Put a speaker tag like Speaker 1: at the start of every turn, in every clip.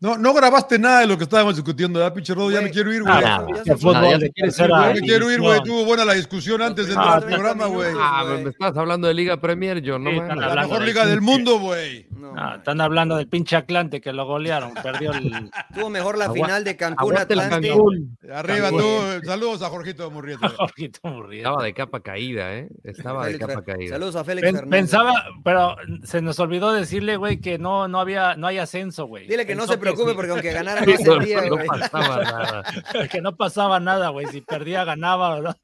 Speaker 1: No, no grabaste nada de lo que estábamos discutiendo, ¿verdad, pinche Rodo? Ya
Speaker 2: Güey,
Speaker 1: me quiero ir, güey.
Speaker 2: nada,
Speaker 1: Ya
Speaker 2: nada,
Speaker 1: se fue.
Speaker 2: ya te quieres ir,
Speaker 1: Ya
Speaker 2: güey.
Speaker 1: me quiero ir, güey. Tuvo buena la discusión antes de entrar al
Speaker 2: Ah,
Speaker 1: programa, güey.
Speaker 3: Ah, me estás hablando de Liga Premier, yo no
Speaker 4: Sí,
Speaker 3: mames.
Speaker 4: está
Speaker 1: La
Speaker 4: hablando
Speaker 1: mejor
Speaker 4: de
Speaker 1: liga del
Speaker 4: pinche-
Speaker 1: mundo, güey.
Speaker 2: No,
Speaker 4: Ah, están hablando del pinche Atlante que lo golearon, perdió el...
Speaker 2: tuvo mejor la
Speaker 4: Agua-
Speaker 2: final de Cancún
Speaker 3: aguante el
Speaker 2: Atlante.
Speaker 3: Cancún.
Speaker 1: Arriba
Speaker 2: Cabrón.
Speaker 1: tú. Saludos a Jorgito Murrieta. güey.
Speaker 4: Jorgito Murrieta.
Speaker 3: Estaba de capa caída, ¿eh? Estaba de
Speaker 2: Félix
Speaker 3: capa
Speaker 2: Fer-
Speaker 3: caída.
Speaker 2: Saludos a Félix
Speaker 4: Pen-
Speaker 2: Fernández.
Speaker 4: Pensaba, pero se nos olvidó decirle, güey, que no, no había, no hay ascenso, güey.
Speaker 2: Dile que no
Speaker 4: Pensó
Speaker 2: se preocupe
Speaker 4: sí,
Speaker 2: porque aunque ganara no
Speaker 3: Sí, no,
Speaker 2: ascendía,
Speaker 3: no
Speaker 2: güey.
Speaker 3: pasaba nada.
Speaker 4: que no pasaba nada, güey. Si perdía, ganaba, ¿verdad?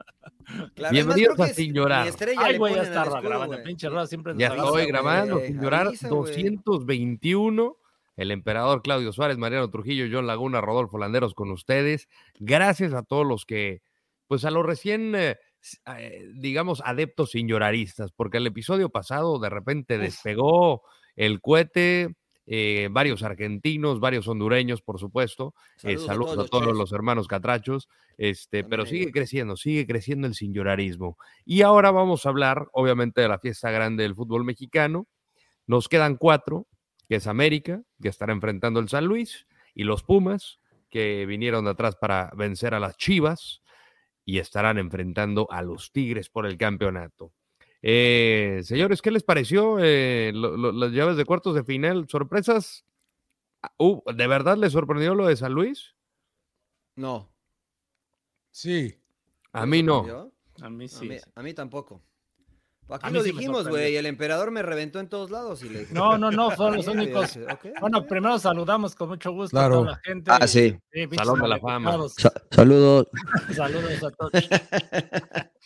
Speaker 2: Claro,
Speaker 3: Bienvenidos
Speaker 2: además, creo
Speaker 3: a
Speaker 2: que
Speaker 3: Sin
Speaker 2: ni
Speaker 3: Llorar.
Speaker 2: estrella
Speaker 4: Ay,
Speaker 2: le
Speaker 4: güey, ya
Speaker 2: ponen
Speaker 4: está
Speaker 2: al escudo,
Speaker 4: grabando.
Speaker 2: güey.
Speaker 4: pinche Roda siempre nos
Speaker 3: Ya
Speaker 2: Avisa,
Speaker 3: estoy
Speaker 2: güey,
Speaker 3: grabando, sin llorar,
Speaker 2: avisa, güey.
Speaker 3: 221. El emperador Claudio Suárez, Mariano Trujillo, John Laguna, Rodolfo Landeros con ustedes. Gracias a todos los que, pues a los recién, eh, s- eh, digamos, adeptos sin lloraristas, porque el episodio pasado de repente despegó el cohete, eh, varios argentinos, varios hondureños, por supuesto. Eh, Saludos, a todos,
Speaker 2: chavos.
Speaker 3: los hermanos catrachos, este,
Speaker 2: También
Speaker 3: pero
Speaker 2: a
Speaker 3: sigue
Speaker 2: ellos.
Speaker 3: creciendo, sigue creciendo el sin llorarismo. Y ahora vamos a hablar, obviamente, de la fiesta grande del fútbol mexicano. Nos quedan cuatro, que es América, que estará enfrentando el San Luis, y los Pumas, que vinieron de atrás para vencer a las Chivas, y estarán enfrentando a los Tigres por el campeonato. Eh, señores, ¿qué les pareció eh, lo- lo- las llaves de cuartos de final? ¿Sorpresas? Ah, uh, ¿De verdad les sorprendió lo de San Luis?
Speaker 2: No.
Speaker 1: Sí.
Speaker 3: A mí no.
Speaker 2: ¿Yo?
Speaker 4: A mí
Speaker 2: a,
Speaker 4: sí.
Speaker 2: mí,
Speaker 4: sí.
Speaker 2: a mí tampoco. Aquí
Speaker 4: A mí
Speaker 2: lo
Speaker 4: sí me
Speaker 2: dijimos,
Speaker 4: sorprendió.
Speaker 2: güey. El emperador me reventó en todos lados y le dije,
Speaker 4: No, no, no, fueron los
Speaker 2: "Sí,
Speaker 4: únicos.
Speaker 2: güey". Ok.
Speaker 4: Bueno, primero saludamos con mucho gusto
Speaker 1: Claro.
Speaker 4: a toda la gente.
Speaker 5: Ah, sí.
Speaker 4: Sí, pinches
Speaker 3: Salón de la fama.
Speaker 4: maleducados.
Speaker 5: Sa- saludos.
Speaker 4: Saludos a todos.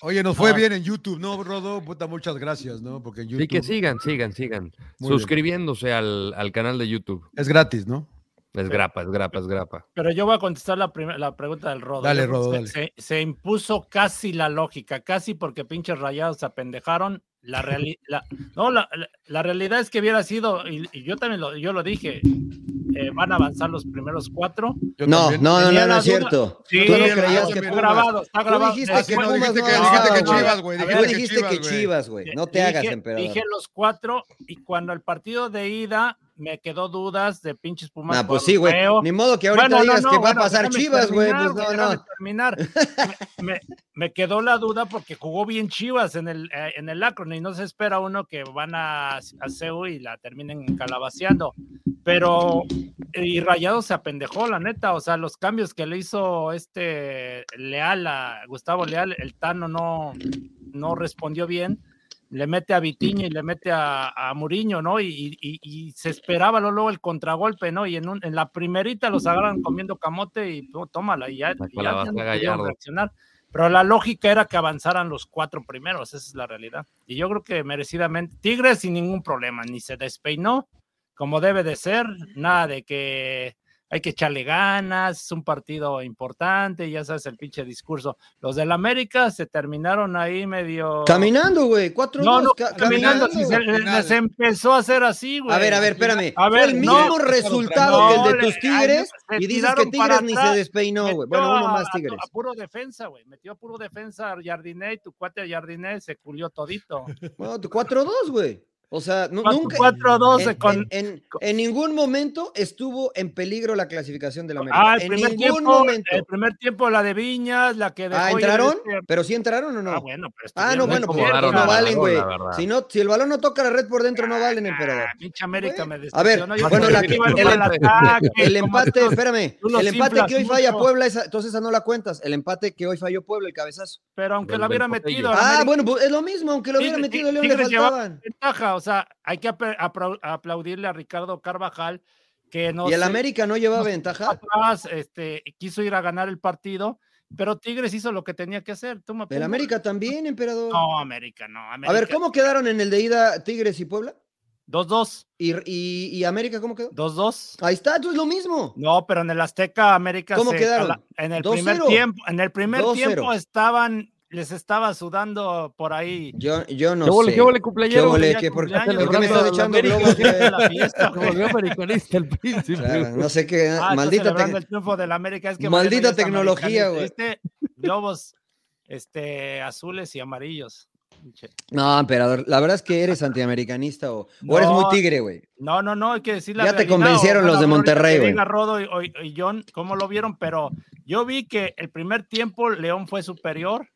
Speaker 1: Oye, nos fue
Speaker 4: Ah.
Speaker 1: bien en YouTube, ¿no, Rodo? Puta, muchas gracias, ¿no? Porque en YouTube
Speaker 3: Así que sigan, sigan, sigan.
Speaker 1: Muy bien.
Speaker 3: suscribiéndose al, al canal de YouTube.
Speaker 1: es gratis, ¿no?
Speaker 3: Es grapa, es grapa, es grapa.
Speaker 4: Pero yo voy a contestar la, prim- la pregunta del Rodo.
Speaker 1: Dale,
Speaker 4: Yo creo que
Speaker 1: Rodo,
Speaker 4: se, se- se impuso casi la lógica, casi porque pinches rayados se apendejaron. La, reali- la- no, la, la- la realidad es que hubiera sido, y, y yo también lo, yo lo dije, eh, van a avanzar los primeros cuatro.
Speaker 1: Yo
Speaker 5: No, no,
Speaker 1: también.
Speaker 5: no,
Speaker 4: Tenía
Speaker 5: no,
Speaker 4: la
Speaker 5: no es
Speaker 4: duda.
Speaker 5: cierto.
Speaker 4: Sí,
Speaker 5: Tú no
Speaker 1: también,
Speaker 5: creías
Speaker 1: yo
Speaker 5: que
Speaker 4: está
Speaker 1: también.
Speaker 5: Pumas-
Speaker 4: grabado, está
Speaker 5: Tú
Speaker 4: grabado.
Speaker 5: dijiste
Speaker 1: Ah,
Speaker 4: Es
Speaker 1: que
Speaker 5: que
Speaker 1: no,
Speaker 4: cuatro,
Speaker 1: dijiste
Speaker 5: Pumas
Speaker 1: que,
Speaker 5: no
Speaker 1: dijiste que
Speaker 5: avanzaba,
Speaker 1: Chivas, güey.
Speaker 5: Tú
Speaker 4: ver,
Speaker 1: Dijiste que
Speaker 5: dijiste que
Speaker 1: Chivas, güey.
Speaker 5: Chivas, güey. No te
Speaker 4: Dije-
Speaker 5: hagas, emperador.
Speaker 4: Dije los cuatro, y cuando el partido de ida me quedó dudas de pinches Pumas.
Speaker 5: Nah, pues
Speaker 4: jugaron
Speaker 5: sí, güey.
Speaker 4: feo.
Speaker 5: Ni modo que ahorita
Speaker 4: Bueno, no,
Speaker 5: digas
Speaker 4: no,
Speaker 5: que
Speaker 4: bueno,
Speaker 5: va a pasar
Speaker 4: déjame
Speaker 5: Chivas, güey.
Speaker 4: terminar,
Speaker 5: Pues no,
Speaker 4: déjame
Speaker 5: no.
Speaker 4: terminar. Me, me- me quedó la duda porque jugó bien Chivas en el, eh, en el Akron y no se espera uno que van a, a CEU y la terminen calabaceando. Pero, y Rayado se apendejó, la neta. O sea, los cambios que le hizo este Leal, a Gustavo Leal, el Tano no, no respondió bien le mete a Vitiña y le mete a, a Muriño, ¿no? Y, y- y- y se esperaba luego, luego el contragolpe, ¿no? Y en, un- en la primerita los agarran comiendo camote y tú, tómala, y ya,
Speaker 3: La
Speaker 4: y ya- ya no
Speaker 3: calabaza
Speaker 4: pudieron
Speaker 3: Gallardo.
Speaker 4: reaccionar. Pero la lógica era que avanzaran los cuatro primeros, esa es la realidad. Y yo creo que merecidamente, Tigres sin ningún problema, ni se despeinó, como debe de ser, nada de que hay que echarle ganas, es un partido importante, ya sabes el pinche discurso. Los del América se terminaron ahí medio...
Speaker 5: Caminando, güey. Cuatro
Speaker 4: No,
Speaker 5: dos,
Speaker 4: no,
Speaker 5: ca-
Speaker 4: caminando, si se,
Speaker 1: al final.
Speaker 4: se empezó a hacer así, güey.
Speaker 5: A ver, a ver, espérame.
Speaker 4: A
Speaker 5: Fue
Speaker 4: ver,
Speaker 5: el
Speaker 4: no,
Speaker 5: mismo
Speaker 1: no,
Speaker 5: resultado
Speaker 1: no,
Speaker 5: que el de
Speaker 4: le-
Speaker 5: tus
Speaker 4: ay,
Speaker 5: Tigres.
Speaker 4: se
Speaker 5: y dices que
Speaker 4: tiraron para
Speaker 5: Tigres ni se
Speaker 4: atrás,
Speaker 5: despeinó, güey.
Speaker 4: metió
Speaker 5: Bueno, uno
Speaker 4: a-
Speaker 5: más
Speaker 4: a-
Speaker 5: Tigres.
Speaker 4: A, puro defensa, güey. Metió a puro defensa a Jardiné y tu cuate a Jardiné se culió todito.
Speaker 5: Bueno, tu 4-2, güey. O sea, nu- nunca. Eh,
Speaker 4: 4-12
Speaker 5: en,
Speaker 4: con.
Speaker 5: en- en- en ningún momento estuvo en peligro la clasificación del América.
Speaker 4: Ah, el
Speaker 5: en
Speaker 4: primer,
Speaker 5: ningún
Speaker 4: tiempo, eh,
Speaker 5: momento.
Speaker 4: el primer tiempo la de Viñas, la que dejó
Speaker 5: ah,
Speaker 4: ir
Speaker 5: ¿entraron?
Speaker 4: este-
Speaker 5: Pero sí entraron o no.
Speaker 4: Ah, bueno, pero
Speaker 5: Ah, no,
Speaker 4: estuvieron
Speaker 5: bueno,
Speaker 4: muy
Speaker 5: pues,
Speaker 4: cerca.
Speaker 3: acomodaron
Speaker 5: no
Speaker 3: a
Speaker 5: valen,
Speaker 3: la
Speaker 5: güey.
Speaker 3: verdad.
Speaker 5: Si, no, si el balón no toca la red por dentro, no valen, emperador.
Speaker 4: Ah, pinche América me
Speaker 5: A ver,
Speaker 4: decepcionó. Yo
Speaker 5: bueno,
Speaker 4: pensé
Speaker 5: la-
Speaker 4: que iba
Speaker 5: el-
Speaker 4: a jugar al ataque,
Speaker 5: El
Speaker 4: como
Speaker 5: empate,
Speaker 4: estos-
Speaker 5: espérame,
Speaker 4: tú los
Speaker 5: el empate
Speaker 4: inflas
Speaker 5: que hoy falla
Speaker 4: mucho.
Speaker 5: Puebla, esa- entonces esa no la cuentas. El empate que hoy falló Puebla, el cabezazo.
Speaker 4: Pero aunque
Speaker 3: del-
Speaker 4: la
Speaker 3: del
Speaker 4: hubiera
Speaker 3: Popeye.
Speaker 4: metido.
Speaker 5: Ah,
Speaker 4: América-
Speaker 5: bueno, pues es lo mismo, aunque lo hubiera
Speaker 4: Tigre-
Speaker 5: metido León le
Speaker 4: Tigres llevaba-
Speaker 5: faltaban.
Speaker 4: ventaja, o sea, hay que apl- apra- aplaudirle a Ricardo Carvajal que no
Speaker 5: Y el
Speaker 4: se-
Speaker 5: América no lleva
Speaker 4: no se-
Speaker 5: ventaja.
Speaker 4: atrás, este, quiso ir a ganar el partido, pero Tigres hizo lo que tenía que hacer. Tú me
Speaker 5: El
Speaker 4: pongo-
Speaker 5: América también, emperador.
Speaker 4: No, América, no.
Speaker 5: A ver, ¿cómo quedaron en el de ida Tigres y Puebla?
Speaker 4: 2-2,
Speaker 5: ¿Y, y- y América cómo quedó?
Speaker 4: 2-2.
Speaker 5: Ahí está, tú es lo mismo.
Speaker 4: No, pero en el Azteca América
Speaker 5: ¿Cómo
Speaker 4: se-
Speaker 5: quedaron?
Speaker 4: a la- en el primer
Speaker 5: 2-0.
Speaker 4: tiempo, en el primer
Speaker 5: 2-0.
Speaker 4: tiempo estaban les estaba sudando por ahí.
Speaker 5: Yo, yo no
Speaker 3: ¿Qué huele,
Speaker 5: sé.
Speaker 3: qué huele,
Speaker 5: ¿Qué
Speaker 3: cumpleañero?
Speaker 5: huele?
Speaker 4: ya
Speaker 5: ¿Qué- ¿Por,
Speaker 4: cumpleaños,
Speaker 5: por qué me
Speaker 3: ¿verdad?
Speaker 5: estás
Speaker 3: La
Speaker 5: echando
Speaker 4: América
Speaker 5: globos? eh.
Speaker 4: de la fiesta,
Speaker 3: Se
Speaker 4: güey.
Speaker 3: volvió americanista el
Speaker 5: O
Speaker 3: príncipe.
Speaker 5: sea, no sé qué.
Speaker 4: Ah, está
Speaker 5: maldita
Speaker 4: celebrando
Speaker 5: te-
Speaker 4: el triunfo de la América. Es que
Speaker 5: Maldita
Speaker 4: Mariano ya es
Speaker 5: tecnología,
Speaker 4: americanista, ¿viste? Globos este, azules y amarillos.
Speaker 5: No, emperador, la verdad es que eres antiamericanista o, o eres
Speaker 4: No.
Speaker 5: muy tigre, güey.
Speaker 4: No, no, no, hay que decir la
Speaker 5: Ya te
Speaker 4: realidad,
Speaker 5: convencieron
Speaker 4: o-
Speaker 5: los de
Speaker 4: bueno, ahorita
Speaker 5: Monterrey,
Speaker 4: que
Speaker 5: güey.
Speaker 4: diga Rodo y, y- y John, ¿cómo lo vieron? Pero yo vi que el primer tiempo León fue superior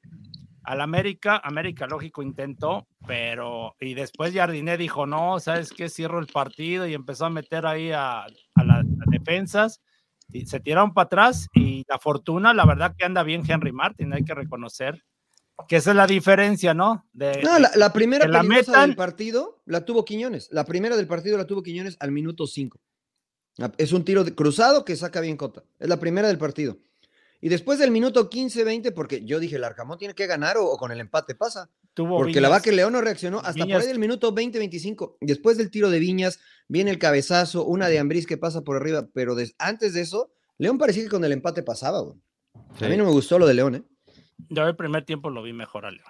Speaker 4: al América. América, lógico, intentó, pero. Y después Jardiné dijo, no, ¿sabes qué? Cierro el partido y empezó a meter ahí a, a las defensas. Y se tiraron para atrás y la fortuna, la verdad que anda bien Henry Martin, hay que reconocer. Que esa es la diferencia, ¿no? De,
Speaker 5: No, la, la primera
Speaker 4: Eh, que la
Speaker 5: peligrosa
Speaker 4: metan.
Speaker 5: del partido la tuvo Quiñones. La primera del partido la tuvo Quiñones al minuto 5. Es un tiro de- cruzado que saca bien Cota. Es la primera del partido. Y después del minuto 15-20, porque yo dije, el Arcamón tiene que ganar o, o con el empate pasa.
Speaker 4: tuvo
Speaker 5: Porque la
Speaker 4: Viñas.
Speaker 5: Vaca León no reaccionó hasta por
Speaker 4: Viñas-
Speaker 5: ahí del minuto 20-25. Después del tiro de Viñas, viene el cabezazo, una de Ambriz que pasa por arriba. Pero des- antes de eso, León parecía que con el empate pasaba. güey. A mí no me gustó lo de León, ¿eh?
Speaker 4: Yo el primer tiempo lo vi mejor a León.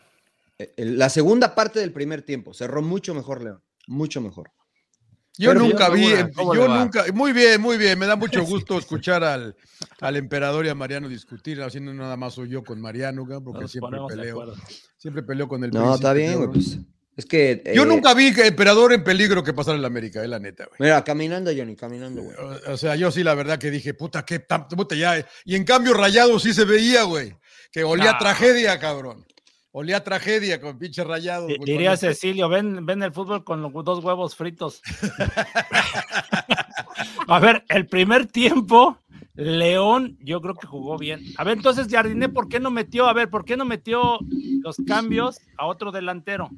Speaker 5: Eh, el- La segunda parte del primer tiempo cerró mucho mejor León, mucho mejor.
Speaker 1: Yo
Speaker 5: Pero,
Speaker 1: nunca
Speaker 3: ¿cómo
Speaker 1: vi,
Speaker 3: le-
Speaker 1: em-
Speaker 3: cómo le
Speaker 1: yo
Speaker 3: va?
Speaker 1: nunca, muy bien, muy bien, me da mucho gusto escuchar al, al emperador y a Mariano discutir, haciendo nada más soy yo con Mariano, cabrón,
Speaker 4: No
Speaker 1: porque
Speaker 4: nos
Speaker 1: siempre
Speaker 4: ponemos de
Speaker 1: peleo,
Speaker 4: acuerdo.
Speaker 1: siempre peleo con el
Speaker 5: No, está
Speaker 1: príncipe,
Speaker 5: bien, güey.
Speaker 1: cabrón.
Speaker 5: pues, es que.
Speaker 1: Yo
Speaker 5: eh,
Speaker 1: nunca vi que emperador en peligro que pasara en la América, es la neta, güey.
Speaker 5: Mira, caminando, Johnny, caminando, güey.
Speaker 1: O, o sea, yo sí la verdad que dije, puta, qué tan- puta ya. eh. Y en cambio, rayado sí se veía, güey. Que olía
Speaker 4: No.
Speaker 1: tragedia, cabrón. Olía tragedia con pinche rayado.
Speaker 4: Di-
Speaker 1: güey,
Speaker 4: Diría
Speaker 1: cuando-
Speaker 4: Cecilio, ven, ven el fútbol con los dos huevos fritos. A ver, el primer tiempo, León, yo creo que jugó bien. A ver, entonces, Jardiné, ¿por qué no metió? A ver, ¿por qué no metió los cambios a otro delantero?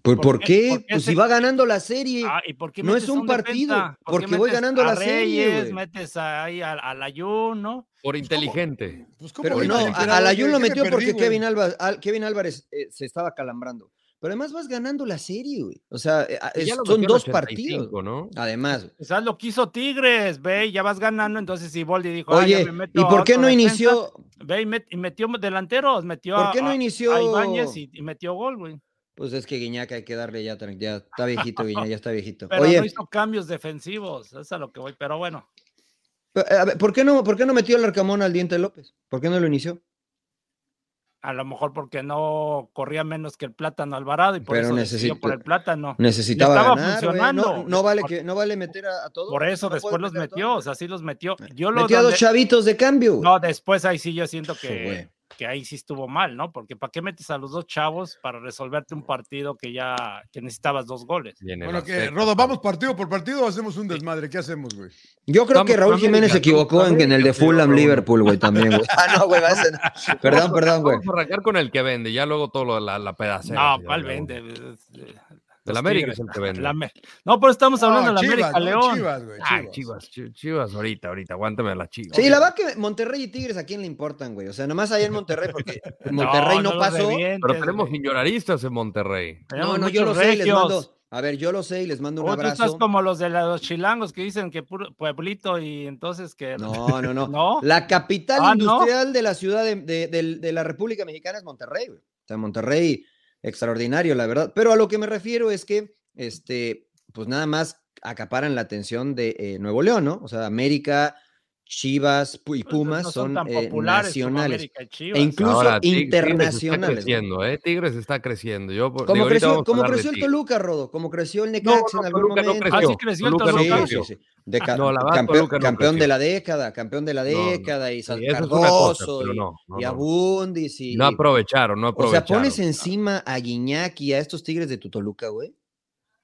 Speaker 5: ¿Por,
Speaker 4: ¿por
Speaker 5: ¿por
Speaker 4: qué-
Speaker 5: qué?
Speaker 4: por qué
Speaker 5: pues
Speaker 4: se-
Speaker 5: si va ganando la serie.
Speaker 4: Ah, ¿y por qué
Speaker 5: No
Speaker 4: metes
Speaker 5: es
Speaker 4: a
Speaker 5: un partido,
Speaker 4: defensa? ¿Por qué
Speaker 5: porque voy
Speaker 4: metes
Speaker 5: ganando
Speaker 4: a
Speaker 5: la serie,
Speaker 4: Reyes,
Speaker 5: güey?
Speaker 4: metes ahí al, al Ayun, ¿no?
Speaker 3: Por inteligente.
Speaker 1: Pues, ¿cómo
Speaker 5: pero
Speaker 1: olía
Speaker 5: no,
Speaker 1: tragedia,
Speaker 5: a- al
Speaker 1: güey?
Speaker 5: Ayun lo
Speaker 1: ¿Qué me
Speaker 5: metió
Speaker 1: perdí,
Speaker 5: porque
Speaker 1: güey?
Speaker 5: Kevin, Alba- Al- Kevin Álvarez eh, se estaba calambrando. Pero además vas ganando la serie, güey. O sea, eh, a-
Speaker 4: Pues
Speaker 3: Y ya
Speaker 5: es-
Speaker 3: lo
Speaker 5: son
Speaker 3: metió al
Speaker 5: dos
Speaker 3: 85,
Speaker 5: partidos.
Speaker 3: ¿no?
Speaker 5: Además, güey.
Speaker 4: Quizás Pues, lo quiso Tigres, ve, y ya vas ganando. Entonces, si Boldi dijo, ah, ya
Speaker 5: Oye,
Speaker 4: me meto
Speaker 5: ¿y
Speaker 4: a
Speaker 5: por qué
Speaker 4: otro
Speaker 5: no
Speaker 4: defensa,
Speaker 5: inició?
Speaker 4: Ve y, met- y metió delanteros, metió
Speaker 5: ¿Por
Speaker 4: a-
Speaker 5: qué no
Speaker 4: a-
Speaker 5: inició?
Speaker 4: a Ibáñez y, y metió gol, güey.
Speaker 5: Pues es que Guiñac hay que darle ya, tran- ya está viejito, Guiñac, ya está viejito.
Speaker 4: Pero
Speaker 5: Oye,
Speaker 4: no hizo cambios defensivos, es a lo que voy, pero bueno.
Speaker 5: pero, eh, a ver, ¿por, qué no, ¿por qué no metió el Arcamón al Diente López? ¿Por qué no lo inició?
Speaker 4: A lo mejor porque no corría menos que el plátano Alvarado y por
Speaker 5: Pero
Speaker 4: eso decidió
Speaker 5: necesito-
Speaker 4: por el plátano.
Speaker 5: Necesitaba
Speaker 4: estaba
Speaker 5: ganar, güey.
Speaker 4: funcionando.
Speaker 5: No, no vale que, no vale meter a, a todos.
Speaker 4: Por eso
Speaker 5: No puedes
Speaker 4: después los
Speaker 5: meter a
Speaker 4: metió, o
Speaker 5: todos,
Speaker 4: sea,
Speaker 5: güey.
Speaker 4: sí los metió. Yo lo
Speaker 5: Metió a dos
Speaker 4: donde-
Speaker 5: chavitos de cambio. güey.
Speaker 4: No, después ahí sí yo siento
Speaker 5: Sí, güey.
Speaker 4: que, que ahí sí estuvo mal, ¿no? Porque ¿para qué metes a los dos chavos para resolverte un partido que ya que necesitabas dos goles?
Speaker 3: Viene
Speaker 1: Bueno,
Speaker 3: la
Speaker 1: que,
Speaker 3: sexta.
Speaker 1: Rodo, vamos partido por partido o hacemos un desmadre. ¿Qué hacemos, güey?
Speaker 5: Yo creo
Speaker 3: Vamos
Speaker 5: que Raúl
Speaker 3: con
Speaker 5: Jiménez se
Speaker 3: América,
Speaker 5: equivocó
Speaker 3: vamos
Speaker 5: en,
Speaker 3: con
Speaker 5: en el de
Speaker 3: América,
Speaker 5: Fulham
Speaker 3: pero-
Speaker 5: Liverpool, güey, también, güey. Ah, no, güey, va a ser- Perdón, perdón, Ah, güey.
Speaker 3: Vamos a arrancar con el que vende, ya luego todo lo, la, la pedacera.
Speaker 4: No,
Speaker 3: señor
Speaker 4: ¿cuál
Speaker 3: León.
Speaker 4: vende? Eh,
Speaker 3: Del
Speaker 4: los
Speaker 3: América
Speaker 4: Tigres.
Speaker 3: es el que vende.
Speaker 4: La Amer- no, pero estamos hablando
Speaker 1: No,
Speaker 4: de la
Speaker 1: Chivas,
Speaker 4: América
Speaker 1: ¿no?
Speaker 4: León.
Speaker 1: Chivas, güey.
Speaker 3: Ah,
Speaker 1: Chivas.
Speaker 3: Chivas, Chi- Chivas, ahorita, ahorita, aguántame a la Chivas.
Speaker 5: Sí, la verdad que Monterrey y Tigres, ¿a quién le importan, güey? O sea, nomás allá en Monterrey, porque en Monterrey no,
Speaker 4: los
Speaker 5: pasó.
Speaker 4: revientes,
Speaker 3: Pero tenemos
Speaker 4: güey.
Speaker 3: señoraristas en Monterrey.
Speaker 5: No,
Speaker 4: Tenemos
Speaker 5: no, yo lo
Speaker 4: muchos
Speaker 5: sé, y les
Speaker 4: regios.
Speaker 5: mando. A ver, yo lo sé y les mando un
Speaker 4: O tú estás
Speaker 5: abrazo.
Speaker 4: como los de la- los chilangos que dicen que puro pueblito y entonces que
Speaker 5: No, no, no.
Speaker 4: no.
Speaker 5: La capital
Speaker 4: Ah, ¿no?
Speaker 5: industrial de la ciudad de, de- del- de la República Mexicana es Monterrey, güey. O sea, Monterrey, extraordinario, la verdad. Pero a lo que me refiero es que, este, pues nada más acaparan la atención de eh, Nuevo León, ¿no? O sea, América, Chivas Pu- y
Speaker 4: Pues,
Speaker 5: Pumas
Speaker 4: no
Speaker 5: son,
Speaker 4: tan
Speaker 5: eh,
Speaker 4: populares como
Speaker 5: nacionales.
Speaker 4: América y
Speaker 5: E
Speaker 4: Chivas. Ah,
Speaker 5: incluso
Speaker 3: Ahora, Tig-
Speaker 5: internacionales. güey.
Speaker 3: Tigres está creciendo, ¿eh? Tigres está creciendo. Yo, por-
Speaker 5: Como
Speaker 3: digo, ahorita
Speaker 5: creció,
Speaker 3: vamos a
Speaker 5: como
Speaker 3: hablar de
Speaker 5: creció el
Speaker 3: Tigres.
Speaker 5: Toluca, Rodo, como creció el
Speaker 3: No,
Speaker 5: Necaxa
Speaker 3: no,
Speaker 5: en algún
Speaker 3: Toluca no
Speaker 5: momento.
Speaker 3: creció.
Speaker 4: Ah, sí creció el
Speaker 3: Toluca no
Speaker 5: Sí,
Speaker 4: Toluca.
Speaker 5: sí,
Speaker 3: creció.
Speaker 5: sí. De ca-
Speaker 3: No, la verdad,
Speaker 5: campeón,
Speaker 3: Toluca no
Speaker 5: campeón de
Speaker 3: creció.
Speaker 5: la década, campeón de la
Speaker 3: no, no.
Speaker 5: década y San
Speaker 3: Sí, eso es una cosa,
Speaker 5: Cardoso
Speaker 3: pero
Speaker 5: y-
Speaker 3: no, no,
Speaker 5: y
Speaker 3: no.
Speaker 5: Abundis y,
Speaker 3: No
Speaker 5: y-
Speaker 3: aprovecharon, no
Speaker 5: o sea,
Speaker 3: aprovecharon.
Speaker 5: pones encima a Guiñac y a estos Tigres de tu Toluca, güey.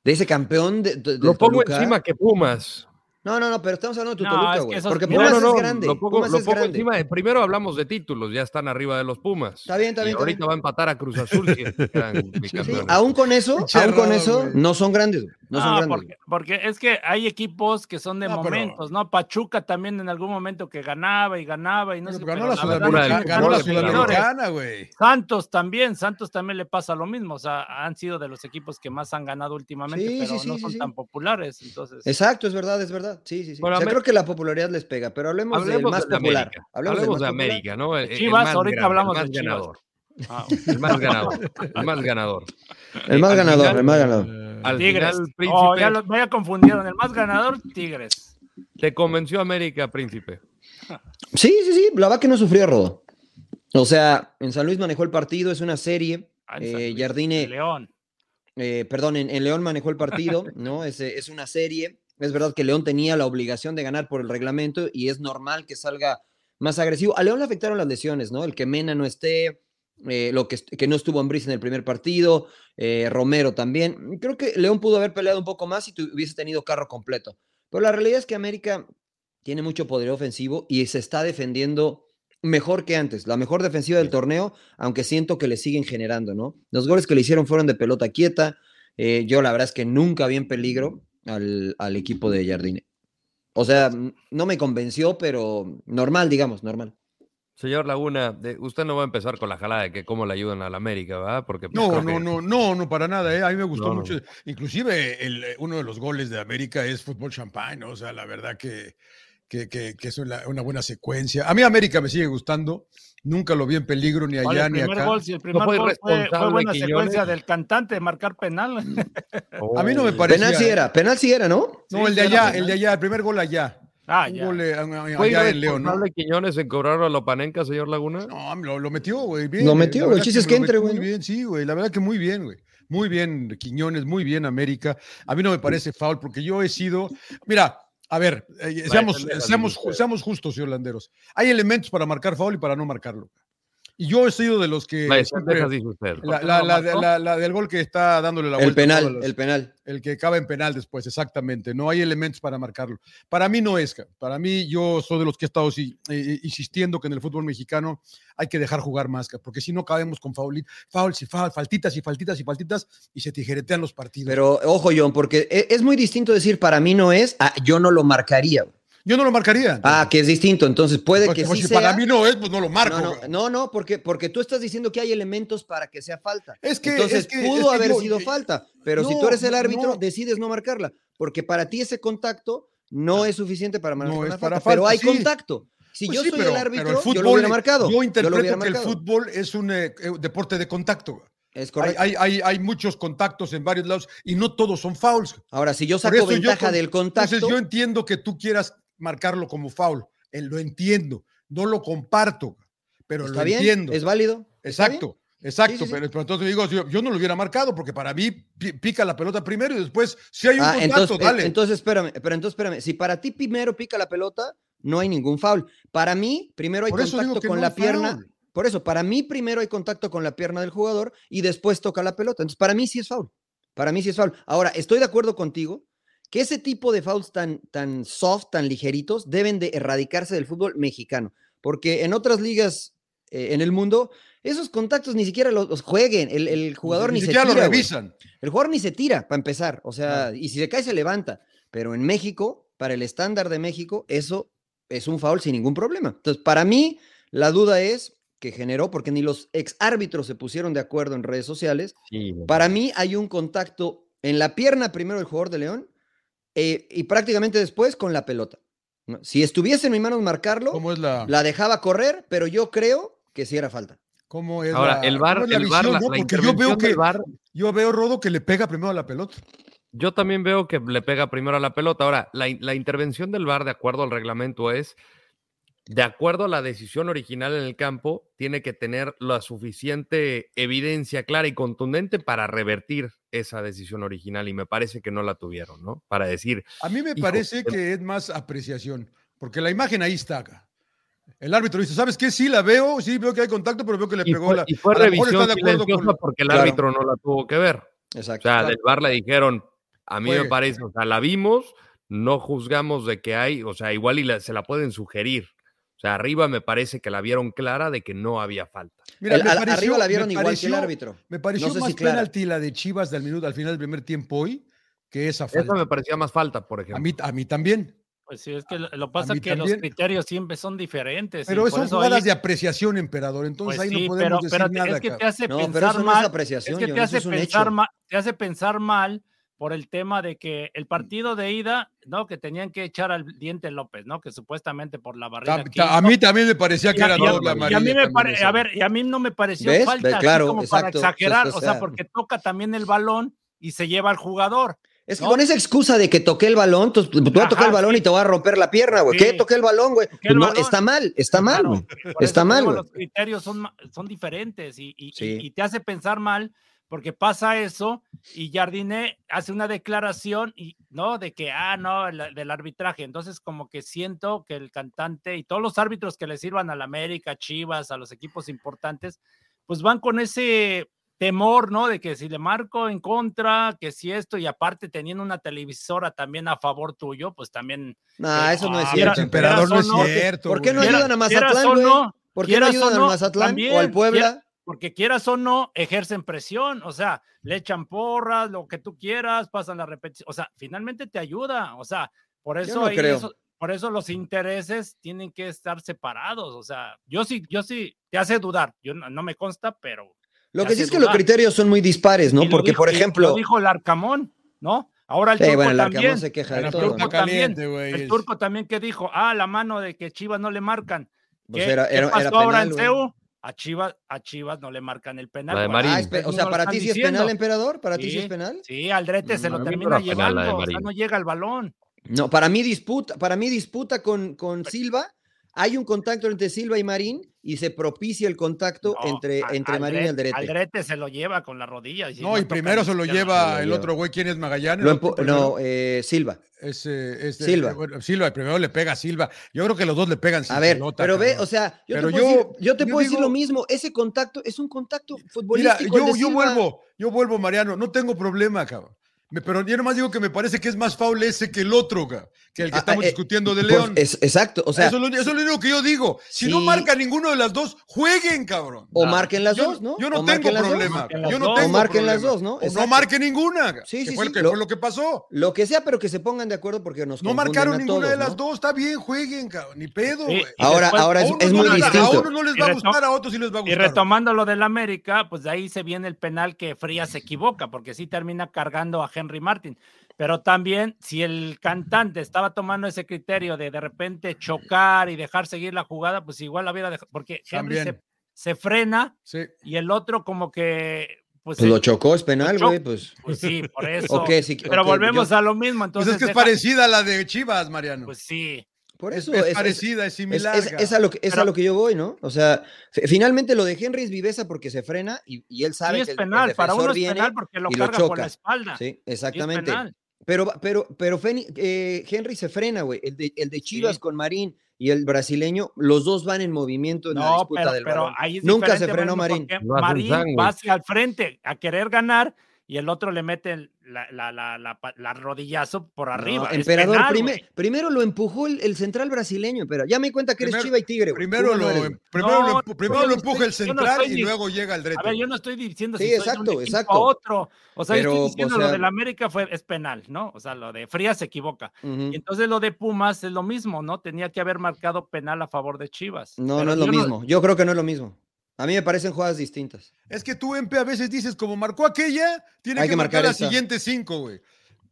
Speaker 5: De ese campeón de, de- del
Speaker 3: Lo pongo
Speaker 5: Toluca.
Speaker 3: encima que Pumas.
Speaker 5: No, no, no, pero estamos hablando de tu
Speaker 4: No,
Speaker 5: Toluca,
Speaker 4: es que
Speaker 5: güey.
Speaker 4: esos-
Speaker 5: Porque
Speaker 4: No,
Speaker 5: Pumas
Speaker 3: no, no,
Speaker 5: es grande.
Speaker 3: Lo pongo,
Speaker 5: Pumas
Speaker 3: lo
Speaker 5: es
Speaker 3: pongo
Speaker 5: grande.
Speaker 3: encima. de- primero hablamos de títulos, ya están arriba de los Pumas.
Speaker 5: Está bien, está
Speaker 3: Y
Speaker 5: bien. está
Speaker 3: ahorita
Speaker 5: bien.
Speaker 3: va a empatar a Cruz Azul. si es que quedan
Speaker 5: Sí,
Speaker 3: bicampeones.
Speaker 5: aún con eso,
Speaker 1: Pinche
Speaker 5: aún con
Speaker 1: Rodo,
Speaker 5: eso,
Speaker 1: güey.
Speaker 5: no son grandes, güey. No son
Speaker 4: Ah,
Speaker 5: grandes.
Speaker 4: porque, porque es que hay equipos que son de
Speaker 1: No, pero-
Speaker 4: momentos, ¿no? Pachuca también en algún momento que ganaba y ganaba y no
Speaker 1: Pero
Speaker 4: sé
Speaker 1: pues ganó, la
Speaker 4: pero la verdad,
Speaker 1: Sudamericana,
Speaker 4: los
Speaker 1: ganó la
Speaker 4: equipos menores.
Speaker 1: Sudamericana, güey.
Speaker 4: Santos también, Santos también le pasa lo mismo, o sea, han sido de los equipos que más han ganado últimamente,
Speaker 5: Sí,
Speaker 4: pero
Speaker 5: sí,
Speaker 4: no
Speaker 5: sí,
Speaker 4: son
Speaker 5: sí,
Speaker 4: tan
Speaker 5: sí.
Speaker 4: populares, entonces.
Speaker 5: Exacto, es verdad, es verdad. Sí, sí, sí.
Speaker 3: Bueno,
Speaker 5: o sea,
Speaker 3: Amé-
Speaker 5: creo que la popularidad les pega, pero hablemos, del
Speaker 3: Hablemos
Speaker 5: más
Speaker 3: de
Speaker 5: popular.
Speaker 3: América.
Speaker 5: Hablemos, del
Speaker 3: Hablemos de
Speaker 5: más popular.
Speaker 3: América, ¿no? eh, El, el
Speaker 4: Chivas,
Speaker 3: más
Speaker 4: ahorita
Speaker 3: grande,
Speaker 4: hablamos
Speaker 3: el más
Speaker 4: de Chivas.
Speaker 3: ganador.
Speaker 4: Ah,
Speaker 3: El más ganador. El más ganador.
Speaker 5: El más
Speaker 3: Al
Speaker 5: ganador,
Speaker 3: final-
Speaker 5: el más ganador.
Speaker 3: Al
Speaker 4: Tigres.
Speaker 3: final,
Speaker 4: Oh, ya,
Speaker 3: Príncipe,
Speaker 4: lo- ya confundieron. El más ganador, Tigres.
Speaker 3: te convenció América, Príncipe.
Speaker 5: Sí, sí, sí, la verdad que no sufrió Rodo. O sea, en San Luis manejó el partido, es una serie.
Speaker 4: Ah, en San
Speaker 5: Eh,
Speaker 4: Luis,
Speaker 5: Jardine,
Speaker 4: León.
Speaker 5: eh, perdón, en, en León manejó el partido, ¿no? Es, eh, es una serie. Es verdad que León tenía la obligación de ganar por el reglamento y es normal que salga más agresivo. A León le afectaron las lesiones, ¿no? El que Mena no esté, eh, lo que, est- que no estuvo en Brice en el primer partido, eh, Romero también. Creo que León pudo haber peleado un poco más si tu- hubiese tenido carro completo. Pero la realidad es que América tiene mucho poder ofensivo y se está defendiendo mejor que antes. La mejor defensiva del torneo, aunque siento que le siguen generando, ¿no? Los goles que le hicieron fueron de pelota quieta. eh, yo la verdad es que nunca vi en peligro al, al equipo de Jardine. O sea, mm, no me convenció, pero normal, digamos, normal.
Speaker 3: Señor Laguna, de- usted no va a empezar con la jalada de que cómo le ayudan a la América, ¿verdad? Porque pues,
Speaker 1: No,
Speaker 3: creo
Speaker 1: no,
Speaker 3: que-
Speaker 1: no, no, no, para nada. ¿eh? A mí me gustó
Speaker 3: No, no.
Speaker 1: mucho. Inclusive el, eh, uno de los goles de América es fútbol champán, ¿no? O sea, la verdad que, que, que- que es una, una buena secuencia. A mí América me sigue gustando. Nunca lo vi en peligro ni
Speaker 4: Ahora,
Speaker 1: allá
Speaker 4: el
Speaker 1: ni
Speaker 4: primer
Speaker 1: acá.
Speaker 4: gol, si el primer
Speaker 3: fue
Speaker 4: gol fue, fue
Speaker 3: irresponsable
Speaker 4: buena
Speaker 3: Quiñones?
Speaker 4: secuencia del cantante de marcar penal.
Speaker 1: A mí no me
Speaker 3: Oh.
Speaker 1: parece.
Speaker 5: Penal sí era, penal sí era, ¿no?
Speaker 1: No,
Speaker 4: Sí,
Speaker 1: el de
Speaker 4: sí era
Speaker 1: allá,
Speaker 4: penal.
Speaker 1: el de allá, el primer gol allá.
Speaker 4: Ah,
Speaker 1: Un
Speaker 4: ya.
Speaker 1: gol eh, a- a-
Speaker 3: ¿Fue
Speaker 1: allá en León, ¿no?
Speaker 3: irresponsable Quiñones en cobrar a Lopanenca, señor Laguna?
Speaker 1: No, lo, lo metió, güey. bien,
Speaker 5: Lo
Speaker 1: güey,
Speaker 5: metió,
Speaker 1: la
Speaker 5: güey,
Speaker 1: verdad
Speaker 5: chistes que
Speaker 1: lo
Speaker 5: entre,
Speaker 1: metió
Speaker 5: güey,
Speaker 1: Muy
Speaker 5: ¿no?
Speaker 1: bien, sí, güey. La verdad que muy bien, güey. Muy bien, Quiñones, muy bien, América. A mí no me
Speaker 5: Pues
Speaker 1: parece foul, porque yo he sido. Mira, a ver, eh, seamos,
Speaker 3: depende de la
Speaker 1: seamos,
Speaker 3: línea.
Speaker 1: seamos justos y holanderos. Hay elementos para marcar foul y para no marcarlo. Y yo he sido de los que.
Speaker 3: Maestro,
Speaker 1: eh, siempre-
Speaker 3: Texas dice usted.
Speaker 1: la, la- la- la- la del gol que está dándole la
Speaker 5: El
Speaker 1: vuelta a todas
Speaker 5: penal,
Speaker 1: las-
Speaker 5: el penal.
Speaker 1: el que acaba en penal después, exactamente. No hay elementos para marcarlo. Para mí no es. cabrón. Para mí yo soy de los que he estado sí, eh, insistiendo que en el fútbol mexicano hay que dejar jugar más, cabrón, porque si no cabemos con faul, faul, y faul, faltitas y faltitas y faltitas y se tijeretean los partidos.
Speaker 5: Pero ojo, John, porque e- es muy distinto decir para mí no es, a yo no lo marcaría. güey.
Speaker 1: yo no lo marcaría.
Speaker 5: Ah, que es distinto, entonces puede
Speaker 1: Porque,
Speaker 5: que
Speaker 1: pues,
Speaker 5: sí
Speaker 1: si para
Speaker 5: sea.
Speaker 1: mí no es, pues no lo marco.
Speaker 5: No, no,
Speaker 1: cabrón.
Speaker 5: no, no, porque, porque tú estás diciendo que hay elementos para que sea falta.
Speaker 1: Es que,
Speaker 5: Entonces
Speaker 1: es que-
Speaker 5: pudo
Speaker 1: es que
Speaker 5: haber
Speaker 1: yo- eh,
Speaker 5: sido
Speaker 1: yo-
Speaker 5: falta, pero si
Speaker 1: no,
Speaker 5: tú eres el
Speaker 1: no,
Speaker 5: árbitro,
Speaker 1: no.
Speaker 5: decides no marcarla, porque para ti ese contacto no es suficiente para marcar
Speaker 1: Ah. No
Speaker 5: una
Speaker 1: es para
Speaker 5: falta, pero
Speaker 1: falta,
Speaker 5: hay
Speaker 1: sí.
Speaker 5: contacto. Si
Speaker 1: Pues
Speaker 5: yo
Speaker 1: sí,
Speaker 5: soy
Speaker 1: pero-
Speaker 5: el
Speaker 1: pero
Speaker 5: árbitro, yo lo hubiera
Speaker 1: es-
Speaker 5: marcado.
Speaker 1: Yo
Speaker 5: lo
Speaker 1: interpreto
Speaker 5: hubiera
Speaker 1: que el
Speaker 5: marcado.
Speaker 1: fútbol es un eh, eh, deporte de contacto. cabrón.
Speaker 5: Es
Speaker 1: Hay,
Speaker 5: correcto.
Speaker 1: hay- hay- hay muchos contactos en varios lados y no todos son fouls. cabrón.
Speaker 5: Ahora, si yo
Speaker 1: Por
Speaker 5: saco
Speaker 1: eso yo
Speaker 5: ventaja
Speaker 1: con-
Speaker 5: del contacto,
Speaker 1: Entonces yo entiendo que tú quieras marcarlo como foul, eh, lo entiendo, no lo comparto, pero
Speaker 5: está
Speaker 1: lo
Speaker 5: bien,
Speaker 1: entiendo.
Speaker 5: es válido. está bien.
Speaker 1: exacto, exacto,
Speaker 5: Sí, sí, sí.
Speaker 1: Pero, pero entonces digo, yo, yo no lo hubiera marcado porque para mí pi- pica la pelota primero y después si hay un
Speaker 5: Ah,
Speaker 1: contacto,
Speaker 5: entonces, eh,
Speaker 1: dale.
Speaker 5: entonces espérame, pero entonces espérame, si para ti primero pica la pelota, no hay ningún foul. Para mí, primero hay
Speaker 1: Por eso digo
Speaker 5: contacto
Speaker 1: que
Speaker 5: con
Speaker 1: no
Speaker 5: la
Speaker 1: hay
Speaker 5: pierna,
Speaker 1: foul.
Speaker 5: Por eso, para mí primero hay contacto con la pierna del jugador y después toca la pelota. Entonces, para mí sí es foul. Para mí sí es foul. Ahora, estoy de acuerdo contigo que ese tipo de fouls tan, tan soft, tan ligeritos, deben de erradicarse del fútbol mexicano. Porque en otras ligas eh, en el mundo, esos contactos ni siquiera los, los jueguen. El, el jugador ni, se
Speaker 1: siquiera
Speaker 5: tira.
Speaker 1: lo
Speaker 5: güey.
Speaker 1: revisan.
Speaker 5: El jugador ni se tira, para empezar. O sea, y si se cae, se levanta. Pero en México, para el estándar de México, eso es un foul sin ningún problema. Entonces, para mí, la duda es que generó, porque ni los ex árbitros se pusieron de acuerdo en redes sociales.
Speaker 3: Sí, no.
Speaker 5: Para mí, hay un contacto en la pierna primero del jugador de León eh, y prácticamente después con la pelota. ¿no? Si estuviese en mis manos marcarlo,
Speaker 1: ¿Cómo es la,
Speaker 5: la dejaba correr, pero yo creo que sí era falta.
Speaker 1: cómo es
Speaker 3: Ahora,
Speaker 1: la-
Speaker 3: el VAR,
Speaker 1: cómo es
Speaker 3: el VAR,
Speaker 1: visión,
Speaker 3: la,
Speaker 1: no?
Speaker 3: la
Speaker 1: Porque yo veo
Speaker 3: intervención
Speaker 1: que
Speaker 3: del VAR,
Speaker 1: yo veo Rodo que le pega primero a la pelota.
Speaker 3: yo también veo que le pega primero a la pelota. Ahora, la, in- la intervención del VAR, de acuerdo al reglamento, es, de acuerdo a la decisión original en el campo, tiene que tener la suficiente evidencia clara y contundente para revertir esa decisión original. Y me parece que no la tuvieron, ¿no? Para decir,
Speaker 1: A mí me
Speaker 3: Hijo,
Speaker 1: parece
Speaker 3: pero-
Speaker 1: que es más apreciación, porque la imagen ahí está. acá. El árbitro dice, ¿sabes qué? Sí la veo, sí veo que hay contacto, pero veo que le
Speaker 3: y
Speaker 1: pegó
Speaker 3: fue,
Speaker 1: la...
Speaker 3: y fue
Speaker 1: a lo mejor
Speaker 3: revisión
Speaker 1: está de acuerdo con-
Speaker 3: silenciosa porque el
Speaker 5: Claro.
Speaker 3: árbitro no la tuvo que ver. O
Speaker 5: Exacto.
Speaker 3: sea,
Speaker 1: Claro.
Speaker 3: del bar le dijeron, a mí me
Speaker 1: Juegue.
Speaker 3: parece, o sea, la vimos, no juzgamos de que hay, o sea, igual y la- se la pueden sugerir. O sea, arriba me parece que la vieron clara de que no había falta.
Speaker 1: Mira,
Speaker 5: El-
Speaker 1: me
Speaker 5: al-
Speaker 1: pareció-
Speaker 5: arriba la
Speaker 1: me
Speaker 5: vieron igual que el
Speaker 1: pareció-
Speaker 5: árbitro.
Speaker 1: Me pareció
Speaker 5: sé
Speaker 1: más
Speaker 5: si clara.
Speaker 1: penalti la de Chivas del minuto al final del primer tiempo hoy que esa
Speaker 3: Esa
Speaker 1: falta.
Speaker 3: me parecía más falta, por
Speaker 1: A
Speaker 3: ejemplo.
Speaker 1: mí, a mí también.
Speaker 4: Pues sí, es que lo, lo pasa
Speaker 1: mí
Speaker 4: que los
Speaker 1: también.
Speaker 4: criterios siempre son diferentes. y
Speaker 1: Pero
Speaker 4: por
Speaker 1: son
Speaker 4: eso
Speaker 1: jugadas
Speaker 4: ahí-
Speaker 1: de apreciación, emperador. Entonces
Speaker 4: pues
Speaker 1: ahí
Speaker 4: sí,
Speaker 1: no podemos
Speaker 4: pero, pero
Speaker 1: decir
Speaker 4: te-
Speaker 1: nada.
Speaker 4: es que te
Speaker 1: cabrón.
Speaker 4: hace
Speaker 5: No, pero
Speaker 4: pensar
Speaker 5: eso no es
Speaker 4: mal.
Speaker 5: apreciación,
Speaker 4: Es que
Speaker 5: John,
Speaker 4: te
Speaker 5: eso
Speaker 4: hace,
Speaker 5: es un
Speaker 4: pensar
Speaker 5: hecho.
Speaker 4: mal, te hace pensar mal por el tema de que el partido de ida, ¿no? Que tenían que echar al diente López, ¿no? Que supuestamente por la barrera.
Speaker 1: Ta- ta- a mí también me parecía que
Speaker 4: y a,
Speaker 1: era
Speaker 4: y a-
Speaker 1: doble
Speaker 4: y a
Speaker 1: amarilla.
Speaker 4: mí me
Speaker 1: también
Speaker 4: pare-
Speaker 1: esa.
Speaker 4: a ver, y a mí no me pareció
Speaker 5: ¿Ves?
Speaker 4: falta,
Speaker 5: Ve-
Speaker 4: así
Speaker 5: claro,
Speaker 4: como
Speaker 5: exacto,
Speaker 4: para exagerar,
Speaker 5: o
Speaker 4: o
Speaker 5: sea-
Speaker 4: sea, porque toca también el balón y se lleva al jugador.
Speaker 5: Es que
Speaker 4: No.
Speaker 5: con esa excusa de que toqué el balón, tú, tú vas a tocar
Speaker 4: Ajá,
Speaker 5: el balón
Speaker 4: sí.
Speaker 5: y te voy a romper la pierna, güey.
Speaker 4: Sí.
Speaker 5: ¿Qué? Toqué el balón, güey.
Speaker 4: Toqué el
Speaker 5: No,
Speaker 4: balón.
Speaker 5: está mal, está mal,
Speaker 4: Claro,
Speaker 5: güey.
Speaker 4: por
Speaker 5: Está
Speaker 4: eso te
Speaker 5: mal,
Speaker 4: digo,
Speaker 5: güey.
Speaker 4: Los criterios son, ma- son diferentes y, y- y-
Speaker 5: Sí.
Speaker 4: y te hace pensar mal porque pasa eso y Jardine hace una declaración y no de que ah no el- del arbitraje entonces como que siento que el cantante y todos los árbitros que le sirvan a la América Chivas a los equipos importantes pues van con ese temor no de que si le marco en contra que si esto y aparte teniendo una televisora también a favor tuyo pues también
Speaker 5: No, eso no es
Speaker 4: Ah,
Speaker 5: cierto.
Speaker 4: mira,
Speaker 5: emperador.
Speaker 1: emperador no es
Speaker 4: quieras o no,
Speaker 1: cierto.
Speaker 5: ¿Por qué no
Speaker 1: güey.
Speaker 5: ayudan
Speaker 4: Quiera-
Speaker 5: a
Speaker 4: quieras
Speaker 5: Mazatlán,
Speaker 4: o
Speaker 5: güey?
Speaker 4: no,
Speaker 5: ¿Por qué no
Speaker 4: quieras o
Speaker 5: ayudan al
Speaker 4: no,
Speaker 5: Mazatlán
Speaker 4: también,
Speaker 5: o al Puebla?
Speaker 4: porque quieras o no, ejercen presión, o sea, le echan porras, lo que tú quieras, pasan la repetición, o sea, finalmente te ayuda, o sea, por
Speaker 5: Yo
Speaker 4: eso,
Speaker 5: no
Speaker 4: ahí
Speaker 5: creo.
Speaker 4: eso- por eso los intereses tienen que estar separados, o sea, yo sí, yo sí, te hace dudar, yo no, no me consta, pero...
Speaker 5: Lo
Speaker 4: te
Speaker 5: que sí
Speaker 4: hace
Speaker 5: es que los
Speaker 4: dudar.
Speaker 5: criterios son muy dispares,
Speaker 4: Y
Speaker 5: ¿no?
Speaker 4: lo
Speaker 5: Porque,
Speaker 4: dijo-
Speaker 5: por
Speaker 4: y
Speaker 5: ejemplo.
Speaker 4: Lo dijo el Arcamón, ¿no? Ahora el
Speaker 5: Sí,
Speaker 4: turco
Speaker 5: bueno, el
Speaker 4: también.
Speaker 5: Arcamón se queja
Speaker 1: Pero
Speaker 5: de
Speaker 1: el
Speaker 5: todo.
Speaker 1: turco
Speaker 5: güey.
Speaker 4: también,
Speaker 1: caliente, güey.
Speaker 4: El turco también que dijo, ah, la mano de que Chivas no le marcan.
Speaker 5: Pues
Speaker 4: ¿Qué,
Speaker 5: era-
Speaker 4: qué
Speaker 5: era- era
Speaker 4: pasó ahora
Speaker 5: penal,
Speaker 4: en
Speaker 5: güey.
Speaker 4: CEU? A Chivas, a Chivas no le marcan el penal.
Speaker 3: La de
Speaker 4: Ahora-
Speaker 3: Marín.
Speaker 5: Ah, espe- o sea,
Speaker 4: No lo
Speaker 5: para
Speaker 4: están
Speaker 5: ti sí es
Speaker 4: diciendo.
Speaker 5: penal, emperador. Para ti sí es
Speaker 4: Sí.
Speaker 5: penal.
Speaker 4: Sí, Aldrete se lo
Speaker 3: Para mí
Speaker 4: termina
Speaker 3: no era penal la de
Speaker 4: llevando, o sea,
Speaker 3: Marín.
Speaker 4: no llega el balón.
Speaker 5: No, para mí disputa, para mí disputa con, con
Speaker 1: Pues
Speaker 5: Silva. Hay un contacto entre Silva y Marín y se propicia el contacto
Speaker 4: No,
Speaker 5: entre,
Speaker 4: a-
Speaker 5: entre Marín y
Speaker 4: Aldrete-
Speaker 5: Alderete.
Speaker 4: Aldrete se lo lleva con la rodilla. si
Speaker 1: No, y
Speaker 4: toca
Speaker 1: primero
Speaker 4: ni
Speaker 1: se lo
Speaker 4: siquiera.
Speaker 1: lleva
Speaker 5: lo
Speaker 1: el
Speaker 5: lleva.
Speaker 1: otro güey, ¿quién es Magallanes?
Speaker 5: Lo
Speaker 1: ¿El otro
Speaker 5: empu-
Speaker 1: primero?
Speaker 5: no, eh, Silva.
Speaker 1: Ese- ese-
Speaker 5: Silva.
Speaker 1: bueno, Silva, y primero le pega a Silva. Yo creo que los dos le pegan sin
Speaker 5: A ver,
Speaker 1: pelota,
Speaker 5: pero ve,
Speaker 1: cabrón.
Speaker 5: o sea, yo
Speaker 1: Pero
Speaker 5: te puedo,
Speaker 1: yo-
Speaker 5: decir, yo te
Speaker 1: yo
Speaker 5: puedo decir
Speaker 1: digo-
Speaker 5: lo mismo. Ese contacto es un contacto
Speaker 1: Mira,
Speaker 5: futbolístico. el
Speaker 1: yo,
Speaker 5: de
Speaker 1: yo
Speaker 5: Silva.
Speaker 1: vuelvo, yo vuelvo, Mariano, no tengo problema, cabrón. Me- pero yo nomás digo que me parece que es más foul ese que el otro, cabrón, que el que
Speaker 5: Ah,
Speaker 1: estamos
Speaker 5: eh,
Speaker 1: discutiendo de
Speaker 5: Pues,
Speaker 1: León.
Speaker 5: es- exacto, o sea,
Speaker 1: eso, es lo, eso es lo único que yo digo. Si no
Speaker 5: Sí.
Speaker 1: marca ninguno de las dos, jueguen, cabrón.
Speaker 5: o
Speaker 4: No.
Speaker 5: marquen las
Speaker 1: yo,
Speaker 5: dos, ¿no?
Speaker 1: yo no
Speaker 5: O
Speaker 1: tengo
Speaker 5: marquen las dos.
Speaker 1: problema.
Speaker 4: Marquen las
Speaker 1: Yo no
Speaker 4: dos.
Speaker 1: tengo
Speaker 5: O marquen
Speaker 1: problema.
Speaker 5: las dos, ¿no?
Speaker 1: O no
Speaker 5: Exacto.
Speaker 1: marque ninguna. cabrón,
Speaker 5: Sí,
Speaker 1: que
Speaker 5: sí,
Speaker 1: fue
Speaker 5: sí,
Speaker 1: lo que
Speaker 5: lo-
Speaker 1: fue lo que pasó.
Speaker 5: Lo que sea, pero que se pongan de acuerdo porque nos
Speaker 1: No
Speaker 5: confunden
Speaker 1: marcaron
Speaker 5: a
Speaker 1: ninguna
Speaker 5: todos,
Speaker 1: de las
Speaker 5: pues, ¿no?
Speaker 1: dos. Está bien, jueguen, cabrón. Ni pedo,
Speaker 4: Sí,
Speaker 1: güey.
Speaker 4: y
Speaker 5: Ahora-
Speaker 4: después-
Speaker 5: ahora
Speaker 1: A
Speaker 5: es-
Speaker 1: unos
Speaker 5: es
Speaker 1: no
Speaker 5: muy
Speaker 1: les-
Speaker 5: distinto.
Speaker 1: A unos no les va a
Speaker 4: Y retom-
Speaker 1: gustar, a otros sí les va a
Speaker 4: Y
Speaker 1: gustar.
Speaker 4: retomando lo del América, pues de ahí se viene el penal que Fría se equivoca, porque sí termina cargando a Henry Martin. Pero también, si el cantante estaba tomando ese criterio de de repente chocar y dejar seguir la jugada, pues igual la hubiera dejado, porque Henry se,
Speaker 1: También.
Speaker 4: se frena
Speaker 1: Sí.
Speaker 4: y el otro como que, pues,
Speaker 5: Pues
Speaker 4: eh,
Speaker 5: lo chocó, es penal,
Speaker 4: chocó.
Speaker 5: güey, pues.
Speaker 4: pues sí, por eso.
Speaker 5: Ok, sí,
Speaker 4: Pero
Speaker 5: ok,
Speaker 4: volvemos
Speaker 5: yo-
Speaker 4: a lo mismo,
Speaker 1: Pues
Speaker 4: entonces.
Speaker 1: es que es
Speaker 4: deja-
Speaker 1: parecida a la de Chivas, Mariano.
Speaker 4: Pues sí,
Speaker 5: Por
Speaker 1: es,
Speaker 5: eso
Speaker 1: es
Speaker 5: es- es-
Speaker 1: parecida, es
Speaker 5: es-
Speaker 1: similar.
Speaker 5: es-
Speaker 1: cabrón.
Speaker 5: es a lo que- es a
Speaker 4: Pero-
Speaker 5: lo que yo voy, ¿no? O sea, f- finalmente lo de Henry es viveza porque se frena y, y él sabe
Speaker 4: sí
Speaker 5: que
Speaker 4: es
Speaker 5: el- el
Speaker 4: penal, para uno
Speaker 5: defensor
Speaker 4: es
Speaker 5: viene.
Speaker 4: penal porque lo
Speaker 5: y lo
Speaker 4: carga por
Speaker 5: choca.
Speaker 4: la espalda. Sí,
Speaker 5: Sí,
Speaker 4: es
Speaker 5: exactamente.
Speaker 4: penal.
Speaker 5: Pero, va- pero, pero Feni- eh, Henry se frena, güey. El de, el de Chivas con Marín y el brasileño, los dos van en movimiento en la
Speaker 4: No,
Speaker 5: disputa
Speaker 4: pero,
Speaker 5: del
Speaker 4: pero
Speaker 5: balón.
Speaker 4: ahí es
Speaker 5: Nunca se
Speaker 4: diferente,
Speaker 5: frenó Marín.
Speaker 4: porque
Speaker 3: Lo hacen
Speaker 4: Marín
Speaker 3: sándwich.
Speaker 4: va hacia el frente a querer ganar y el otro le mete el- la, la, la, la, pa- la rodillazo por
Speaker 5: No,
Speaker 4: arriba. es
Speaker 5: emperador,
Speaker 4: penal,
Speaker 5: prime-
Speaker 4: güey.
Speaker 5: primero lo empujó el, el central brasileño, pero ya me di cuenta que eres
Speaker 1: Primero-
Speaker 5: Chiva y Tigre. güey.
Speaker 1: Primero,
Speaker 5: Puma no
Speaker 1: lo,
Speaker 4: em
Speaker 1: em-
Speaker 5: eres, güey.
Speaker 1: primero,
Speaker 4: No,
Speaker 1: lo, empu- primero
Speaker 4: yo
Speaker 1: lo
Speaker 4: no
Speaker 1: empuja el
Speaker 4: estoy- yo no
Speaker 1: central
Speaker 4: estoy
Speaker 1: y
Speaker 4: ni-
Speaker 1: luego llega el
Speaker 4: A
Speaker 1: reto.
Speaker 4: ver, yo no estoy diciendo
Speaker 5: Sí,
Speaker 4: si soy de un
Speaker 5: exacto,
Speaker 4: equipo a
Speaker 5: exacto.
Speaker 4: otro. O sea, yo
Speaker 5: Pero,
Speaker 4: estoy
Speaker 5: o
Speaker 4: diciendo
Speaker 5: sea-
Speaker 4: lo del América fue, es penal, ¿no? O sea, lo de Frías se equivoca.
Speaker 5: Ujú.
Speaker 4: Y entonces lo de Pumas es lo mismo, ¿no? Tenía que haber marcado penal a favor de Chivas.
Speaker 5: No,
Speaker 4: Pero
Speaker 5: no es lo
Speaker 4: yo
Speaker 5: mismo. Yo creo que no es lo mismo. A mí me parecen jugadas distintas.
Speaker 1: Es que tú, Empe, a veces dices, como marcó aquella, tiene
Speaker 5: Hay
Speaker 1: que,
Speaker 5: que
Speaker 1: marcar
Speaker 5: marcar
Speaker 1: las
Speaker 5: esta.
Speaker 1: siguientes cinco, güey.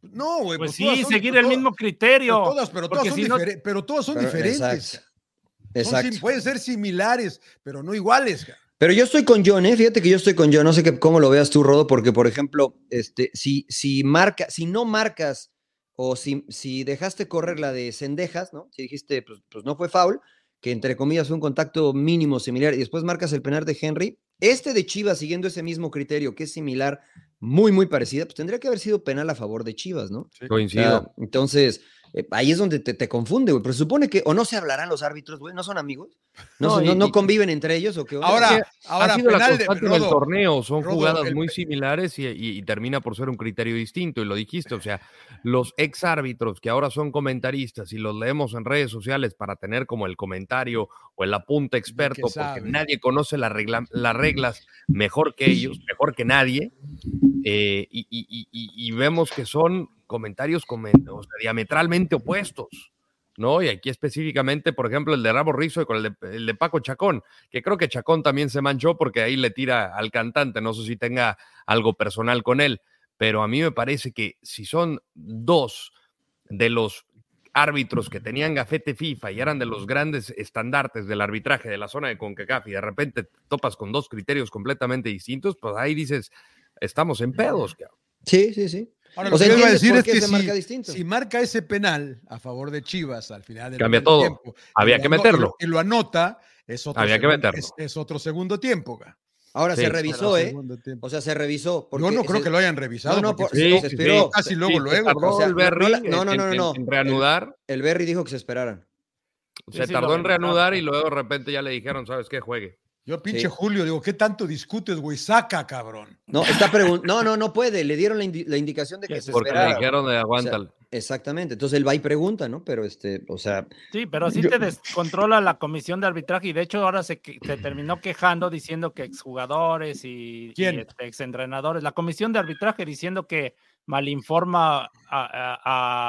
Speaker 1: No, güey.
Speaker 4: Pues
Speaker 1: todas
Speaker 4: sí,
Speaker 1: son-
Speaker 4: seguir
Speaker 1: pues
Speaker 4: el
Speaker 1: todas-
Speaker 4: mismo
Speaker 1: Pero
Speaker 4: criterio.
Speaker 1: todas, pero todas
Speaker 4: porque
Speaker 1: son,
Speaker 4: si no-
Speaker 1: difere- pero todas son
Speaker 5: Pero-
Speaker 1: diferentes.
Speaker 5: Exacto.
Speaker 1: Son sim-
Speaker 5: Exacto.
Speaker 1: pueden ser similares, pero no iguales. ca.
Speaker 5: Pero yo estoy con John, ¿eh? Fíjate que yo estoy con John. No sé que- cómo lo veas tú, Rodo, porque, por ejemplo, este, si, si, marca, si no marcas o si, si dejaste correr la de Cendejas, ¿no? Si dijiste, pues, pues no fue foul, que entre comillas fue un contacto mínimo similar, y después marcas el penal de Henry, este de Chivas, siguiendo ese mismo criterio, que es similar, muy, muy parecida, pues tendría que haber sido penal a favor de Chivas, ¿no? O sea,
Speaker 3: Coincido.
Speaker 5: entonces, eh, ahí es donde te, te confunde, güey. Pero se supone que o no se hablarán los árbitros, güey, no son amigos, no,
Speaker 3: No,
Speaker 5: son-
Speaker 3: y-
Speaker 5: no, no
Speaker 3: y-
Speaker 5: conviven entre ellos o qué. onda?
Speaker 1: Ahora, ahora,
Speaker 3: ha sido la
Speaker 1: penal de
Speaker 3: constante en el
Speaker 1: Rodo,
Speaker 3: torneo, son
Speaker 1: Rodo,
Speaker 3: jugadas
Speaker 1: el
Speaker 3: muy
Speaker 1: pe-
Speaker 3: similares y, y- y termina por ser un criterio distinto, y lo dijiste, o sea, los ex árbitros que ahora son comentaristas y los leemos en redes sociales para tener como el comentario o el apunte experto, porque
Speaker 1: sabe.
Speaker 3: nadie conoce la regla- las reglas mejor que ellos, mejor que nadie, eh, y, y- y- y- y vemos que son comentarios comen- o sea, diametralmente opuestos. ¿no? Y aquí específicamente, por ejemplo, el de Rabo Rizzo y con el de, el de Paco Chacón, que creo que Chacón también se manchó porque ahí le tira al cantante, no sé si tenga algo personal con él, pero a mí me parece que si son dos de los árbitros que tenían gafete FIFA y eran de los grandes estandartes del arbitraje de la zona de CONCACAF y de repente topas con dos criterios completamente distintos, pues ahí dices, estamos en pedos, cabrón.
Speaker 5: Sí, sí, sí.
Speaker 1: Ahora,
Speaker 5: O sea,
Speaker 1: lo que yo iba a
Speaker 5: ¿entiendes
Speaker 1: decir
Speaker 5: por
Speaker 1: es
Speaker 5: qué
Speaker 1: que
Speaker 5: se
Speaker 1: si,
Speaker 5: marca distinto?
Speaker 1: si marca ese penal a favor de Chivas al final del
Speaker 3: Cambia
Speaker 1: primer
Speaker 3: todo.
Speaker 1: tiempo, y
Speaker 3: Había
Speaker 1: lo
Speaker 3: que
Speaker 1: ano- y lo-
Speaker 3: meterlo.
Speaker 1: Y lo anota, es otro,
Speaker 3: Había que
Speaker 1: segundo,
Speaker 3: meterlo.
Speaker 1: Es, es otro segundo tiempo. ga.
Speaker 5: Ahora
Speaker 3: Sí.
Speaker 5: se revisó,
Speaker 1: Otro
Speaker 5: ¿eh?
Speaker 1: segundo tiempo.
Speaker 5: O sea, se revisó. Porque
Speaker 1: Yo no creo
Speaker 5: se-
Speaker 1: que lo hayan revisado.
Speaker 5: No, no,
Speaker 1: porque
Speaker 5: por-
Speaker 1: fue-
Speaker 5: se esperó
Speaker 1: casi luego, luego,
Speaker 3: Tardó
Speaker 1: bro.
Speaker 5: O sea,
Speaker 3: el
Speaker 5: no-
Speaker 3: Berry
Speaker 5: no la- no, no,
Speaker 3: en-
Speaker 5: no,
Speaker 3: en-
Speaker 5: no. eh,
Speaker 3: en reanudar.
Speaker 5: El Berry dijo que se esperaran.
Speaker 3: Se
Speaker 4: sí,
Speaker 3: tardó
Speaker 4: lo
Speaker 3: en
Speaker 4: revisaron.
Speaker 3: reanudar y luego de repente ya le dijeron, ¿sabes qué? Juegue.
Speaker 1: Yo pinche
Speaker 5: Sí.
Speaker 1: Julio, digo, ¿qué tanto discutes, güey? Saca, cabrón.
Speaker 5: No, está pregun- no, no, no puede. Le dieron la, indi- la indicación de que
Speaker 4: Que
Speaker 5: se
Speaker 4: se
Speaker 3: Porque
Speaker 5: esperara.
Speaker 3: le dijeron de aguántalo.
Speaker 5: pues Exactamente. Entonces él va y pregunta, ¿no? Pero este, o sea,
Speaker 4: Sí, pero sí
Speaker 5: Yo-
Speaker 4: te descontrola la comisión de arbitraje y de hecho ahora se, que- se terminó quejando diciendo que exjugadores y, y,
Speaker 1: ¿Quién?
Speaker 4: este, exentrenadores, la comisión de arbitraje diciendo que malinforma a, a- a-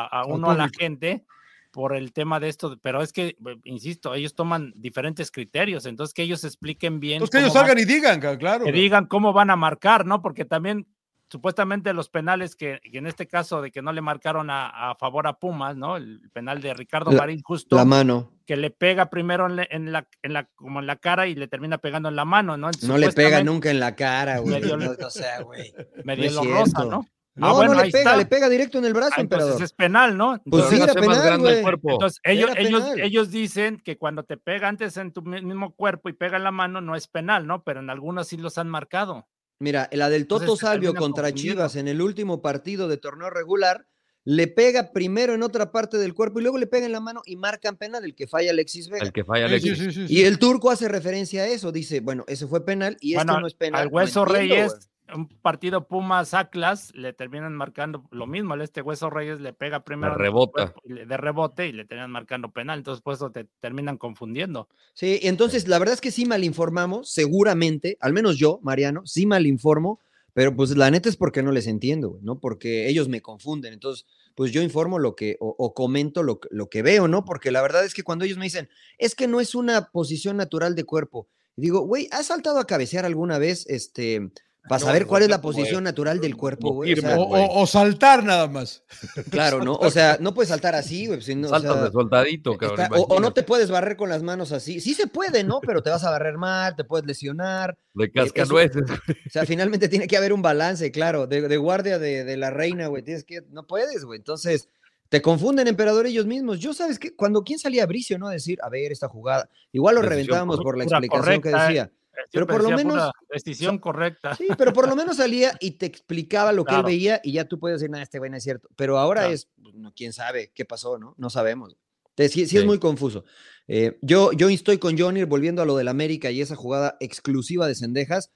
Speaker 4: a
Speaker 1: Al
Speaker 4: uno a la
Speaker 1: público.
Speaker 4: gente por el tema de esto, pero es que, eh, insisto, ellos toman diferentes criterios, entonces que ellos expliquen bien.
Speaker 1: Entonces que ellos
Speaker 4: cómo van-
Speaker 1: salgan y digan, ca- claro.
Speaker 4: que
Speaker 1: ca.
Speaker 4: digan cómo van a marcar, ¿no? Porque también supuestamente los penales que, que en este caso de que no le marcaron a, a favor a Pumas, ¿no? El penal de Ricardo
Speaker 5: La-
Speaker 4: Marín justo
Speaker 5: la mano.
Speaker 4: que le pega primero en la, en la, en la- como en la cara y le termina pegando en la mano, ¿no? Entonces,
Speaker 5: No le pega
Speaker 4: supuestamente
Speaker 5: nunca en la cara, güey.
Speaker 4: Medio-
Speaker 5: No, o sea, güey.
Speaker 4: Medio
Speaker 5: no es
Speaker 4: lo rosa,
Speaker 5: cierto.
Speaker 4: ¿no?
Speaker 5: No,
Speaker 4: Ah, bueno,
Speaker 5: no le
Speaker 4: ahí
Speaker 5: pega,
Speaker 4: está.
Speaker 5: le pega directo en el brazo,
Speaker 4: Ah, entonces
Speaker 5: emperador.
Speaker 4: es penal, ¿no?
Speaker 5: Pues sí,
Speaker 4: Entonces-
Speaker 5: era
Speaker 3: Hágase más
Speaker 5: penal,
Speaker 3: grande
Speaker 5: güey.
Speaker 3: el cuerpo.
Speaker 4: Entonces, ellos,
Speaker 5: Era
Speaker 4: ellos,
Speaker 5: penal.
Speaker 4: ellos dicen que cuando te pega antes en tu mi- mismo cuerpo y pega en la mano no es penal, ¿no? Pero en algunos sí los han marcado.
Speaker 5: Mira, la del Toto
Speaker 4: Entonces se
Speaker 5: Salvio
Speaker 4: termina
Speaker 5: contra
Speaker 4: confundiendo.
Speaker 5: Chivas en el último partido de torneo regular, le pega primero en otra parte del cuerpo y luego le pega en la mano y marcan penal el que falla Alexis Vega.
Speaker 3: El que falla
Speaker 1: Sí,
Speaker 3: Alexis.
Speaker 1: sí, sí, sí, sí.
Speaker 5: Y el turco hace referencia a eso, dice, bueno, ese fue penal y este
Speaker 4: Bueno,
Speaker 5: no es penal.
Speaker 4: Al
Speaker 5: No
Speaker 4: Hueso
Speaker 5: entiendo, güey.
Speaker 4: Reyes, un partido Pumas Atlas, le terminan marcando lo mismo. al Este Hueso Reyes le pega primero en el
Speaker 3: rebota.
Speaker 4: cuerpo y le- de rebote y le terminan marcando penal. Entonces, por eso te terminan confundiendo.
Speaker 5: Sí, y entonces la verdad es que sí malinformamos, seguramente, al menos yo, Mariano, sí malinformo, pero pues la neta es porque no les entiendo, güey, ¿no? Porque ellos me confunden, entonces pues yo informo lo que, o, o comento lo, que- lo que veo, ¿no? Porque la verdad es que cuando ellos me dicen, es que no es una posición natural de cuerpo, digo, güey, ¿has saltado a cabecear alguna vez, este, para
Speaker 3: No,
Speaker 5: saber
Speaker 3: no,
Speaker 5: cuál es la
Speaker 3: no, güey.
Speaker 5: posición natural del cuerpo, güey? O
Speaker 3: firme,
Speaker 5: sea,
Speaker 1: O, o- o saltar nada más.
Speaker 5: claro, ¿no? O sea, no puedes saltar así, güey, pues, si no, o
Speaker 3: Saltas
Speaker 5: sea,
Speaker 3: de soldadito, cabrón.
Speaker 5: Está- o, o no
Speaker 3: imagínate.
Speaker 5: te puedes barrer con las manos así. Sí se puede, ¿no? Pero te vas a barrer mal, te puedes lesionar.
Speaker 3: De cascanueces.
Speaker 5: O sea, finalmente tiene que haber un balance, claro, de, de guardia de, de la reina, güey. Tienes que, no puedes, güey. Entonces, te confunden, emperador, ellos mismos. Yo, ¿sabes que Cuando, ¿quién salía a Bricio, no? A decir, a ver, esta jugada. Igual lo
Speaker 3: Decisión
Speaker 5: reventábamos por la
Speaker 4: correcta,
Speaker 5: explicación que
Speaker 4: correcta,
Speaker 5: decía.
Speaker 4: Eh,
Speaker 5: Pero
Speaker 4: siempre
Speaker 5: por lo
Speaker 4: decía,
Speaker 5: menos-
Speaker 4: "Puta, decisión correcta.
Speaker 5: Sí, pero por lo menos salía y te explicaba lo que
Speaker 4: Claro.
Speaker 5: él veía y ya tú puedes decir, nada, este güey no es cierto. Pero ahora
Speaker 4: Claro.
Speaker 5: es, pues, no, quién sabe qué pasó, ¿no? No sabemos. Entonces, sí, sí es
Speaker 3: Sí.
Speaker 5: muy confuso. Eh, yo, yo estoy con Johnny volviendo a lo del América y esa jugada exclusiva de Cendejas.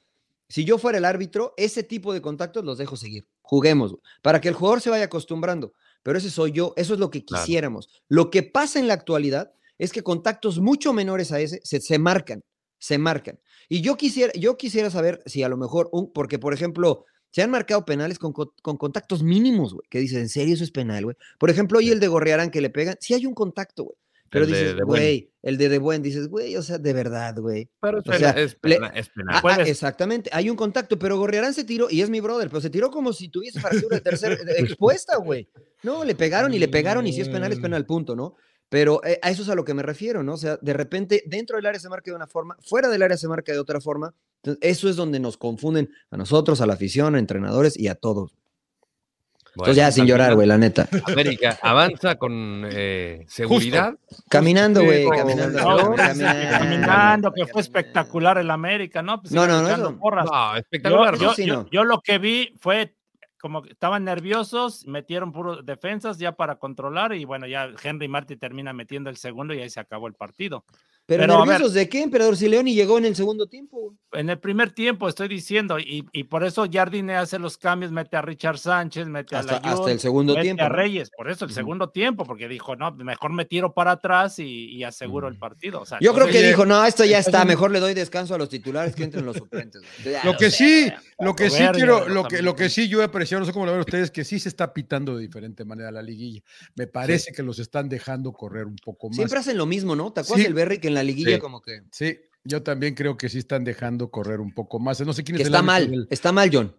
Speaker 5: Si yo fuera el árbitro, ese tipo de contactos los dejo seguir. Juguemos, güey, para que el jugador se vaya acostumbrando. Pero ese soy yo, eso es lo que
Speaker 3: Claro.
Speaker 5: quisiéramos. Lo que pasa en la actualidad es que contactos mucho menores a ese se, se marcan, se marcan. Y yo quisiera, yo quisiera saber si a lo mejor, un, porque por ejemplo, se han marcado penales con, co- con contactos mínimos, güey, que dicen, ¿en serio eso es penal, güey? Por ejemplo, hoy el de Gorriarán que le pegan, sí hay un contacto, güey. Pero
Speaker 3: El de-
Speaker 5: dices,
Speaker 3: de Buen.
Speaker 5: güey, el de De Buen, dices, güey, o sea, de verdad, güey.
Speaker 3: Pero
Speaker 5: o sea,
Speaker 3: es,
Speaker 5: le-
Speaker 3: penal, es
Speaker 5: Ah,
Speaker 3: penal.
Speaker 5: ah,
Speaker 4: puedes-
Speaker 5: exactamente, hay un contacto, pero Gorriarán se tiró, y es mi brother, pero se tiró como si tuviese fractura de tercera eh, expuesta, güey. No, le pegaron y le pegaron, y si es penal, es
Speaker 1: Mm.
Speaker 5: penal, punto, ¿no? Pero eh, a eso es a lo que me refiero, ¿no? O sea, de repente dentro del área se marca de una forma, fuera del área se marca de otra forma. Entonces, eso es donde nos confunden a nosotros, a la afición, a entrenadores y a todos. Entonces, ya
Speaker 3: Bueno,
Speaker 5: sin
Speaker 3: al
Speaker 5: llorar,
Speaker 3: final,
Speaker 5: güey, la neta.
Speaker 3: América avanza con eh, seguridad.
Speaker 5: Caminando,
Speaker 1: Sí,
Speaker 5: güey,
Speaker 1: no,
Speaker 5: caminando.
Speaker 3: no,
Speaker 5: güey,
Speaker 3: no,
Speaker 5: caminando,
Speaker 4: Caminando, que fue
Speaker 5: caminando.
Speaker 4: espectacular el América, ¿no? Pues,
Speaker 5: No,
Speaker 4: iban
Speaker 5: no, no,
Speaker 4: echando
Speaker 5: eso-
Speaker 4: porras.
Speaker 3: No,
Speaker 4: Yo,
Speaker 3: espectacular.
Speaker 5: eso
Speaker 4: yo-
Speaker 5: sí,
Speaker 4: yo-
Speaker 5: no.
Speaker 4: yo lo que vi fue como que estaban nerviosos, metieron puros defensas ya para controlar y bueno, ya Henry Martí termina metiendo el segundo y ahí se acabó el partido.
Speaker 5: Pero,
Speaker 4: Pero, a ver.
Speaker 5: nerviosos de qué, emperador? Si Leoni llegó en el segundo tiempo, güey.
Speaker 4: En el primer tiempo estoy diciendo y, y por eso Jardine hace los cambios, mete a Richard Sánchez, mete
Speaker 5: hasta,
Speaker 4: a la
Speaker 5: hasta el segundo
Speaker 4: mete
Speaker 5: tiempo.
Speaker 4: a
Speaker 5: ¿no?
Speaker 4: Reyes, por eso el
Speaker 5: Ujú.
Speaker 4: segundo tiempo, porque dijo, no, mejor me tiro para atrás y, y aseguro el partido. O sea,
Speaker 5: Mm. Yo creo
Speaker 4: entonces-
Speaker 5: que
Speaker 1: Oye,
Speaker 5: dijo, no, esto ya está,
Speaker 4: entonces-
Speaker 5: mejor le doy descanso a los titulares que entren los suplentes. güey. Ya,
Speaker 1: Lo
Speaker 5: o
Speaker 1: que
Speaker 5: sea,
Speaker 1: sí, lo que sí
Speaker 4: soberbia
Speaker 1: quiero,
Speaker 4: de
Speaker 1: lo
Speaker 4: los
Speaker 1: que, lo que
Speaker 4: americanistas.
Speaker 1: sí yo he apreciado, no sé cómo lo ven ustedes, que sí se está pitando de diferente manera la liguilla. Me parece que los están dejando correr un poco más.
Speaker 5: Siempre hacen lo mismo, ¿no? ¿Te acuerdas
Speaker 1: Sí.
Speaker 5: del Berry que en la liguilla
Speaker 3: Sí.
Speaker 5: como que,
Speaker 1: Sí, yo también creo que sí están dejando correr un poco más. No sé quién
Speaker 5: que
Speaker 1: es el
Speaker 5: está
Speaker 1: árbitro
Speaker 5: mal,
Speaker 1: del-
Speaker 5: está mal, John?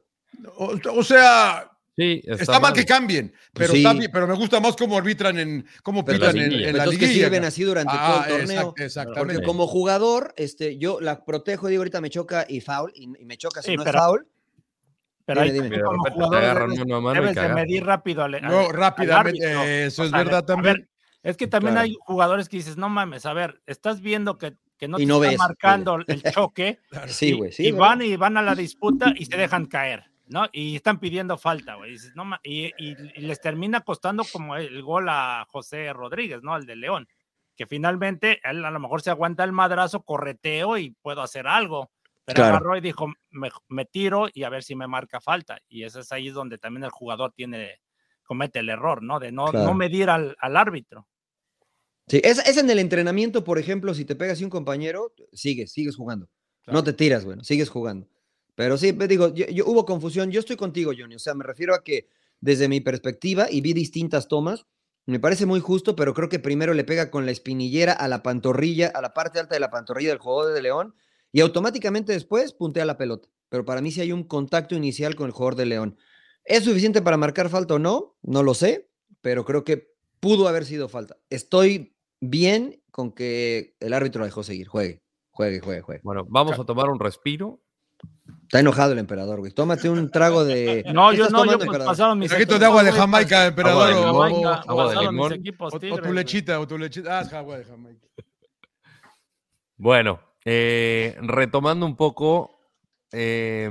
Speaker 1: O, o sea,
Speaker 3: Sí,
Speaker 1: está, mal que cambien, pero,
Speaker 5: Sí.
Speaker 1: está bien, pero me gusta más cómo arbitran en, cómo
Speaker 5: Pero
Speaker 1: pitan
Speaker 3: la
Speaker 1: en,
Speaker 3: liguilla.
Speaker 1: en la
Speaker 5: Entonces que
Speaker 1: liguilla.
Speaker 5: sirven
Speaker 1: cara.
Speaker 5: así durante todo
Speaker 1: Ah,
Speaker 5: el torneo.
Speaker 1: exact- exactamente.
Speaker 5: Porque como jugador, este, yo la protejo, digo, ahorita me choca y foul, y, y me choca si
Speaker 4: Sí,
Speaker 5: no es
Speaker 4: pero-
Speaker 5: foul.
Speaker 4: Pero ahí
Speaker 5: Dime, dime.
Speaker 4: también
Speaker 3: de
Speaker 4: como
Speaker 3: repente te
Speaker 4: jugador
Speaker 3: agarran
Speaker 4: debes-
Speaker 3: mano a mano y
Speaker 4: debes de
Speaker 3: cagar.
Speaker 4: medir rápido al, al-
Speaker 1: No,
Speaker 4: al
Speaker 1: rápidamente,
Speaker 4: árbitro.
Speaker 1: eh, eso
Speaker 4: O
Speaker 1: es
Speaker 4: sea,
Speaker 1: verdad
Speaker 4: a
Speaker 1: también.
Speaker 4: ver, es que también
Speaker 1: Claro.
Speaker 4: hay jugadores que dices, no mames, a ver, estás viendo que, que no
Speaker 5: Y
Speaker 4: te
Speaker 5: no
Speaker 4: está
Speaker 5: ves,
Speaker 4: marcando el choque
Speaker 5: Sí,
Speaker 4: y-
Speaker 5: güey. Sí,
Speaker 4: y
Speaker 5: güey.
Speaker 4: van y van a la disputa y se dejan caer, ¿no? Y están pidiendo falta, güey. Dices, no ma- y, y- y les termina costando como el gol a José Rodríguez, ¿no? El de León, que finalmente él a lo mejor se aguanta el madrazo, correteo y puedo hacer algo. Pero
Speaker 5: Claro.
Speaker 4: agarró y dijo, me, me tiro y a ver si me marca falta. Y ese es ahí donde también el jugador tiene comete el error, ¿no? De no,
Speaker 5: Claro.
Speaker 4: no medir al, al árbitro.
Speaker 5: Sí, es, es en el entrenamiento, por ejemplo, si te pegas a un compañero, sigues, sigues jugando. No te tiras, bueno, sigues jugando. Pero sí, ve, digo, yo, yo- hubo confusión. Yo estoy contigo, Johnny. O sea, me refiero a que desde mi perspectiva y vi distintas tomas, me parece muy justo, pero creo que primero le pega con la espinillera a la pantorrilla, a la parte alta de la pantorrilla del jugador de León y automáticamente después puntea la pelota. Pero para mí sí hay un contacto inicial con el jugador de León. ¿Es suficiente para marcar falta o no? No lo sé, pero creo que pudo haber sido falta. Estoy bien con que el árbitro la dejó seguir. Juegue, juegue, juegue, juegue.
Speaker 3: Bueno, vamos a tomar un respiro.
Speaker 5: Está enojado el emperador, güey. Tómate un trago de.
Speaker 4: No,
Speaker 5: ¿Qué
Speaker 4: yo
Speaker 5: estás
Speaker 4: no, yo
Speaker 5: tomando,
Speaker 4: pues,
Speaker 5: emperador?
Speaker 4: pasaron mis
Speaker 1: Traguito de
Speaker 4: equipos,
Speaker 1: agua de
Speaker 4: güey,
Speaker 1: Jamaica, emperador. Oh,
Speaker 3: de
Speaker 1: o-
Speaker 3: Jamaica,
Speaker 1: o-
Speaker 4: Jamaica,
Speaker 3: agua de
Speaker 4: pasaron mis
Speaker 3: limón.
Speaker 4: equipos,
Speaker 1: o- o
Speaker 4: Tigres,
Speaker 1: tu
Speaker 4: güey.
Speaker 1: lechita, o tu lechita. Ah, es agua de Jamaica.
Speaker 3: Bueno, eh, retomando un poco, eh,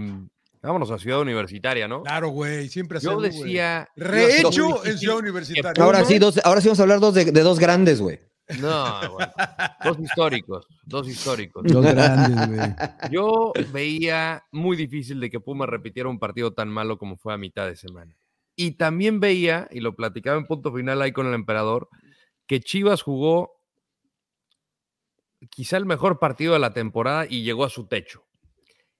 Speaker 3: vámonos a Ciudad Universitaria, ¿no?
Speaker 1: Claro, güey, siempre
Speaker 3: Yo
Speaker 1: hacemos, güey.
Speaker 3: decía.
Speaker 1: Rehecho
Speaker 3: Yo-
Speaker 1: en Ciudad Universitaria.
Speaker 5: Ahora sí, dos, ahora sí vamos a hablar dos de, de dos grandes, güey.
Speaker 3: No, güey. dos históricos, dos históricos.
Speaker 1: Dos grandes, güey.
Speaker 3: Yo veía muy difícil de que Puma repitiera un partido tan malo como fue a mitad de semana. Y también veía, y lo platicaba en punto final ahí con el emperador, que Chivas jugó quizá el mejor partido de la temporada y llegó a su techo.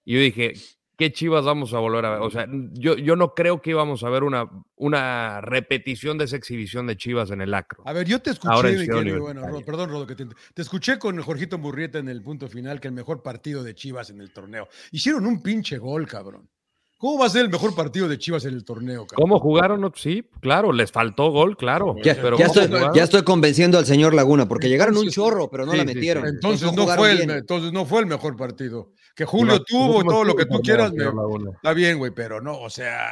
Speaker 3: Y yo dije, ¿qué Chivas vamos a volver a ver? O sea, yo, yo no creo que íbamos a ver una, una repetición de esa exhibición de Chivas en el acro.
Speaker 1: A
Speaker 5: Ah,
Speaker 1: ver, yo te escuché,
Speaker 3: Ahora en
Speaker 1: mi
Speaker 3: Ciudad
Speaker 1: querido- bueno,
Speaker 3: Universitaria.
Speaker 1: Ro- perdón, Rodo, que te, inter- te escuché con Jorgito Murrieta en el punto final, que el mejor partido de Chivas en el torneo. Hicieron un pinche gol, cabrón. ¿Cómo va a ser el mejor partido de Chivas en el torneo, cabrón?
Speaker 3: ¿Cómo jugaron? No, Sí, claro, les faltó gol, claro.
Speaker 5: Ya,
Speaker 3: pero
Speaker 5: ya
Speaker 3: ¿cómo
Speaker 5: estoy,
Speaker 3: jugaron?
Speaker 5: ya estoy convenciendo al señor Laguna, porque llegaron un
Speaker 1: Entonces,
Speaker 5: chorro, pero no
Speaker 3: sí,
Speaker 5: la
Speaker 3: sí, sí.
Speaker 5: metieron.
Speaker 1: Entonces
Speaker 5: no
Speaker 1: no,
Speaker 5: jugaron
Speaker 1: fue el,
Speaker 5: bien.
Speaker 1: me- entonces no fue el mejor partido. Que
Speaker 3: Julio
Speaker 1: Julio tuvo y todo lo que tú quieras. me- Está bien, güey, pero no, o sea.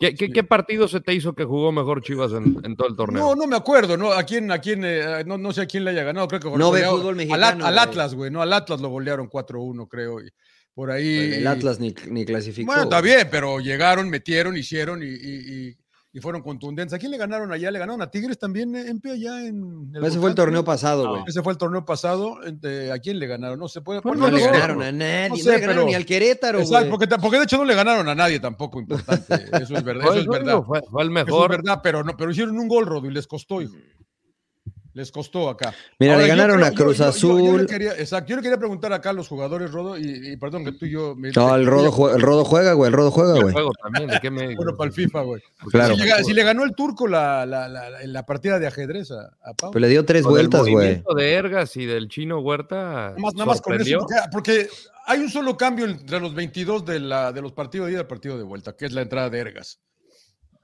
Speaker 3: ¿Qué, qué, qué partido se te hizo que jugó mejor Chivas en, en todo el
Speaker 1: No,
Speaker 3: torneo?
Speaker 1: no me acuerdo, no, a quién, a quién, eh, no, no sé a quién le haya ganado, creo que
Speaker 5: No ve
Speaker 1: golearon-
Speaker 5: fútbol
Speaker 1: al
Speaker 5: mexicano,
Speaker 1: At- Al,
Speaker 5: güey.
Speaker 1: Atlas, güey, no, al Atlas lo golearon 4-1, creo, y por ahí.
Speaker 5: El Atlas ni, ni clasificó.
Speaker 1: Bueno, está
Speaker 5: güey.
Speaker 1: bien, pero llegaron, metieron, hicieron y, y- y- y fueron contundentes. ¿A quién le ganaron allá? Le ganaron a Tigres también, eh, en allá en.
Speaker 5: Ese fue el
Speaker 1: volcán?
Speaker 5: torneo pasado,
Speaker 4: No.
Speaker 5: güey.
Speaker 1: Ese fue el torneo pasado. este, ¿A quién le ganaron? No se puede.
Speaker 3: Pues
Speaker 5: No,
Speaker 3: no
Speaker 5: le
Speaker 3: sé,
Speaker 5: ganaron
Speaker 3: güey.
Speaker 5: a nadie, no,
Speaker 1: sé,
Speaker 5: le ganaron
Speaker 1: pero-
Speaker 5: ni al Querétaro,
Speaker 1: Exacto,
Speaker 5: güey.
Speaker 1: porque, ta- porque de hecho no le ganaron a nadie tampoco importante. Eso es verdad. Eso
Speaker 3: Por
Speaker 1: es
Speaker 3: eso digo,
Speaker 1: verdad.
Speaker 3: Fue, fue el
Speaker 1: Eso es
Speaker 3: mejor.
Speaker 1: verdad, pero no, pero hicieron un gol, Rodo, y les costó, hijo. Les costó acá.
Speaker 5: Mira,
Speaker 1: Ahora,
Speaker 5: le
Speaker 1: yo
Speaker 5: ganaron
Speaker 1: creo-
Speaker 5: a
Speaker 1: yo-
Speaker 5: Cruz
Speaker 1: yo- yo- yo le
Speaker 5: Azul.
Speaker 1: quería- exacto, yo le quería preguntar acá a los jugadores, Rodo, y, y perdón que tú y yo. me-
Speaker 5: No, el Rodo, jue- el Rodo juega, güey. El Rodo juega,
Speaker 3: El
Speaker 5: güey.
Speaker 3: juego también, ¿de qué me-
Speaker 1: Bueno, para el FIFA, güey.
Speaker 5: Claro.
Speaker 1: Si, llega- si le ganó el turco la, la, la, la- la partida de ajedrez a, a Pau.
Speaker 5: Pero le dio tres
Speaker 3: Con el
Speaker 5: vueltas, güey.
Speaker 3: movimiento de Ergas y del chino Huerta.
Speaker 1: Nada más, nada más con eso,
Speaker 3: sorprendió.
Speaker 1: porque, ah, porque hay un solo cambio entre los 22 de, la, de los partidos de ida y el partido de vuelta, que es la entrada de Ergas.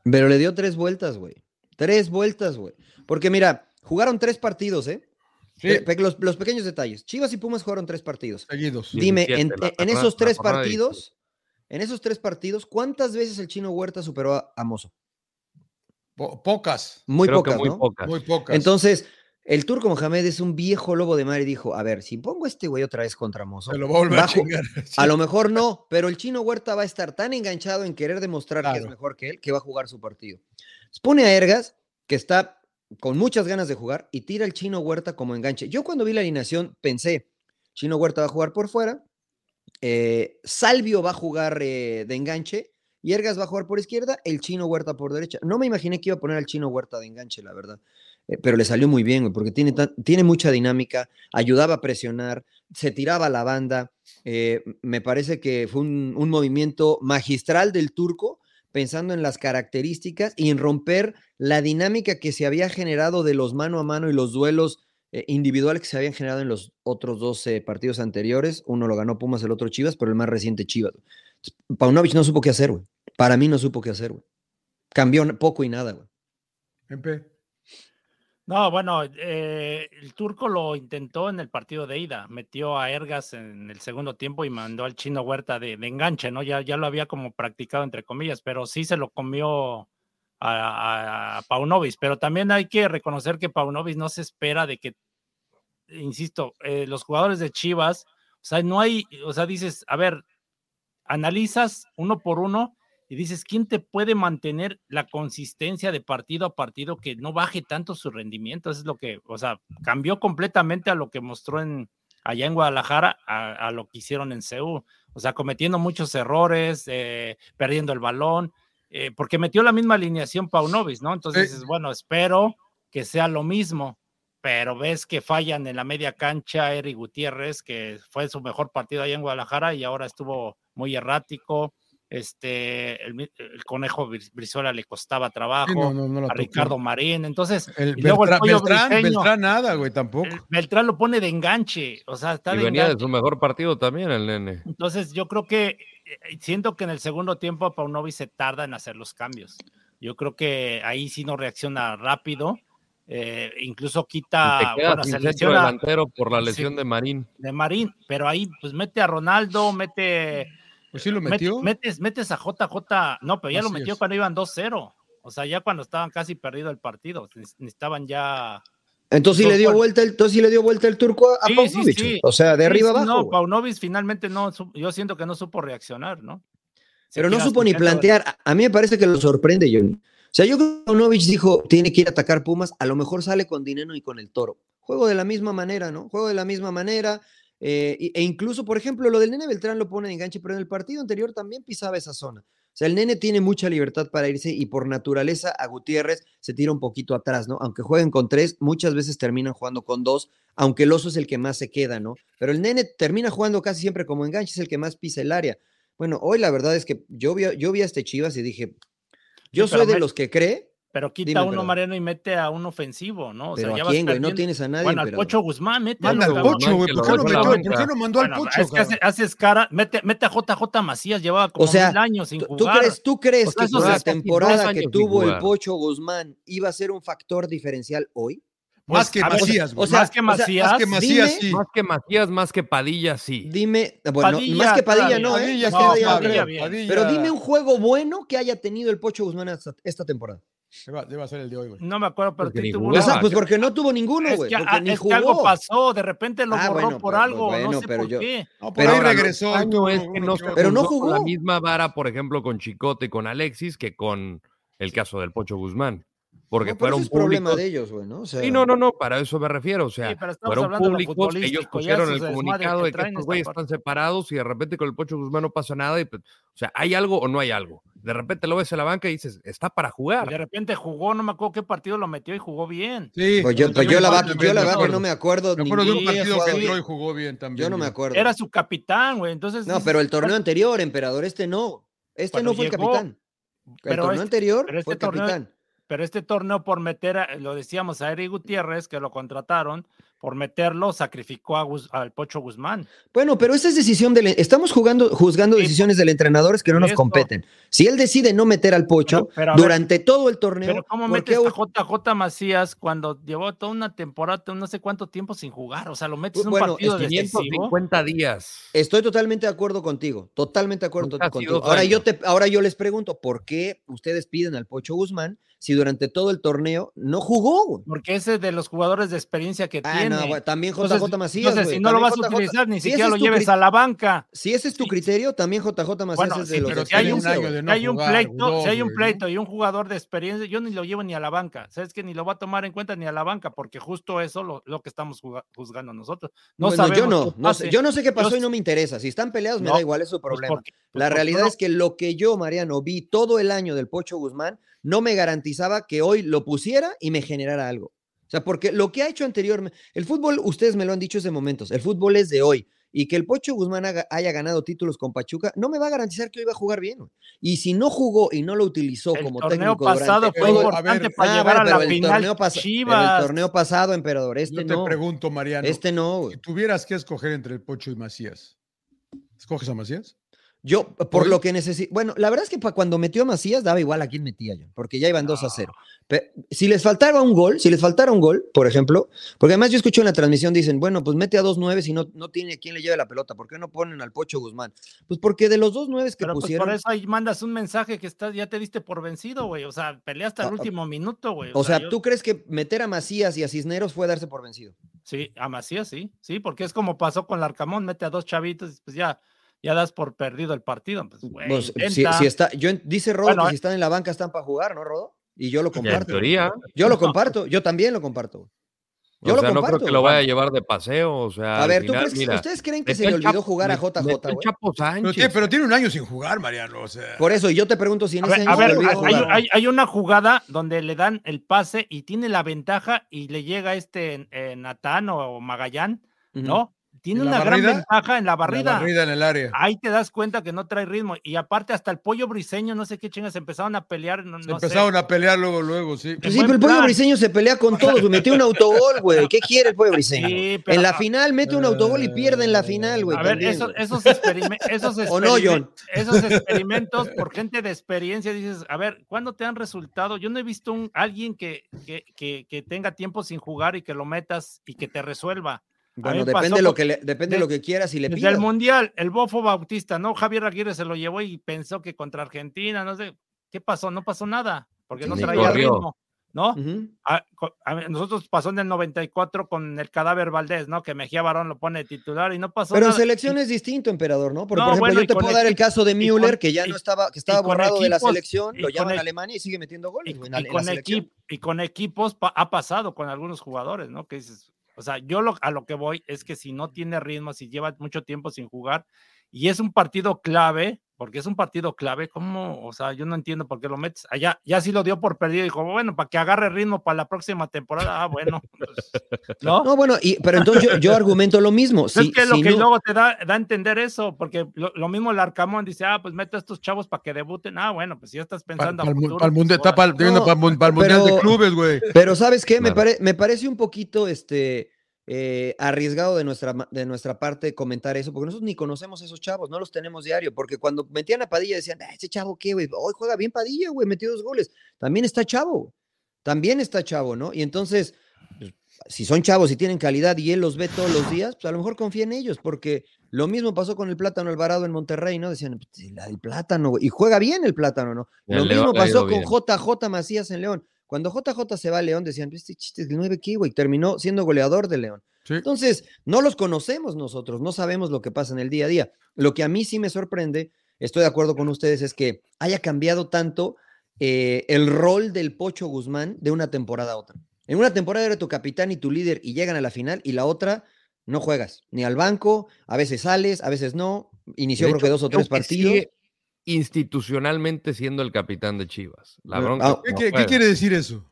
Speaker 5: Pero le dio tres vueltas, güey. Tres vueltas, güey. Porque mira, jugaron tres partidos, ¿eh? Pe- pe- Los, los pequeños detalles. Chivas y Pumas jugaron tres partidos.
Speaker 1: seguidos.
Speaker 3: Sí.
Speaker 5: Dime,
Speaker 3: 17,
Speaker 5: en,
Speaker 3: la
Speaker 5: en
Speaker 3: jornada-
Speaker 5: esos
Speaker 3: la
Speaker 5: tres
Speaker 3: jornada
Speaker 5: partidos, en esos tres partidos, ¿cuántas veces el chino Huerta superó a, a Mozo?
Speaker 1: Po- pocas,
Speaker 5: Muy
Speaker 3: Creo que
Speaker 5: pocas,
Speaker 3: muy
Speaker 5: ¿no?
Speaker 3: pocas.
Speaker 1: muy pocas.
Speaker 5: Entonces, el turco Mohamed es un viejo lobo de mar y dijo, a ver, si pongo a este güey otra vez contra Mozo,
Speaker 1: se lo va a volver a
Speaker 5: bajo-
Speaker 1: chingar. Sí.
Speaker 5: a lo mejor no, pero el chino Huerta va a estar tan enganchado en querer demostrar que es
Speaker 1: Claro.
Speaker 5: mejor que él, que va a jugar su partido. Pone a Ergas, que está con muchas ganas de jugar, y tira al chino Huerta como enganche. Yo cuando vi la alineación pensé, chino Huerta va a jugar por fuera, eh, Salvio va a jugar eh, de enganche, y Ergas va a jugar por izquierda, el chino Huerta por derecha. No me imaginé que iba a poner al chino Huerta de enganche, la verdad. Eh, pero le salió muy bien, güey, porque tiene, tan- tiene mucha dinámica, ayudaba a presionar, se tiraba a la banda. eh, m- me parece que fue un, un movimiento magistral del turco, pensando en las características y en romper la dinámica que se había generado de los mano a mano y los duelos eh, individuales que se habían generado en los otros dos eh, partidos anteriores. Uno lo ganó Pumas, el otro Chivas, pero el más reciente Chivas. Entonces, Paunovic no supo qué hacer, güey. Para mí no supo qué hacer, güey. Cambió n- poco y nada, güey.
Speaker 1: Empe.
Speaker 4: No, bueno, eh, el turco lo intentó en el partido de ida, metió a Ergas en el segundo tiempo y mandó al chino Huerta de, de enganche, ¿no? Ya, ya lo había como practicado entre comillas, pero sí se lo comió a, a- a Paunovic, pero también hay que reconocer que Paunovic no se espera de que, insisto, eh, los jugadores de Chivas, o sea, no hay, o sea, dices, a ver, analizas uno por uno y dices, ¿quién te puede mantener la consistencia de partido a partido que no baje tanto su rendimiento? Eso es lo que, o sea, cambió completamente a lo que mostró en allá en Guadalajara a, a lo que hicieron en Seúl. O sea, cometiendo muchos errores, eh, perdiendo el balón, eh, porque metió la misma alineación Paunovic, ¿no? Entonces
Speaker 1: Eh.
Speaker 4: dices, bueno, espero que sea lo mismo, pero ves que fallan en la media cancha Eric Gutiérrez, que fue su mejor partido allá en Guadalajara y ahora estuvo muy errático. Este, el, mi- el conejo Bri- Brizuela le costaba trabajo
Speaker 1: Sí, no, no, no la
Speaker 4: a
Speaker 1: toco.
Speaker 4: Ricardo Marín. Entonces,
Speaker 1: El
Speaker 4: y luego el
Speaker 1: Beltrán,
Speaker 4: pollo
Speaker 1: Beltrán,
Speaker 4: briseño.
Speaker 1: Beltrán nada, güey, tampoco.
Speaker 4: el- Beltrán lo pone de enganche, o sea, está
Speaker 3: Y
Speaker 4: de
Speaker 3: venía de
Speaker 4: enganche.
Speaker 3: su mejor partido también el nene.
Speaker 4: Entonces, yo creo que eh, siento que en el segundo tiempo Paunovic se tarda en hacer los cambios. Yo creo que ahí sí no reacciona rápido. eh, incluso quita,
Speaker 3: Y te quedas
Speaker 4: Ah, bueno,
Speaker 3: sin
Speaker 4: se
Speaker 3: centro
Speaker 4: lesiona
Speaker 3: delantero por la
Speaker 4: Sí.
Speaker 3: lesión de Marín.
Speaker 4: de Marín, pero ahí pues mete a Ronaldo, mete
Speaker 1: Pues sí lo
Speaker 4: Met-
Speaker 1: metió.
Speaker 4: Metes, metes a JJ, no, pero ya lo
Speaker 1: Así
Speaker 4: metió
Speaker 1: es.
Speaker 4: cuando iban 2-0. O sea, ya cuando estaban casi perdido el partido, ne- necesitaban ya.
Speaker 5: Entonces sí le dio
Speaker 4: Turco.
Speaker 5: vuelta el, entonces sí le dio vuelta el turco a, a
Speaker 4: Sí, sí,
Speaker 5: Paunovic,
Speaker 4: sí.
Speaker 5: O sea, de arriba
Speaker 4: Sí,
Speaker 5: abajo.
Speaker 4: No,
Speaker 5: güey.
Speaker 4: Paunovic finalmente no, su- yo siento que no supo reaccionar, ¿no? Se
Speaker 5: Pero no
Speaker 4: queda
Speaker 5: supo ni
Speaker 4: sin centro-
Speaker 5: plantear. A- A mí me parece que lo sorprende, Johnny. O sea, yo creo que Paunovic dijo, tiene que ir a atacar Pumas, a lo mejor sale con Dineno y con el Toro. Juego de la misma manera, ¿no? Juego de la misma manera. eh, y- e incluso, por ejemplo, lo del Nene Beltrán lo pone de enganche, pero en el partido anterior también pisaba esa zona. O sea, el Nene tiene mucha libertad para irse y por naturaleza a Gutiérrez se tira un poquito atrás, ¿no? Aunque jueguen con tres, muchas veces terminan jugando con dos, aunque el oso es el que más se queda, ¿no? Pero el Nene termina jugando casi siempre como enganche, es el que más pisa el área. Bueno, hoy la verdad es que yo vi, a- yo vi a este Chivas y dije, yo
Speaker 4: pero
Speaker 5: soy de
Speaker 4: me-
Speaker 5: los que cree,
Speaker 4: Pero quita
Speaker 5: Dime,
Speaker 4: uno
Speaker 5: perdón.
Speaker 4: Mariano y mete a un ofensivo, ¿no? O
Speaker 5: pero
Speaker 4: sea, ya
Speaker 5: ¿a
Speaker 4: vas
Speaker 5: quién, güey? No
Speaker 4: perdiendo.
Speaker 5: tienes a nadie.
Speaker 4: Bueno, al
Speaker 5: pero-
Speaker 4: Pocho Guzmán, mete
Speaker 1: Manda al
Speaker 3: Cabrón,
Speaker 1: Pocho, güey.
Speaker 3: que
Speaker 1: ¿Por
Speaker 3: lo
Speaker 1: qué no
Speaker 3: mete a la
Speaker 1: metió?
Speaker 3: banca.
Speaker 1: ¿Por qué no mandó al Pocho?
Speaker 4: es que hace-
Speaker 1: cabrón?
Speaker 4: haces cara, mete, mete a JJ Macías, llevaba como
Speaker 5: sea,
Speaker 4: mil años sin
Speaker 5: ¿Tú- ¿Tú
Speaker 4: jugar.
Speaker 5: crees, tú crees
Speaker 4: O sea,
Speaker 5: que
Speaker 4: esos
Speaker 5: con la
Speaker 4: dos-
Speaker 3: dos
Speaker 5: temporada
Speaker 3: años
Speaker 5: que
Speaker 3: sin
Speaker 5: tuvo el
Speaker 3: jugar.
Speaker 5: Pocho Guzmán iba a ser un factor diferencial hoy?
Speaker 1: Más que
Speaker 4: a ver,
Speaker 1: Macías, güey.
Speaker 5: o sea,
Speaker 4: más que Macías,
Speaker 1: Más que
Speaker 5: dime-
Speaker 1: Macías, sí.
Speaker 3: Más que Macías, más que Padilla, sí.
Speaker 5: Dime, ah, bueno, más que Padilla, no, ¿eh?
Speaker 1: Padilla,
Speaker 5: Más
Speaker 4: No,
Speaker 5: que
Speaker 1: sí,
Speaker 5: Padilla, no
Speaker 1: Padilla,
Speaker 5: creo.
Speaker 4: bien.
Speaker 1: Padilla.
Speaker 5: Pero dime un juego bueno que haya tenido el Pocho Guzmán hasta esta temporada.
Speaker 1: Debe- Debe ser el de hoy, güey.
Speaker 4: No me acuerdo, pero
Speaker 3: Porque
Speaker 4: sí
Speaker 3: ni
Speaker 4: tuvo
Speaker 5: O
Speaker 3: jugaba.
Speaker 4: una-
Speaker 5: sea, pues porque no tuvo ninguno,
Speaker 4: es
Speaker 5: güey.
Speaker 4: que,
Speaker 5: porque
Speaker 4: ah,
Speaker 5: ni
Speaker 4: es que algo
Speaker 5: jugó.
Speaker 4: pasó, de repente lo
Speaker 5: Ah,
Speaker 4: borró
Speaker 5: bueno,
Speaker 4: por
Speaker 5: pero-
Speaker 4: algo,
Speaker 5: bueno,
Speaker 4: no sé
Speaker 5: pero
Speaker 4: por
Speaker 5: yo-
Speaker 4: qué.
Speaker 1: No, por
Speaker 5: Pero
Speaker 1: ahí
Speaker 5: ahora, lo
Speaker 1: regresó.
Speaker 3: extraño
Speaker 1: tuvo
Speaker 3: es que
Speaker 1: uno
Speaker 3: no
Speaker 1: que
Speaker 3: se
Speaker 1: otro.
Speaker 5: Pero no
Speaker 3: juzgó con la
Speaker 5: jugó.
Speaker 3: misma vara, por ejemplo, con Chicote, con Alexis, que con el caso del Pocho Guzmán. Porque
Speaker 5: No, pero
Speaker 3: fueron
Speaker 5: ese es problema
Speaker 3: públicos.
Speaker 5: de ellos, eh. güey, ¿no? O sea,
Speaker 3: Sí, no, no, no, para eso me refiero. O sea,
Speaker 4: Sí, pero estamos
Speaker 3: fueron
Speaker 4: hablando de lo
Speaker 3: públicos, ellos
Speaker 4: futbolístico, ya eso
Speaker 3: pusieron el
Speaker 4: se desmadre
Speaker 3: comunicado
Speaker 4: que
Speaker 3: de que
Speaker 4: traen
Speaker 3: estos
Speaker 4: esta
Speaker 3: güeyes
Speaker 4: parte.
Speaker 3: están separados y de repente con el Pocho Guzmán no pasa nada. Y, pues, o sea, ¿hay algo o no hay algo? De repente lo ves en la banca y dices, está para
Speaker 4: Y de
Speaker 3: jugar.
Speaker 4: repente jugó, no me acuerdo qué partido lo metió y jugó bien.
Speaker 1: Sí.
Speaker 5: Pues yo, pues yo la verdad, yo la verdad que no me acuerdo.
Speaker 1: Me acuerdo de un
Speaker 5: ningún
Speaker 1: partido que
Speaker 5: jugador.
Speaker 1: entró y jugó bien también.
Speaker 5: Yo no me
Speaker 1: güey.
Speaker 5: acuerdo.
Speaker 4: Era su capitán, güey. Entonces,
Speaker 5: No,
Speaker 4: dices,
Speaker 5: pero el torneo anterior, emperador, este no. Este
Speaker 4: Cuando
Speaker 5: no fue el
Speaker 4: llegó,
Speaker 5: capitán. El
Speaker 4: pero
Speaker 5: torneo
Speaker 4: este-
Speaker 5: anterior
Speaker 4: pero este
Speaker 5: fue el
Speaker 4: torneo-
Speaker 5: capitán.
Speaker 4: pero este torneo por meter, a- lo decíamos a Eric Gutiérrez, que lo contrataron, por meterlo, sacrificó a Gus- al Pocho Guzmán.
Speaker 5: Bueno, pero esa es decisión del. Estamos jugando, juzgando
Speaker 4: Sí,
Speaker 5: decisiones del entrenador que no
Speaker 4: por
Speaker 5: nos
Speaker 4: eso.
Speaker 5: competen. Si él decide no meter al pocho
Speaker 4: Pero- pero a ver,
Speaker 5: durante todo el torneo,
Speaker 4: Pero ¿cómo
Speaker 5: ¿por qué
Speaker 4: metes a
Speaker 5: hoy-
Speaker 4: JJ Macías cuando llevó toda una temporada, no sé cuánto tiempo sin jugar? O sea, lo metes en un
Speaker 5: Bueno,
Speaker 4: partido
Speaker 5: es que
Speaker 4: decisivo.
Speaker 3: 550 días.
Speaker 5: Estoy totalmente de acuerdo contigo, totalmente de acuerdo
Speaker 3: Nunca ha
Speaker 5: contigo.
Speaker 3: sido
Speaker 5: Ahora
Speaker 3: daño.
Speaker 5: yo, te, ahora yo les pregunto, ¿por qué ustedes piden al Pocho Guzmán si durante todo el torneo no jugó? güey?
Speaker 4: Porque ese es de los jugadores de experiencia que
Speaker 5: Ah,
Speaker 4: tiene.
Speaker 5: no, güey, también JJ
Speaker 4: Entonces-
Speaker 5: Macías.
Speaker 4: entonces,
Speaker 5: güey,
Speaker 4: si no lo
Speaker 5: también
Speaker 4: vas a
Speaker 5: JJ.
Speaker 4: utilizar, ni
Speaker 5: Si ese
Speaker 4: siquiera
Speaker 5: es
Speaker 4: lo
Speaker 5: tu
Speaker 4: lleves
Speaker 5: cri-
Speaker 4: a la banca.
Speaker 5: Si ese es tu
Speaker 4: Sí.
Speaker 5: criterio, también JJ Macías
Speaker 4: Bueno,
Speaker 5: es de
Speaker 4: sí,
Speaker 5: los
Speaker 1: Pero
Speaker 5: de
Speaker 1: si hay un
Speaker 5: experiencia,
Speaker 1: año
Speaker 5: güey.
Speaker 1: de
Speaker 4: Si
Speaker 1: no
Speaker 4: hay un
Speaker 1: jugar,
Speaker 4: pleito,
Speaker 1: güey,
Speaker 4: si hay un
Speaker 1: dos, güey,
Speaker 4: pleito y un jugador de experiencia, yo ni lo llevo ni a la banca. Sabes que ni lo va a tomar en cuenta ni a la banca, porque justo eso lo, lo que estamos juga- juzgando nosotros. No
Speaker 5: Bueno,
Speaker 4: sabemos
Speaker 5: yo no,
Speaker 4: qué
Speaker 5: no
Speaker 4: pase.
Speaker 5: sé, yo no sé qué pasó
Speaker 4: Yo
Speaker 5: y no me interesa. Si están peleados, me
Speaker 4: No,
Speaker 5: da igual, es su
Speaker 4: Pues
Speaker 5: problema.
Speaker 4: porque- pues
Speaker 5: La
Speaker 4: porque
Speaker 5: realidad
Speaker 4: uno-
Speaker 5: es que lo que yo, Mariano, vi todo el año del Pocho Guzmán no me garantizaba que hoy lo pusiera y me generara algo. O sea, porque lo que ha hecho anteriormente, el fútbol, ustedes me lo han dicho hace momentos, el fútbol es de hoy. Y que el Pocho Guzmán haga- haya ganado títulos con Pachuca no me va a garantizar que hoy va a jugar bien. güey. Y si no jugó y no lo utilizó
Speaker 4: el
Speaker 5: como
Speaker 4: torneo
Speaker 5: técnico durante
Speaker 4: pasado fue
Speaker 1: todo-
Speaker 5: todo-
Speaker 1: a
Speaker 4: importante
Speaker 1: ver,
Speaker 4: para
Speaker 5: Ah,
Speaker 4: llegar
Speaker 5: bueno,
Speaker 4: a
Speaker 5: pero
Speaker 4: la
Speaker 5: el
Speaker 4: final
Speaker 5: torneo pas- pero
Speaker 4: Chivas.
Speaker 5: el torneo pasado, emperador, este
Speaker 1: Yo te
Speaker 5: no.
Speaker 1: pregunto, Mariano,
Speaker 5: Este no. güey.
Speaker 1: si tuvieras que escoger entre el Pocho y Macías, ¿escoges a Macías?
Speaker 5: Yo, eh, por lo que necesito. Bueno, la verdad es que pa- cuando metió a Macías daba igual a quién metía yo, porque ya iban 2 a 0. Pe- si les faltaba un gol, si les faltara un gol, por ejemplo, porque además yo escucho en la transmisión, dicen, bueno, pues mete a dos nueves y no, no tiene quien le lleve la pelota. ¿Por qué no ponen al Pocho Guzmán? Pues porque de los dos nueves que
Speaker 4: Pero pues
Speaker 5: pusieron.
Speaker 4: por eso ahí mandas un mensaje que estás, ya te diste por vencido, güey. O sea, peleaste
Speaker 5: Ah,
Speaker 4: al
Speaker 5: ah.
Speaker 4: último minuto, güey.
Speaker 5: o sea,
Speaker 4: yo-
Speaker 5: ¿tú crees que meter a Macías y a Cisneros fue darse por vencido?
Speaker 4: Sí, a Macías sí, sí, porque es como pasó con Larcamón, mete a dos chavitos y pues ya, ya das por perdido el partido. Pues, güey,
Speaker 5: Pues, si,
Speaker 4: intenta.
Speaker 5: si está, yo, en- dice Rodo
Speaker 4: Bueno,
Speaker 5: que
Speaker 4: eh.
Speaker 5: si están en la banca están para jugar, ¿no, Rodo? Y yo lo
Speaker 3: En
Speaker 5: comparto.
Speaker 3: teoría.
Speaker 5: Yo lo
Speaker 4: No.
Speaker 5: comparto, yo también lo comparto. Yo
Speaker 3: o
Speaker 5: lo
Speaker 3: sea, no creo
Speaker 5: comparto,
Speaker 3: que lo vaya a
Speaker 5: Juan.
Speaker 3: llevar de paseo. O sea,
Speaker 5: A
Speaker 3: al
Speaker 5: ver, ¿tú
Speaker 3: final,
Speaker 5: crees, que-
Speaker 3: mira,
Speaker 5: ¿ustedes creen que
Speaker 3: metió
Speaker 5: se le
Speaker 3: el
Speaker 5: olvidó
Speaker 3: Chapo-
Speaker 5: jugar a
Speaker 3: met-
Speaker 5: JJ,
Speaker 3: metió el
Speaker 5: güey?
Speaker 3: Chapo
Speaker 1: Pero
Speaker 3: Sánchez.
Speaker 1: tiene, pero tiene un año sin jugar, Mariano. O sea,
Speaker 5: Por eso, y yo te pregunto si en
Speaker 4: A
Speaker 5: ese
Speaker 4: ver,
Speaker 5: año
Speaker 4: a
Speaker 5: se le
Speaker 4: ver,
Speaker 5: olvidó
Speaker 4: hay,
Speaker 5: jugar.
Speaker 4: hay- hay una jugada donde le dan el pase y tiene la ventaja y le llega este eh, Natán o Magallán,
Speaker 5: Ujú.
Speaker 4: ¿no? Tiene
Speaker 1: ¿En la
Speaker 4: una gran
Speaker 1: barrida?
Speaker 4: ventaja en la barrida. Ah,
Speaker 1: La barrida en el área.
Speaker 4: Ahí te das cuenta que no trae ritmo. Y aparte, hasta el pollo briseño, no sé qué chingas, empezaron a pelear. No,
Speaker 1: Se
Speaker 4: no sé.
Speaker 1: empezaron a pelear luego, luego, sí.
Speaker 5: Pues
Speaker 4: en
Speaker 5: sí,
Speaker 4: buen
Speaker 5: pero el pollo
Speaker 4: plan.
Speaker 5: briseño se pelea con todos, güey. Metió un autogol, güey. ¿Qué quiere el pollo briseño?
Speaker 4: Sí, pero-
Speaker 5: en la final mete un autogol y pierde en la final, güey.
Speaker 4: A ver,
Speaker 5: también,
Speaker 4: eso-
Speaker 5: güey.
Speaker 4: esos, experime- esos,
Speaker 5: ¿O no,
Speaker 4: experime-
Speaker 5: John?
Speaker 4: esos experimentos por gente de experiencia, dices, a ver, ¿cuándo te han resultado? Yo no he visto un, alguien que, que, que- que tenga tiempo sin jugar y que lo metas y que te resuelva.
Speaker 5: Bueno,
Speaker 4: me pasó
Speaker 5: depende, lo
Speaker 4: con-
Speaker 5: que le- depende
Speaker 4: de-
Speaker 5: lo que quieras y le
Speaker 4: Desde el
Speaker 5: pidas.
Speaker 4: Mundial, el Bofo Bautista, ¿no? Javier Aguirre se lo llevó y pensó que contra Argentina, no sé, ¿qué pasó? No pasó nada, porque no
Speaker 5: Ni Mm.
Speaker 4: traía
Speaker 3: corrió.
Speaker 4: ritmo, ¿no?
Speaker 5: Ujú.
Speaker 4: a, co- a ver, nosotros pasó en el 94 con el cadáver Valdés, ¿no? Que Mejía Barón lo pone de titular y no pasó
Speaker 5: Pero en
Speaker 4: nada.
Speaker 5: selección es distinto, emperador, ¿no? Porque,
Speaker 4: No,
Speaker 5: por ejemplo,
Speaker 4: bueno,
Speaker 5: yo
Speaker 4: y
Speaker 5: te
Speaker 4: con
Speaker 5: puedo dar el
Speaker 4: equipo-
Speaker 5: caso de
Speaker 4: y con-
Speaker 5: Müller, que ya
Speaker 4: y-
Speaker 5: no estaba, que
Speaker 4: y
Speaker 5: estaba
Speaker 4: con
Speaker 5: borrado de la
Speaker 4: equipos-
Speaker 5: selección,
Speaker 4: y
Speaker 5: lo
Speaker 4: con
Speaker 5: llaman a
Speaker 4: e-
Speaker 5: Alemania y sigue metiendo
Speaker 4: Y,
Speaker 5: goles,
Speaker 4: y
Speaker 5: güey, en la- en la
Speaker 4: con
Speaker 5: selección.
Speaker 4: equip- y con equipos pa- ha pasado con algunos jugadores, ¿no? Que dices, o sea, yo lo, a lo que voy es que si no tiene ritmo, si lleva mucho tiempo sin jugar y es un partido clave, porque es un partido clave, ¿cómo? O sea, yo no entiendo por qué lo metes. Allá ya sí lo dio por perdido y dijo, bueno, para que agarre ritmo para la próxima temporada, ah, bueno, pues, ¿no? Pues
Speaker 5: No, bueno, y, pero entonces yo, yo argumento lo mismo. Si,
Speaker 4: es que lo
Speaker 5: si
Speaker 4: que
Speaker 5: no-
Speaker 4: luego te da, da a entender eso, porque lo, lo mismo el Arcamón dice, ah, pues mete a estos chavos para que debuten. Ah, bueno, pues si ya estás
Speaker 1: Para
Speaker 4: pensando a
Speaker 1: el
Speaker 4: futuro,
Speaker 1: Mundial
Speaker 4: pues, órale.
Speaker 1: está pal- teniendo
Speaker 5: No,
Speaker 1: pa'l mun- pa'l Mundial
Speaker 5: pero-
Speaker 1: de Clubes, güey.
Speaker 5: Pero ¿sabes qué? Me,
Speaker 3: Claro.
Speaker 5: pare- me parece un poquito este, eh, arriesgado de nuestra, ma- de nuestra parte comentar eso, porque nosotros ni conocemos a esos chavos, no los tenemos diario, porque cuando metían a Padilla decían, "Ah, ese chavo qué, güey, hoy juega bien Padilla, güey, metió dos goles. También está chavo, también está chavo, ¿no? Y entonces, pues, si son chavos y tienen calidad y él los ve todos los días, pues a lo mejor confía en ellos, porque lo mismo pasó con el plátano Alvarado en Monterrey, ¿no? Decían, "Pues, la- el plátano, güey, y juega bien el plátano, ¿no?
Speaker 3: Y el
Speaker 5: Lo
Speaker 3: León
Speaker 5: mismo
Speaker 3: le ha ido
Speaker 5: pasó con
Speaker 3: bien.
Speaker 5: JJ Macías en León. Cuando JJ se va a León, decían, este chiste es el 9 aquí, güey, terminó siendo goleador de León.
Speaker 1: Sí.
Speaker 5: Entonces, no los conocemos nosotros, no sabemos lo que pasa en el día a día. Lo que a mí sí me sorprende, estoy de acuerdo con ustedes, es que haya cambiado tanto eh, el rol del Pocho Guzmán de una temporada a otra. En una temporada era tu capitán y tu líder y llegan a la final y la otra no juegas, ni al banco, a veces sales, a veces no. Inició
Speaker 3: De
Speaker 5: creo que
Speaker 3: hecho,
Speaker 5: dos o
Speaker 3: creo
Speaker 5: tres
Speaker 3: que
Speaker 5: partidos.
Speaker 3: sigue institucionalmente siendo el capitán de Chivas. La
Speaker 5: Bueno,
Speaker 3: bronca
Speaker 5: ah,
Speaker 1: ¿Qué,
Speaker 3: es que no
Speaker 1: qué- qué
Speaker 3: juega.
Speaker 1: quiere decir eso?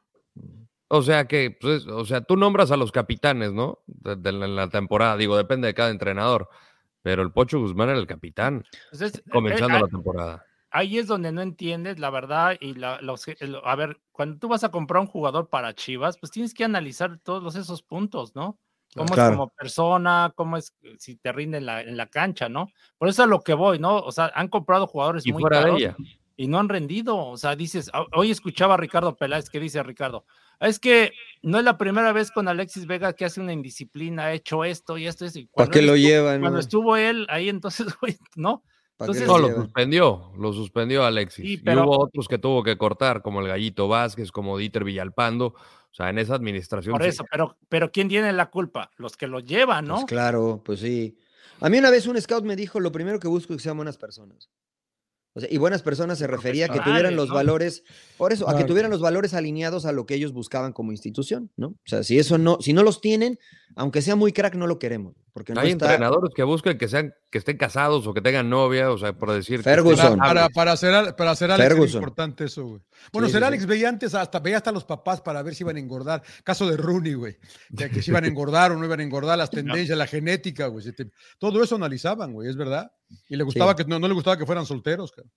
Speaker 3: O sea que, pues, o sea, tú nombras a los capitanes, ¿no? De, de la, la temporada, digo, depende de cada entrenador. Pero el Pocho Guzmán era el capitán,
Speaker 4: Pues es-
Speaker 3: comenzando
Speaker 4: eh,
Speaker 3: la temporada.
Speaker 4: ahí es donde no entiendes la verdad y la, los- el- a ver, cuando tú vas a comprar un jugador para Chivas, pues tienes que analizar todos los- esos puntos, ¿no? Cómo
Speaker 5: Claro.
Speaker 4: es como persona, cómo es eh, si te rinde en la, en la cancha, ¿no? Por eso es lo que voy, ¿no? O sea, han comprado jugadores
Speaker 3: Y
Speaker 4: muy
Speaker 3: fuera de
Speaker 4: caros
Speaker 3: ella.
Speaker 4: y no han rendido. O sea, dices, ah, hoy escuchaba a Ricardo Peláez que dice Ricardo, es que no es la primera vez con Alexis Vega que hace una indisciplina, ha hecho esto y esto, y esto. Y
Speaker 5: ¿Para
Speaker 4: cuando
Speaker 5: qué
Speaker 4: él
Speaker 5: lo
Speaker 4: estuvo-
Speaker 5: llevan?
Speaker 4: Cuando
Speaker 5: güey?
Speaker 4: estuvo él ahí, entonces, güey, ¿no?
Speaker 5: ¿Pa' qué
Speaker 4: entonces-
Speaker 5: lo
Speaker 3: No, lo
Speaker 5: llevan?
Speaker 3: suspendió, lo suspendió Alexis.
Speaker 4: Sí,
Speaker 3: Y
Speaker 4: pero-
Speaker 3: hubo otros que tuvo que cortar, como el Gallito Vázquez, como Dieter Villalpando. O sea, en esa administración.
Speaker 4: Por
Speaker 3: sí.
Speaker 4: eso, pero, pero ¿quién tiene la culpa? Los que lo llevan, ¿no?
Speaker 5: Pues claro, pues sí. A mí una vez un scout me dijo, lo primero que busco es que sean buenas personas. O sea, y buenas personas se refería a que tuvieran
Speaker 4: profesionales,
Speaker 5: los
Speaker 4: pues, ¿no?
Speaker 5: valores, por eso, a que
Speaker 1: Claro.
Speaker 5: tuvieran los valores alineados a lo que ellos buscaban como institución, ¿no? O sea, si eso no, si no los tienen, aunque sea muy crack, no lo queremos. Porque no
Speaker 3: Hay
Speaker 5: está-
Speaker 3: entrenadores que buscan que sean, que estén casados o que tengan novia, o sea, por decir. que
Speaker 5: Ferguson.
Speaker 3: estén
Speaker 1: Para, para,
Speaker 3: estables.
Speaker 1: para ser, Al- para ser Alex es
Speaker 5: Ferguson.
Speaker 1: importante eso, güey. Bueno,
Speaker 5: Sí,
Speaker 1: ser
Speaker 5: sí,
Speaker 1: Alex veía antes, hasta veía hasta los papás para ver si iban a engordar. Caso de Rooney, güey. Que, que si iban a engordar o no iban a engordar, las tendencias, la genética, güey. Se te- Todo eso analizaban, güey, es verdad. Y le gustaba que no, no le gustaba que fueran solteros, cabrón.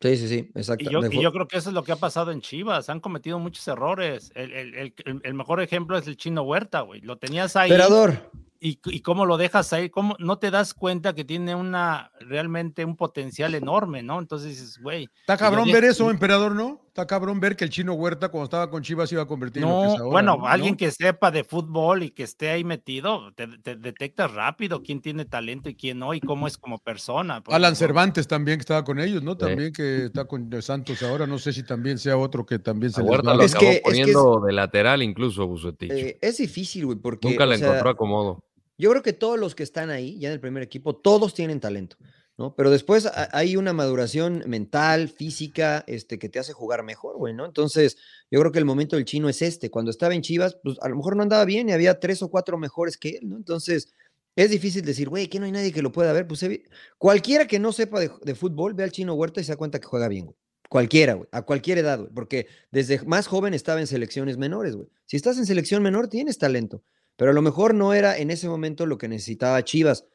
Speaker 5: Sí, sí, sí, exacto.
Speaker 4: Y yo,
Speaker 5: de
Speaker 4: y
Speaker 5: ju-
Speaker 4: yo creo que eso es lo que ha pasado en Chivas. Han cometido muchos errores. El, el- el- el- el mejor ejemplo es el chino Huerta, güey. Lo tenías ahí.
Speaker 5: Emperador,
Speaker 4: y, y cómo lo dejas ahí, cómo no te das cuenta que tiene una realmente un potencial enorme, ¿no? Entonces dices, güey,
Speaker 1: Está cabrón
Speaker 4: Yo-
Speaker 1: ver eso, emperador, ¿no? Está cabrón ver que el chino Huerta, cuando estaba con Chivas, iba a convertir en lo que
Speaker 4: no,
Speaker 1: es ahora,
Speaker 4: bueno,
Speaker 1: ¿no?
Speaker 4: alguien que sepa de fútbol y que esté ahí metido, te, te detectas rápido quién tiene talento y quién no y cómo es como persona. porque,
Speaker 1: Alan
Speaker 4: pues,
Speaker 1: Cervantes también, que estaba con ellos, ¿no? También que está con Santos ahora. No sé si también sea otro que también se
Speaker 3: A
Speaker 1: les
Speaker 3: Huerta
Speaker 1: va.
Speaker 3: lo
Speaker 5: Es
Speaker 3: acabó
Speaker 5: que- es que
Speaker 3: poniendo de lateral incluso Bucetich.
Speaker 5: Eh, es difícil, güey, porque
Speaker 3: Nunca
Speaker 5: o
Speaker 3: le
Speaker 5: sea,
Speaker 3: encontró acomodo.
Speaker 5: yo creo que todos los que están ahí, ya en el primer equipo, todos tienen talento, ¿no? Pero después ha- hay una maduración mental, física, este, que te hace jugar mejor, güey, ¿no? Entonces, yo creo que el momento del chino es este. Cuando estaba en Chivas, pues a lo mejor no andaba bien y había tres o cuatro mejores que él, ¿no? Entonces, es difícil decir, güey, que no hay nadie que lo pueda ver. Pues evi- cualquiera que no sepa de, de fútbol, ve al chino Huerta y se da cuenta que juega bien, güey. Cualquiera, güey, a cualquier edad, güey, porque desde más joven estaba en selecciones menores, güey. Si estás en selección menor, tienes talento pero a lo mejor no era en ese momento lo que necesitaba Chivas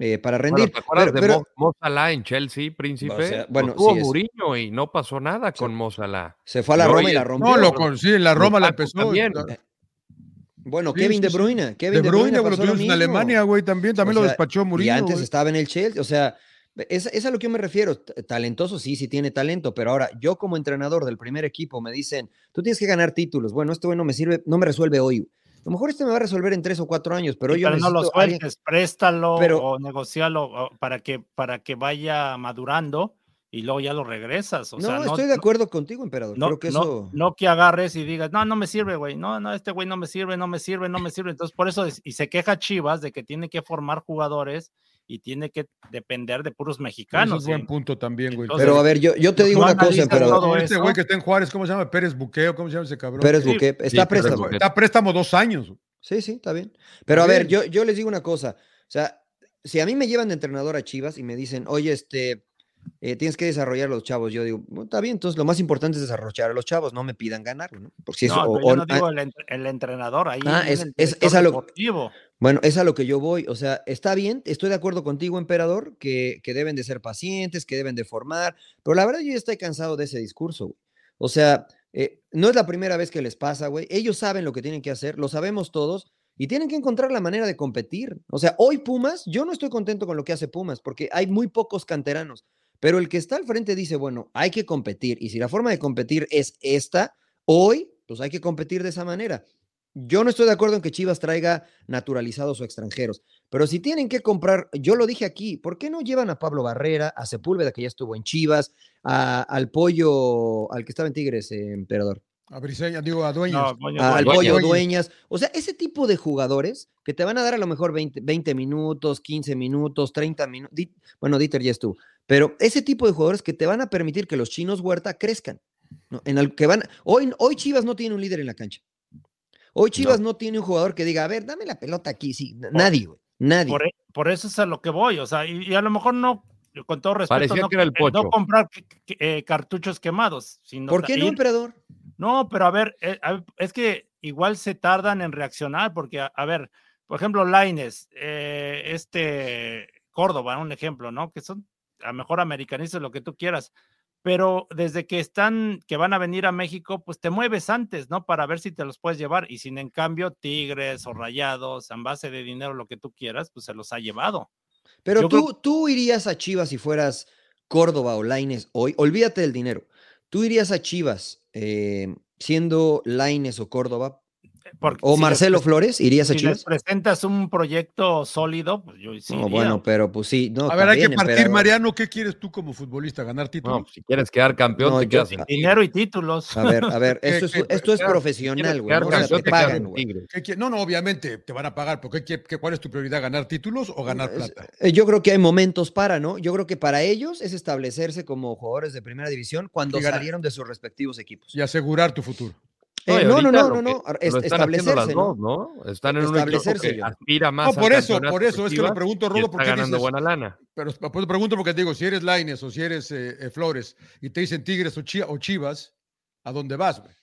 Speaker 5: eh, para
Speaker 3: Bueno,
Speaker 5: rendir.
Speaker 3: ¿Te acuerdas
Speaker 5: pero,
Speaker 3: de
Speaker 5: pero-
Speaker 3: Mo, Mo Salah en Chelsea, príncipe?
Speaker 5: sea,
Speaker 3: Lo
Speaker 5: bueno,
Speaker 3: tuvo
Speaker 5: sí es-
Speaker 3: Mourinho y no pasó nada
Speaker 5: Sí.
Speaker 3: con Mo Salah.
Speaker 5: se fue a la
Speaker 3: Yo
Speaker 5: Roma y
Speaker 3: y
Speaker 5: la
Speaker 3: el-
Speaker 5: rompió.
Speaker 1: No, lo con, sí, en la Roma la
Speaker 3: Lukaku
Speaker 1: empezó.
Speaker 3: también.
Speaker 1: la-
Speaker 5: Bueno,
Speaker 1: sí,
Speaker 5: Kevin
Speaker 1: sí,
Speaker 5: De
Speaker 1: sí.
Speaker 5: Bruyne, Kevin
Speaker 1: de Bruyne, güey, lo
Speaker 5: pasó lo
Speaker 1: tuvimos en
Speaker 5: mismo.
Speaker 1: Alemania, güey, también. También
Speaker 5: O
Speaker 1: lo
Speaker 5: sea,
Speaker 1: despachó Murillo.
Speaker 5: y antes estaba en el Chelsea, o sea, es, es a lo que yo me refiero. t- Talentoso sí, sí tiene talento, pero ahora yo como entrenador del primer equipo me dicen, tú tienes que ganar títulos. Bueno, este güey no me sirve, no me resuelve hoy. A lo mejor este me va a resolver en tres o cuatro años, pero
Speaker 4: Sí,
Speaker 5: yo
Speaker 4: pero no lo
Speaker 5: necesito a alguien-
Speaker 4: sueltes, préstalo
Speaker 5: Pero-
Speaker 4: o negocialo o- para que, para que vaya madurando y luego ya lo regresas. O
Speaker 5: no,
Speaker 4: sea, no,
Speaker 5: estoy de acuerdo contigo, emperador.
Speaker 4: no,
Speaker 5: Creo que
Speaker 4: no-
Speaker 5: eso.
Speaker 4: no que agarres y digas, no, no me sirve, güey, no, no, este güey no me sirve, no me sirve, no me sirve. Entonces, por eso, es- y se queja Chivas de que tiene que formar jugadores y tiene que depender de puros
Speaker 1: Ese
Speaker 4: mexicanos.
Speaker 1: es
Speaker 4: y-
Speaker 1: buen punto también, güey.
Speaker 4: Entonces,
Speaker 5: pero a ver, yo, yo te
Speaker 4: no
Speaker 5: digo una cosa,
Speaker 4: analizas
Speaker 5: emperador.
Speaker 4: todo
Speaker 1: este
Speaker 4: eso-
Speaker 1: güey que está en Juárez, ¿cómo se llama? Pérez Buqueo, ¿cómo se llama ese cabrón?
Speaker 5: Pérez
Speaker 4: Sí,
Speaker 5: Buquet está
Speaker 3: sí,
Speaker 5: a
Speaker 3: Pérez
Speaker 5: préstamo.
Speaker 3: Buquet.
Speaker 1: Está a préstamo dos años.
Speaker 5: Sí, sí, está bien. Pero a ver,
Speaker 1: bien.
Speaker 5: yo, yo les digo una cosa. O sea, si a mí me llevan de entrenador a Chivas y me dicen, oye, este, eh, tienes que desarrollar a los chavos, yo digo, "Bueno, está bien, entonces lo más importante es desarrollar a los chavos, no me pidan ganarlo, ¿no? Porque si eso,
Speaker 4: No,
Speaker 5: o-
Speaker 4: pero yo
Speaker 5: o-
Speaker 4: no
Speaker 5: ah,
Speaker 4: digo el, entre- el entrenador, ahí
Speaker 5: Ah,
Speaker 4: viene
Speaker 5: es-
Speaker 4: el
Speaker 5: es-
Speaker 4: director
Speaker 5: es a lo-
Speaker 4: deportivo.
Speaker 5: Bueno, es a lo que yo voy. O sea, está bien, estoy de acuerdo contigo, emperador, que, que deben de ser pacientes, que deben de formar, pero la verdad yo ya estoy cansado de ese discurso, güey. O sea, eh, no es la primera vez que les pasa, güey. Ellos saben lo que tienen que hacer, lo sabemos todos, y tienen que encontrar la manera de competir. O sea, hoy Pumas, yo no estoy contento con lo que hace Pumas, porque hay muy pocos canteranos, pero el que está al frente dice, bueno, hay que competir, y si la forma de competir es esta, hoy, pues hay que competir de esa manera. Yo no estoy de acuerdo en que Chivas traiga naturalizados o extranjeros, pero si tienen que comprar, yo lo dije aquí, ¿por qué no llevan a Pablo Barrera, a Sepúlveda, que ya estuvo en Chivas, a- al pollo, al que estaba en Tigres, eh, emperador,
Speaker 1: A Briseña, digo, a
Speaker 4: No,
Speaker 1: Dueñas.
Speaker 4: coño,
Speaker 5: Ah, al
Speaker 4: güey,
Speaker 5: pollo
Speaker 1: Dueñas.
Speaker 5: dueñas? O sea, ese tipo de jugadores que te van a dar a lo mejor 20, 20 minutos, 15 minutos, 30 minutos, bueno, Dieter ya estuvo, pero ese tipo de jugadores que te van a permitir que los chinos huerta crezcan. ¿no? En el que van, hoy, hoy Chivas no tiene un líder en la cancha. Hoy Chivas no. tiene un jugador que diga, a ver, dame la pelota aquí, sí, n- nadie, güey, nadie.
Speaker 4: Por, e- por eso es a lo que voy, o sea, y, y a lo mejor no, con todo respeto,
Speaker 3: Parecía
Speaker 4: no,
Speaker 3: que era el
Speaker 4: eh, no
Speaker 3: Pocho.
Speaker 4: comprar que- que- eh, cartuchos quemados. Sino
Speaker 5: ¿Por
Speaker 4: ta-
Speaker 5: qué no,
Speaker 4: ir-
Speaker 5: emperador?
Speaker 4: No, pero a ver, eh, a ver, es que igual se tardan en reaccionar, porque, a, a ver, por ejemplo, Laines, este Córdoba, un ejemplo, ¿no? Que son a lo mejor americanistas, lo que tú quieras, pero desde que están, que van a venir a México, pues te mueves antes, ¿no? Para ver si te los puedes llevar, y sin en cambio, Tigres o Rayados, en base de dinero, lo que tú quieras, pues se los ha llevado.
Speaker 5: Pero
Speaker 4: Yo creo-
Speaker 5: tú, tú irías a Chivas si fueras Córdoba o Laines hoy. Olvídate del dinero. Tú irías a Chivas eh, siendo Laines o Córdoba
Speaker 4: Porque
Speaker 5: o
Speaker 4: si les
Speaker 5: Marcelo
Speaker 4: pres-
Speaker 5: Flores, irías a
Speaker 4: Si les
Speaker 5: Chivas.
Speaker 4: presentas un proyecto sólido, pues yo sí.
Speaker 5: No,
Speaker 4: iría,
Speaker 5: bueno, pero pues sí. No,
Speaker 1: A ver, hay que
Speaker 5: también,
Speaker 1: partir,
Speaker 5: emperador.
Speaker 1: Mariano. ¿Qué quieres tú como futbolista? ¿Ganar
Speaker 3: No, pues,
Speaker 1: títulos?
Speaker 3: si quieres quedar campeón,
Speaker 5: No,
Speaker 3: te
Speaker 5: yo-
Speaker 3: quedas sin
Speaker 5: a-
Speaker 3: Tigres.
Speaker 4: Dinero y títulos.
Speaker 5: A ver, a ver,
Speaker 1: ¿Qué-
Speaker 5: esto es,
Speaker 1: qué-
Speaker 5: esto es
Speaker 3: quedar-
Speaker 5: profesional,
Speaker 3: Quieres
Speaker 5: güeda
Speaker 3: quedar
Speaker 5: ¿no? O sea,
Speaker 3: campeón,
Speaker 5: te
Speaker 3: te quedas
Speaker 5: pagan,
Speaker 3: sin
Speaker 5: güey.
Speaker 3: Tigres.
Speaker 1: ¿Qué quie- No, no, obviamente te van a pagar, pero ¿qué- qué- qué- ¿cuál es tu prioridad? ¿Ganar títulos o ganar
Speaker 5: Es-
Speaker 1: plata?
Speaker 5: eh, Yo creo que hay momentos para, ¿no? Yo creo que para ellos es establecerse como jugadores de primera división cuando
Speaker 1: Y ganar.
Speaker 5: salieron de sus respectivos equipos.
Speaker 1: Y asegurar tu futuro.
Speaker 5: Eh,
Speaker 3: y
Speaker 5: no, no,
Speaker 3: ahorita
Speaker 5: no,
Speaker 3: lo
Speaker 5: no, no,
Speaker 3: que-
Speaker 5: ar-
Speaker 3: lo
Speaker 5: est-
Speaker 3: están haciendo las
Speaker 5: establecerse, ¿no?
Speaker 3: dos, ¿no? Están en un equipo
Speaker 5: Establecerse,
Speaker 3: que
Speaker 5: yo.
Speaker 3: aspira más
Speaker 1: No, por
Speaker 3: al
Speaker 1: eso,
Speaker 3: campeonato
Speaker 1: por eso, es que
Speaker 3: Chivas
Speaker 1: lo pregunto,
Speaker 3: y
Speaker 1: Rodo,
Speaker 3: está
Speaker 1: porque
Speaker 3: ganando
Speaker 1: dices-
Speaker 3: buena lana.
Speaker 1: Pero pues, te pregunto porque te digo, si eres Laines o si eres eh, eh, Flores y te dicen Tigres o, Chi- o Chivas, ¿a dónde vas? güey?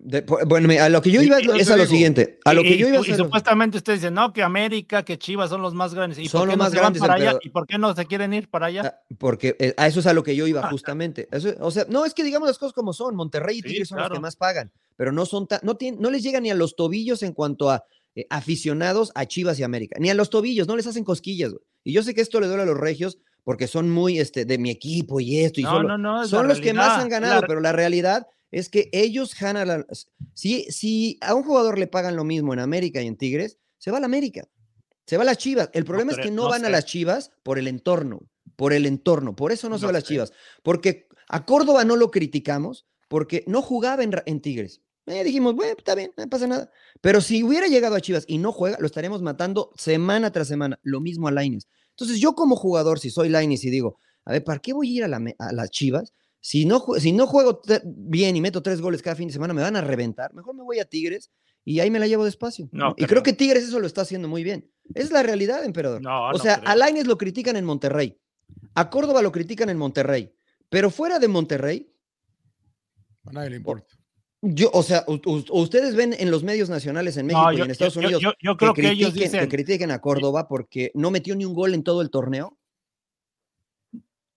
Speaker 5: De- po- bueno, me- a lo que yo
Speaker 4: Y-
Speaker 5: iba
Speaker 4: y
Speaker 5: es lo-
Speaker 1: yo
Speaker 5: es
Speaker 1: te
Speaker 5: a lo
Speaker 1: digo,
Speaker 5: siguiente. A lo
Speaker 4: Y-
Speaker 5: que yo
Speaker 4: y,
Speaker 5: iba
Speaker 4: eh, y
Speaker 5: es a lo-
Speaker 4: supuestamente ustedes dicen, no, que América, que Chivas son los más grandes. ¿Y
Speaker 5: Son
Speaker 4: por
Speaker 5: los
Speaker 4: qué no
Speaker 5: más
Speaker 4: se van
Speaker 5: grandes,
Speaker 4: para allá?
Speaker 5: emperador.
Speaker 4: ¿Y por qué no se quieren ir para allá?
Speaker 5: ah, porque eh, a eso es a lo que yo iba
Speaker 4: Ah,
Speaker 5: justamente. Eso- o sea, no es que digamos las cosas como son. Monterrey y
Speaker 4: Sí,
Speaker 5: Tigres son los
Speaker 4: claro.
Speaker 5: que más pagan, pero no son tan- no tienen, no les llega ni a los tobillos en cuanto a eh, aficionados a Chivas y América, ni a los tobillos, no les hacen cosquillas. güey. Y yo sé que esto le duele a los regios porque son muy este, de mi equipo y esto y
Speaker 4: No,
Speaker 5: solo-
Speaker 4: no, no, es la
Speaker 5: son los que más
Speaker 4: realidad,
Speaker 5: han
Speaker 4: la
Speaker 5: ganado,
Speaker 4: re-
Speaker 5: pero la realidad es que ellos ganan. la- si, si a un jugador le pagan lo mismo en América y en Tigres, se va a la América, se va a las Chivas. El problema es
Speaker 4: creo-
Speaker 5: que no,
Speaker 4: no
Speaker 5: van a
Speaker 4: sé.
Speaker 5: las Chivas por el entorno, por el entorno, por eso no, se
Speaker 4: No
Speaker 5: va a las
Speaker 4: sé.
Speaker 5: Chivas, porque a Córdoba no lo criticamos porque no jugaba en, Ra- en Tigres. Eh, dijimos, bueno, está bien, no pasa nada. Pero si hubiera llegado a Chivas y no juega, lo estaremos matando semana tras semana. Lo mismo a Laines. Entonces, yo como jugador, si soy Laines y digo, a ver, ¿para qué voy a ir a, la me- a las Chivas? Si no, jue- si no juego te- bien y meto tres goles cada fin de semana, me van a reventar. Mejor me voy a Tigres y ahí me la llevo despacio.
Speaker 4: No
Speaker 5: ¿no? y
Speaker 4: creo.
Speaker 5: creo que Tigres eso lo está haciendo muy bien. Es la realidad, emperador.
Speaker 4: No,
Speaker 5: o
Speaker 4: no
Speaker 5: sea,
Speaker 4: creo.
Speaker 5: a Lainez lo critican en Monterrey. A Córdoba lo critican en Monterrey. Pero fuera de Monterrey,
Speaker 1: A nadie le importa.
Speaker 5: yo, o sea, u- u- ustedes ven en los medios nacionales en México
Speaker 4: No,
Speaker 5: y
Speaker 4: yo-
Speaker 5: en Estados
Speaker 4: yo- yo-
Speaker 5: Unidos
Speaker 4: yo- yo
Speaker 5: que
Speaker 4: creo que ellos
Speaker 5: critiquen, que
Speaker 4: dicen,
Speaker 5: critiquen a Córdoba porque no metió ni un gol en todo el torneo.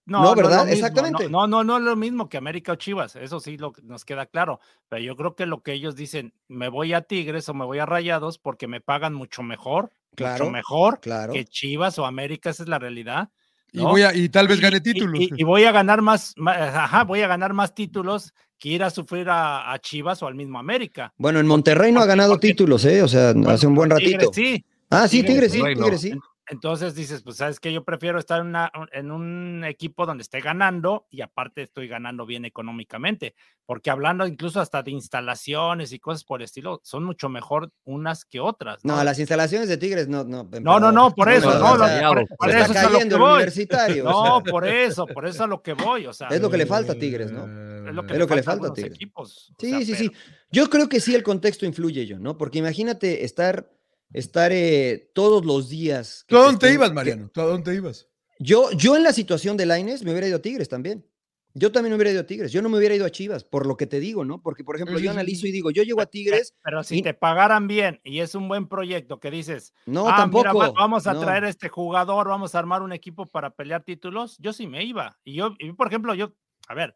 Speaker 4: No,
Speaker 5: No,
Speaker 4: es lo
Speaker 5: ¿verdad?
Speaker 4: mismo,
Speaker 5: Exactamente.
Speaker 4: No, no, no es lo mismo que América o Chivas, eso sí lo, que nos queda claro, pero yo creo que lo que ellos dicen, me voy a Tigres o me voy a Rayados porque me pagan mucho mejor,
Speaker 5: Claro,
Speaker 4: mucho mejor
Speaker 5: Claro.
Speaker 4: que Chivas o América, esa es la realidad.
Speaker 1: Y,
Speaker 4: No.
Speaker 1: voy a- y tal vez
Speaker 4: Y-
Speaker 1: gane
Speaker 4: y-
Speaker 1: títulos. eh.
Speaker 4: Y, y voy a ganar más, ma- ajá, voy a ganar más títulos que ir a sufrir a, a Chivas o al mismo América.
Speaker 5: Bueno, en Monterrey no ha
Speaker 4: porque-
Speaker 5: ganado
Speaker 4: porque-
Speaker 5: títulos, ¿eh? O sea,
Speaker 4: Bueno,
Speaker 5: hace un buen ratito.
Speaker 4: Tigres sí.
Speaker 5: ah, sí, Tigres,
Speaker 4: Tigres,
Speaker 5: sí,
Speaker 3: Monterrey no.
Speaker 5: Tigres, sí.
Speaker 4: Entonces dices, pues sabes que yo prefiero estar en, una- en un equipo donde esté ganando y aparte estoy ganando bien económicamente, porque hablando incluso hasta de instalaciones y cosas por el estilo, son mucho mejor unas que otras.
Speaker 5: No, las instalaciones de Tigres no, no.
Speaker 4: No, no,
Speaker 5: emperador.
Speaker 4: no, por eso,
Speaker 3: no,
Speaker 4: no,
Speaker 5: o
Speaker 4: lo-
Speaker 5: sea,
Speaker 3: no,
Speaker 4: por, por
Speaker 5: se
Speaker 4: eso
Speaker 5: está
Speaker 4: es a lo que
Speaker 5: cayendo el
Speaker 4: voy.
Speaker 5: universitario. o
Speaker 4: No,
Speaker 5: sea,
Speaker 4: por eso, por eso a lo que voy, o sea,
Speaker 5: Es lo que le
Speaker 1: Eh,
Speaker 5: falta a Tigres, ¿no?
Speaker 4: es
Speaker 1: Mm.
Speaker 4: lo que,
Speaker 5: es lo que
Speaker 4: le
Speaker 5: le falta,
Speaker 4: falta a algunos
Speaker 5: Tigres.
Speaker 4: equipos. o
Speaker 5: Sí,
Speaker 4: sea,
Speaker 5: sí,
Speaker 4: pero-
Speaker 5: sí. Yo creo que sí el contexto influye, yo, ¿no? Porque imagínate estar, estar eh, todos los días. que
Speaker 1: ¿Tú a dónde
Speaker 4: Este,
Speaker 1: te
Speaker 5: estén-
Speaker 1: ibas,
Speaker 5: que-
Speaker 1: Mariano? ¿Tú a dónde te ibas?
Speaker 5: Yo, yo en la situación de Laines me hubiera ido a Tigres también. Yo también me hubiera ido a Tigres. Yo no me hubiera ido a Chivas, por lo que te digo, ¿no? Porque, por ejemplo,
Speaker 1: Sí,
Speaker 5: yo
Speaker 1: sí, sí,
Speaker 5: analizo y digo, yo llego a Tigres.
Speaker 4: Pero si
Speaker 5: Y-
Speaker 4: te pagaran bien y es un buen proyecto que dices,
Speaker 5: No,
Speaker 4: ah, mira,
Speaker 5: tampoco.
Speaker 4: va- vamos a
Speaker 5: no.
Speaker 4: traer a este jugador, vamos a armar un equipo para pelear títulos, yo sí me iba. Y yo, y por ejemplo, yo, a ver,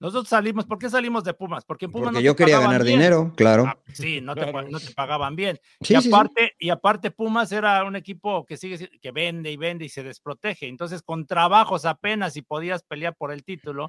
Speaker 4: nosotros salimos, ¿por qué salimos de Pumas? Porque en Pumas
Speaker 5: Porque
Speaker 4: no
Speaker 5: yo
Speaker 4: Pues te
Speaker 5: quería
Speaker 4: pagaban
Speaker 5: ganar
Speaker 4: bien.
Speaker 5: dinero, claro.
Speaker 4: Ah, sí, no te, pa-
Speaker 1: Claro.
Speaker 4: no te pagaban bien.
Speaker 5: Sí,
Speaker 4: y,
Speaker 5: sí, sí.
Speaker 4: aparte, y aparte Pumas era un equipo que sigue si- que vende y vende y se desprotege. Entonces, con trabajos apenas y podías pelear por el título.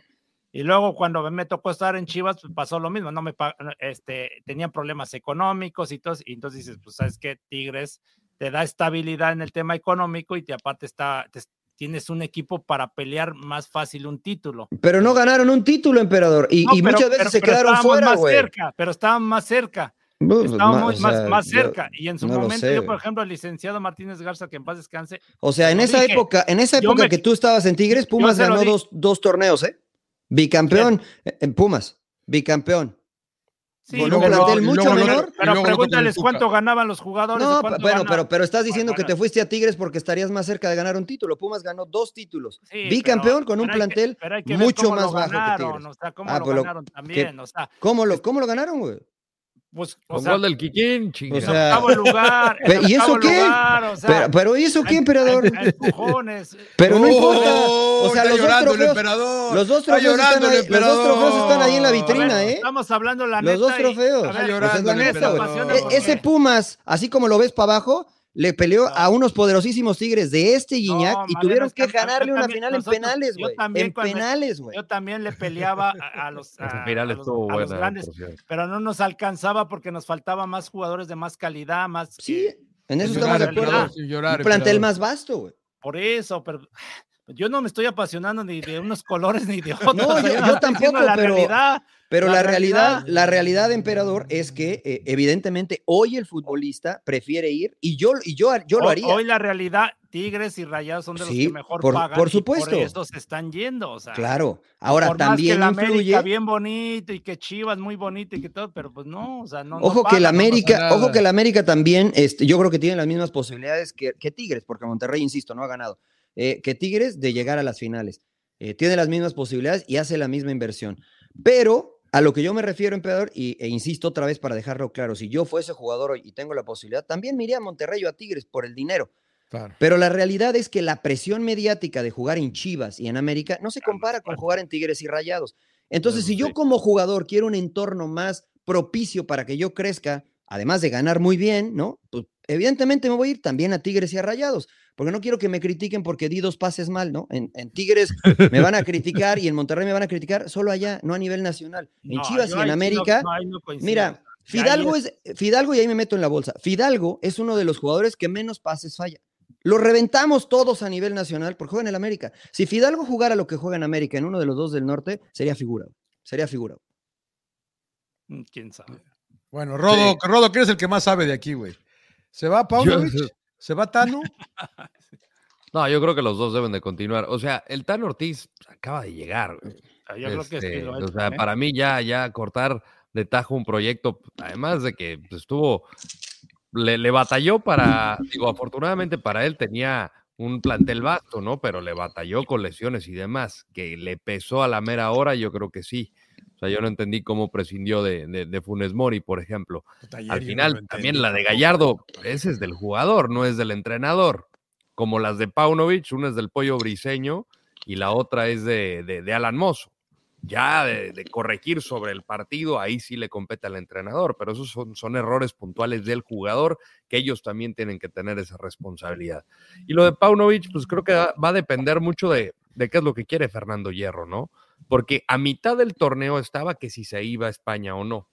Speaker 4: Y luego cuando me tocó estar en Chivas, pues, pasó lo mismo. No me pa- no, este, tenían problemas económicos y todo. Y entonces dices, pues sabes qué, Tigres te da estabilidad en el tema económico y te aparte está, te- tienes un equipo para pelear más fácil un título.
Speaker 5: Pero no ganaron un título, emperador. Y,
Speaker 4: No,
Speaker 5: y
Speaker 4: pero-
Speaker 5: muchas veces
Speaker 4: pero-
Speaker 5: se
Speaker 4: pero
Speaker 5: quedaron
Speaker 4: estábamos
Speaker 5: fuera,
Speaker 4: más
Speaker 5: güey.
Speaker 4: cerca, pero estaban más cerca.
Speaker 5: Bu-
Speaker 4: Estábamos
Speaker 5: Pues, o
Speaker 4: más,
Speaker 5: sea,
Speaker 4: más
Speaker 5: yo-
Speaker 4: cerca. y en su
Speaker 5: no lo
Speaker 4: momento,
Speaker 5: sé,
Speaker 4: yo, por
Speaker 5: güey.
Speaker 4: ejemplo, el licenciado Martínez Garza, que en paz descanse,
Speaker 5: O sea,
Speaker 4: se
Speaker 5: en
Speaker 4: lo
Speaker 5: esa
Speaker 4: dije.
Speaker 5: época, en esa
Speaker 4: Yo
Speaker 5: época
Speaker 4: me-
Speaker 5: que tú estabas en Tigres, Pumas
Speaker 4: se lo
Speaker 5: ganó
Speaker 4: dije.
Speaker 5: dos, dos torneos, ¿eh? Bicampeón, eh, en Pumas, bicampeón.
Speaker 4: sí,
Speaker 5: Con
Speaker 1: un plantel mucho
Speaker 4: pero-
Speaker 1: menor. Y
Speaker 4: Pero,
Speaker 1: luego lo tocan el
Speaker 4: pregúntales
Speaker 1: Tuca.
Speaker 4: cuánto ganaban los jugadores.
Speaker 5: No,
Speaker 4: y cuánto
Speaker 5: bueno,
Speaker 4: gana-
Speaker 5: pero, pero estás
Speaker 4: Bueno,
Speaker 5: diciendo que te
Speaker 4: bueno.
Speaker 5: fuiste a Tigres porque estarías más cerca de ganar un título. Pumas ganó dos títulos.
Speaker 4: Sí, pero-
Speaker 5: bicampeón con un
Speaker 4: pero hay que-
Speaker 5: plantel
Speaker 4: pero hay que ver
Speaker 5: mucho
Speaker 4: cómo
Speaker 5: más
Speaker 4: lo
Speaker 5: bajo que
Speaker 4: ganaron,
Speaker 5: Tigres.
Speaker 4: O sea, cómo
Speaker 5: Ah,
Speaker 4: lo
Speaker 5: pues lo-
Speaker 4: ganaron también. O sea,
Speaker 5: ¿Cómo lo, cómo lo ganaron, güey?
Speaker 4: pues, o
Speaker 3: Con
Speaker 4: sea,
Speaker 3: gol del Kikín,
Speaker 5: O
Speaker 3: chingada.
Speaker 4: en
Speaker 5: sea,
Speaker 4: octavo lugar. en
Speaker 5: Pero, ¿y eso
Speaker 4: octavo
Speaker 5: qué?
Speaker 4: lugar, o sea,
Speaker 5: pero, pero ¿y eso qué,
Speaker 4: a- a-
Speaker 5: emperador?
Speaker 4: a empujones.
Speaker 5: Pero no
Speaker 1: ¡Oh!
Speaker 5: importa. O sea,
Speaker 1: está
Speaker 5: los dos
Speaker 1: llorando el
Speaker 5: trofeos-
Speaker 1: emperador.
Speaker 5: Los dos
Speaker 1: Está
Speaker 5: trofeos están
Speaker 1: llorando el
Speaker 5: ahí, los dos trofeos están ahí en la
Speaker 1: emperador.
Speaker 5: vitrina,
Speaker 1: A ver,
Speaker 5: ¿eh?
Speaker 4: Estamos hablando la
Speaker 5: Los
Speaker 4: neta.
Speaker 5: dos
Speaker 4: y-
Speaker 5: trofeos.
Speaker 4: a
Speaker 1: Está
Speaker 4: ver,
Speaker 1: llorando el
Speaker 5: pues es la neta,
Speaker 1: emperador.
Speaker 4: güey.
Speaker 5: E- ese Pumas, así como lo ves para abajo, le peleó a unos poderosísimos Tigres de este Guiñac
Speaker 4: Ah. No,
Speaker 5: y
Speaker 4: Mariano,
Speaker 5: tuvieron que
Speaker 4: es que a- yo
Speaker 5: ganarle una
Speaker 4: también-
Speaker 5: final en
Speaker 4: nosotros-
Speaker 5: penales,
Speaker 4: yo
Speaker 5: güey.
Speaker 4: también
Speaker 5: En
Speaker 4: cuando-
Speaker 5: penales, güey.
Speaker 4: Yo también le peleaba a, a los, a,
Speaker 3: Esa
Speaker 4: a
Speaker 3: final
Speaker 4: los-
Speaker 3: estuvo
Speaker 4: a los
Speaker 3: buena, ¿eh?
Speaker 4: grandes,
Speaker 3: por cierto.
Speaker 4: pero no nos alcanzaba porque nos faltaba más jugadores de más calidad, más.
Speaker 5: Sí,
Speaker 4: que-
Speaker 5: en eso
Speaker 1: Llorar,
Speaker 5: estamos de
Speaker 4: Pues la realidad.
Speaker 5: acuerdo.
Speaker 1: emperador, sí, llorar,
Speaker 5: Un plantel
Speaker 1: emperador.
Speaker 5: más vasto, güey.
Speaker 4: por eso, pero pues, yo no me estoy apasionando ni de unos colores ni de otros.
Speaker 5: No, yo-
Speaker 4: estoy
Speaker 5: yo tampoco,
Speaker 4: diciendo la
Speaker 5: pero-
Speaker 4: realidad.
Speaker 5: Pero
Speaker 4: La
Speaker 5: la, realidad,
Speaker 4: realidad-
Speaker 5: la realidad, emperador, es que eh, evidentemente hoy el futbolista prefiere ir y yo, y yo, yo lo
Speaker 4: Hoy-
Speaker 5: haría.
Speaker 4: Hoy la realidad, Tigres y Rayados son de los
Speaker 5: Sí,
Speaker 4: que mejor
Speaker 5: por-
Speaker 4: pagan.
Speaker 5: por
Speaker 4: y
Speaker 5: supuesto.
Speaker 4: por eso se están yendo. O sea,
Speaker 5: claro. Ahora
Speaker 4: por
Speaker 5: también
Speaker 4: más que la
Speaker 5: influye.
Speaker 4: América bien bonito y que Chivas muy bonito y que todo, pero pues no, o sea, no. no
Speaker 5: Ojo que el
Speaker 4: pagan, no nos
Speaker 5: América,
Speaker 1: nada.
Speaker 5: ojo que el América también, este, yo creo que tiene las mismas posibilidades que, que Tigres, porque Monterrey, insisto, no ha ganado, eh, que Tigres de llegar a las finales. Eh, tiene las mismas posibilidades y hace la misma inversión. Pero a lo que yo me refiero, emperador, y, e insisto otra vez para dejarlo claro, si yo fuese jugador hoy y tengo la posibilidad, también me iría a Monterrey o a Tigres por el dinero.
Speaker 1: Claro.
Speaker 5: Pero la realidad es que la presión mediática de jugar en Chivas y en América no se compara con jugar en Tigres y Rayados. Entonces,
Speaker 3: Claro,
Speaker 5: si yo
Speaker 3: sí.
Speaker 5: como jugador quiero un entorno más propicio para que yo crezca además de ganar muy bien, ¿no? Pues evidentemente me voy a ir también a Tigres y a Rayados, porque no quiero que me critiquen porque di dos pases mal, ¿no? En, en Tigres me van a criticar y en Monterrey me van a criticar solo allá, no a nivel nacional. En
Speaker 4: No,
Speaker 5: Chivas
Speaker 4: yo
Speaker 5: y en
Speaker 4: ahí sí no-
Speaker 5: América,
Speaker 4: no, ahí no coincido.
Speaker 5: mira,
Speaker 4: Ya ahí
Speaker 5: Fidalgo
Speaker 4: es-
Speaker 5: es Fidalgo y ahí me meto en la bolsa. Fidalgo es uno de los jugadores que menos pases falla. Lo reventamos todos a nivel nacional porque juega en el América. Si Fidalgo jugara lo que juega en América en uno de los dos del norte, sería figura. Sería figura.
Speaker 4: Mm, ¿Quién sabe?
Speaker 1: Bueno, Rodo, Rodo, que eres el que más sabe de aquí, güey. ¿Se va Paunovic?
Speaker 3: Yo-
Speaker 1: ¿Se va Tano?
Speaker 3: No, yo creo que los dos deben de continuar. O sea, el Tan Ortiz acaba de llegar. güey.
Speaker 4: Ah, Yo creo que
Speaker 3: Este,
Speaker 4: sí lo
Speaker 3: o
Speaker 4: echan,
Speaker 3: sea,
Speaker 4: ¿eh?
Speaker 3: para mí ya, ya cortar de tajo un proyecto, además de que pues, estuvo, le, le batalló para, digo, afortunadamente para él tenía un plantel vasto, ¿no? Pero le batalló con lesiones y demás, que le pesó a la mera hora, yo creo que sí. O sea, yo no entendí cómo prescindió de, de- de Funes Mori, por ejemplo. Al final, también la de Gallardo, ese es del jugador, no es del entrenador. Como las de Paunovic, una es del pollo briseño y la otra es de, de- de Alan Mozo. Ya de, de corregir sobre el partido, ahí sí le compete al entrenador, pero esos son, son errores puntuales del jugador que ellos también tienen que tener esa responsabilidad. Y lo de Paunovic, pues creo que va va a depender mucho de, de qué es lo que quiere Fernando Hierro, ¿no? Porque a mitad del torneo estaba que si se iba a España o no.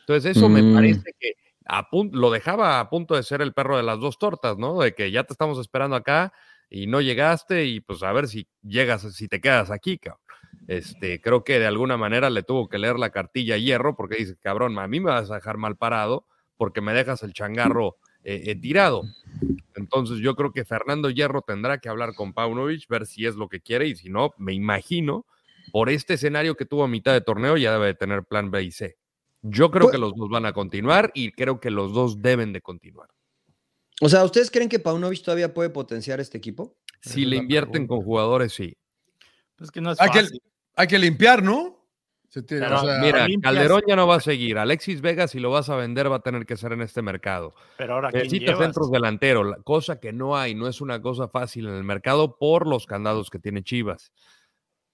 Speaker 3: Entonces eso me
Speaker 5: Mm.
Speaker 3: parece que a pun- lo dejaba a punto de ser el perro de las dos tortas, ¿no? De que ya te estamos esperando acá y no llegaste y pues a ver si llegas, si te quedas aquí, cabrón. Este, creo que de alguna manera le tuvo que leer la cartilla a Hierro porque dice, cabrón, a mí me vas a dejar mal parado porque me dejas el changarro eh, eh, tirado. Entonces yo creo que Fernando Hierro tendrá que hablar con Paunovic, ver si es lo que quiere y si no, me imagino, por este escenario que tuvo a mitad de torneo, ya debe de tener plan B y C. Yo creo
Speaker 5: Pues-
Speaker 3: que los dos van a continuar y creo que los dos deben de continuar.
Speaker 5: O sea, ¿ustedes creen que Paunovic todavía puede potenciar este equipo?
Speaker 3: Si
Speaker 1: es
Speaker 3: le
Speaker 1: la
Speaker 3: invierten
Speaker 1: pregunta.
Speaker 3: con jugadores, sí.
Speaker 4: Es pues, que no es
Speaker 1: Ah, que el-
Speaker 4: fácil.
Speaker 1: Hay que limpiar, ¿no? Se tiene-
Speaker 4: Pero,
Speaker 1: o sea,
Speaker 3: Mira,
Speaker 4: limpias.
Speaker 3: Calderón ya no va a seguir. Alexis Vega, si lo vas a vender, va a tener que ser en este mercado.
Speaker 4: Pero ahora, ¿quién
Speaker 3: Necesita
Speaker 4: llevas?
Speaker 3: centros delanteros, la- cosa que no hay, no es una cosa fácil en el mercado por los candados que tiene Chivas.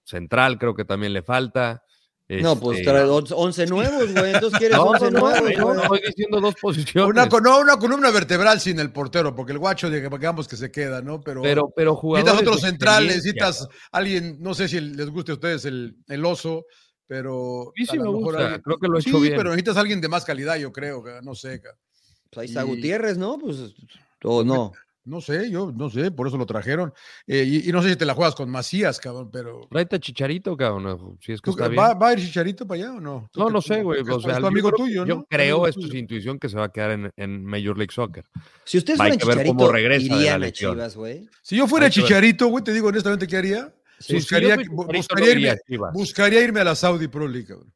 Speaker 3: Central creo que también le falta.
Speaker 5: No, pues
Speaker 3: este,
Speaker 5: trae 11 nuevos, güey. Entonces quieres
Speaker 3: No,
Speaker 5: 11
Speaker 3: no, no,
Speaker 5: nuevos,
Speaker 3: no,
Speaker 5: güey.
Speaker 3: no, estoy diciendo dos posiciones.
Speaker 1: una, co- no, una columna vertebral sin el portero, porque el guacho, digamos que se queda, ¿no? Pero,
Speaker 3: pero, pero jugadores.
Speaker 1: necesitas otro
Speaker 3: de
Speaker 1: central,
Speaker 3: experiencia.
Speaker 1: necesitas alguien, no sé si les guste a ustedes el, el oso, pero.
Speaker 3: Sí, sí,
Speaker 1: a
Speaker 3: me
Speaker 1: lo mejor
Speaker 3: gusta,
Speaker 1: alguien-
Speaker 3: creo que lo he
Speaker 1: Sí,
Speaker 3: hecho bien.
Speaker 1: pero necesitas alguien de más calidad, yo creo, ca- no sé. ca-
Speaker 5: Pues ahí está
Speaker 1: Y-
Speaker 5: Gutiérrez, ¿no? Pues, o no.
Speaker 1: No sé, yo no sé, por eso lo trajeron. Eh, y, y no sé si te la juegas con Macías, cabrón, pero.
Speaker 3: Tráete a Chicharito, cabrón. Si es que
Speaker 1: ¿Tú-
Speaker 3: está bien.
Speaker 1: ¿va, va a ir Chicharito para allá o no? ¿Tú
Speaker 3: No,
Speaker 1: qué-
Speaker 3: no
Speaker 1: tú-
Speaker 3: sé, güey.
Speaker 1: es-
Speaker 3: O sea,
Speaker 1: es tu
Speaker 3: yo
Speaker 1: amigo
Speaker 3: creo-
Speaker 1: tuyo, ¿no?
Speaker 3: Yo creo,
Speaker 1: Amigo
Speaker 3: esto es
Speaker 1: tuyo.
Speaker 3: intuición, que se va a quedar en, en Major League Soccer.
Speaker 5: Si ustedes
Speaker 3: Hay
Speaker 5: fueran
Speaker 3: que ver cómo
Speaker 5: Chicharito,
Speaker 3: regresa de la
Speaker 5: irían a
Speaker 3: lesión.
Speaker 5: Chivas, güey.
Speaker 1: Si yo fuera
Speaker 3: Hay que ver.
Speaker 1: Chicharito, güey, te digo honestamente qué haría.
Speaker 5: Sí.
Speaker 3: Si- si yo
Speaker 1: Buscaría-
Speaker 3: soy
Speaker 1: bu-
Speaker 3: Chicharito, no
Speaker 1: buscaría
Speaker 3: iría a
Speaker 1: irme-
Speaker 3: Chivas.
Speaker 1: Buscaría irme a la Saudi Pro League, cabrón.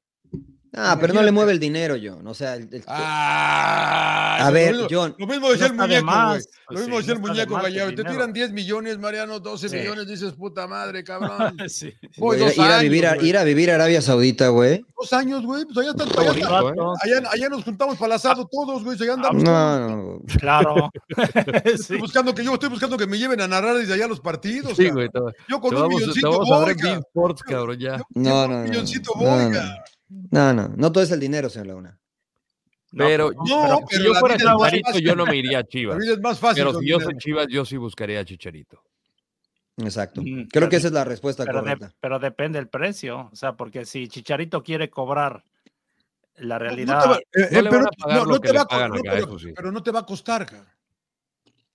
Speaker 5: Ah, pero no le mueve el dinero, John. O sea, el- el-
Speaker 1: Ah,
Speaker 5: a
Speaker 1: eso,
Speaker 5: ver,
Speaker 1: lo mismo-
Speaker 5: John.
Speaker 1: Lo mismo decía
Speaker 4: No
Speaker 1: el
Speaker 4: está de
Speaker 1: muñeco, güey.
Speaker 4: más,
Speaker 1: Lo
Speaker 4: pues
Speaker 1: mismo decía el
Speaker 4: sí, no está de
Speaker 1: muñeco
Speaker 4: más el
Speaker 1: Gallardo. Te
Speaker 4: dinero.
Speaker 1: tiran 10 millones, Mariano, 12
Speaker 4: Sí.
Speaker 1: millones. Dices, puta madre, cabrón.
Speaker 4: Sí, sí.
Speaker 1: Voy
Speaker 5: ir, a-
Speaker 1: dos
Speaker 5: ir a
Speaker 1: años.
Speaker 5: vivir a,
Speaker 1: güey.
Speaker 5: ir a vivir a Arabia Saudita, güey.
Speaker 1: Dos años, güey. Pues allá están.
Speaker 3: Está
Speaker 1: Allá,
Speaker 3: bonito, ¿eh?
Speaker 4: Rato,
Speaker 1: allá- allá nos juntamos para el asado todos, güey. Se
Speaker 4: Ah,
Speaker 1: andan
Speaker 4: pues,
Speaker 5: No, no.
Speaker 1: ¿eh?
Speaker 4: Claro. Sí.
Speaker 1: estoy buscando que yo estoy buscando que me lleven a narrar desde allá los partidos.
Speaker 3: Sí,
Speaker 1: cabrón.
Speaker 3: güey. Te,
Speaker 1: Yo
Speaker 3: te
Speaker 1: con un
Speaker 3: vamos, te
Speaker 1: milloncito
Speaker 3: vamos a
Speaker 1: voy,
Speaker 3: ver en Bean
Speaker 1: cabrón.
Speaker 3: Sports, cabrón, ya.
Speaker 5: No,
Speaker 1: Un
Speaker 5: no, no.
Speaker 1: milloncito
Speaker 5: no,
Speaker 1: voy,
Speaker 5: no.
Speaker 1: cabrón.
Speaker 5: No, no. No todo es el dinero, señor Laguna.
Speaker 4: No,
Speaker 3: Pero,
Speaker 1: no,
Speaker 3: pero
Speaker 1: pero
Speaker 3: si yo
Speaker 1: la
Speaker 3: fuera
Speaker 1: vida es más
Speaker 3: Chicharito,
Speaker 1: fácil.
Speaker 3: yo no me iría a
Speaker 1: La
Speaker 3: Chivas.
Speaker 1: vida es más fácil.
Speaker 3: Pero
Speaker 1: con
Speaker 3: si yo
Speaker 1: dinero.
Speaker 3: soy Chivas, yo sí buscaría a Chicharito.
Speaker 5: Exacto.
Speaker 4: Mm,
Speaker 5: Creo que
Speaker 4: pero-
Speaker 5: esa es la respuesta
Speaker 4: pero, de-
Speaker 5: correcta.
Speaker 4: pero depende el precio. O sea, porque si Chicharito quiere cobrar
Speaker 1: No- no
Speaker 4: la
Speaker 1: te
Speaker 4: realidad,
Speaker 1: va- eh, eh,
Speaker 3: No le van
Speaker 1: pero-
Speaker 3: a pagar
Speaker 1: no-
Speaker 3: lo
Speaker 1: no
Speaker 3: que
Speaker 1: te
Speaker 3: le
Speaker 1: va a co-
Speaker 3: pagan
Speaker 1: no,
Speaker 3: acá,
Speaker 1: pero-
Speaker 3: eso sí.
Speaker 1: Pero no te va a costar, cabrón.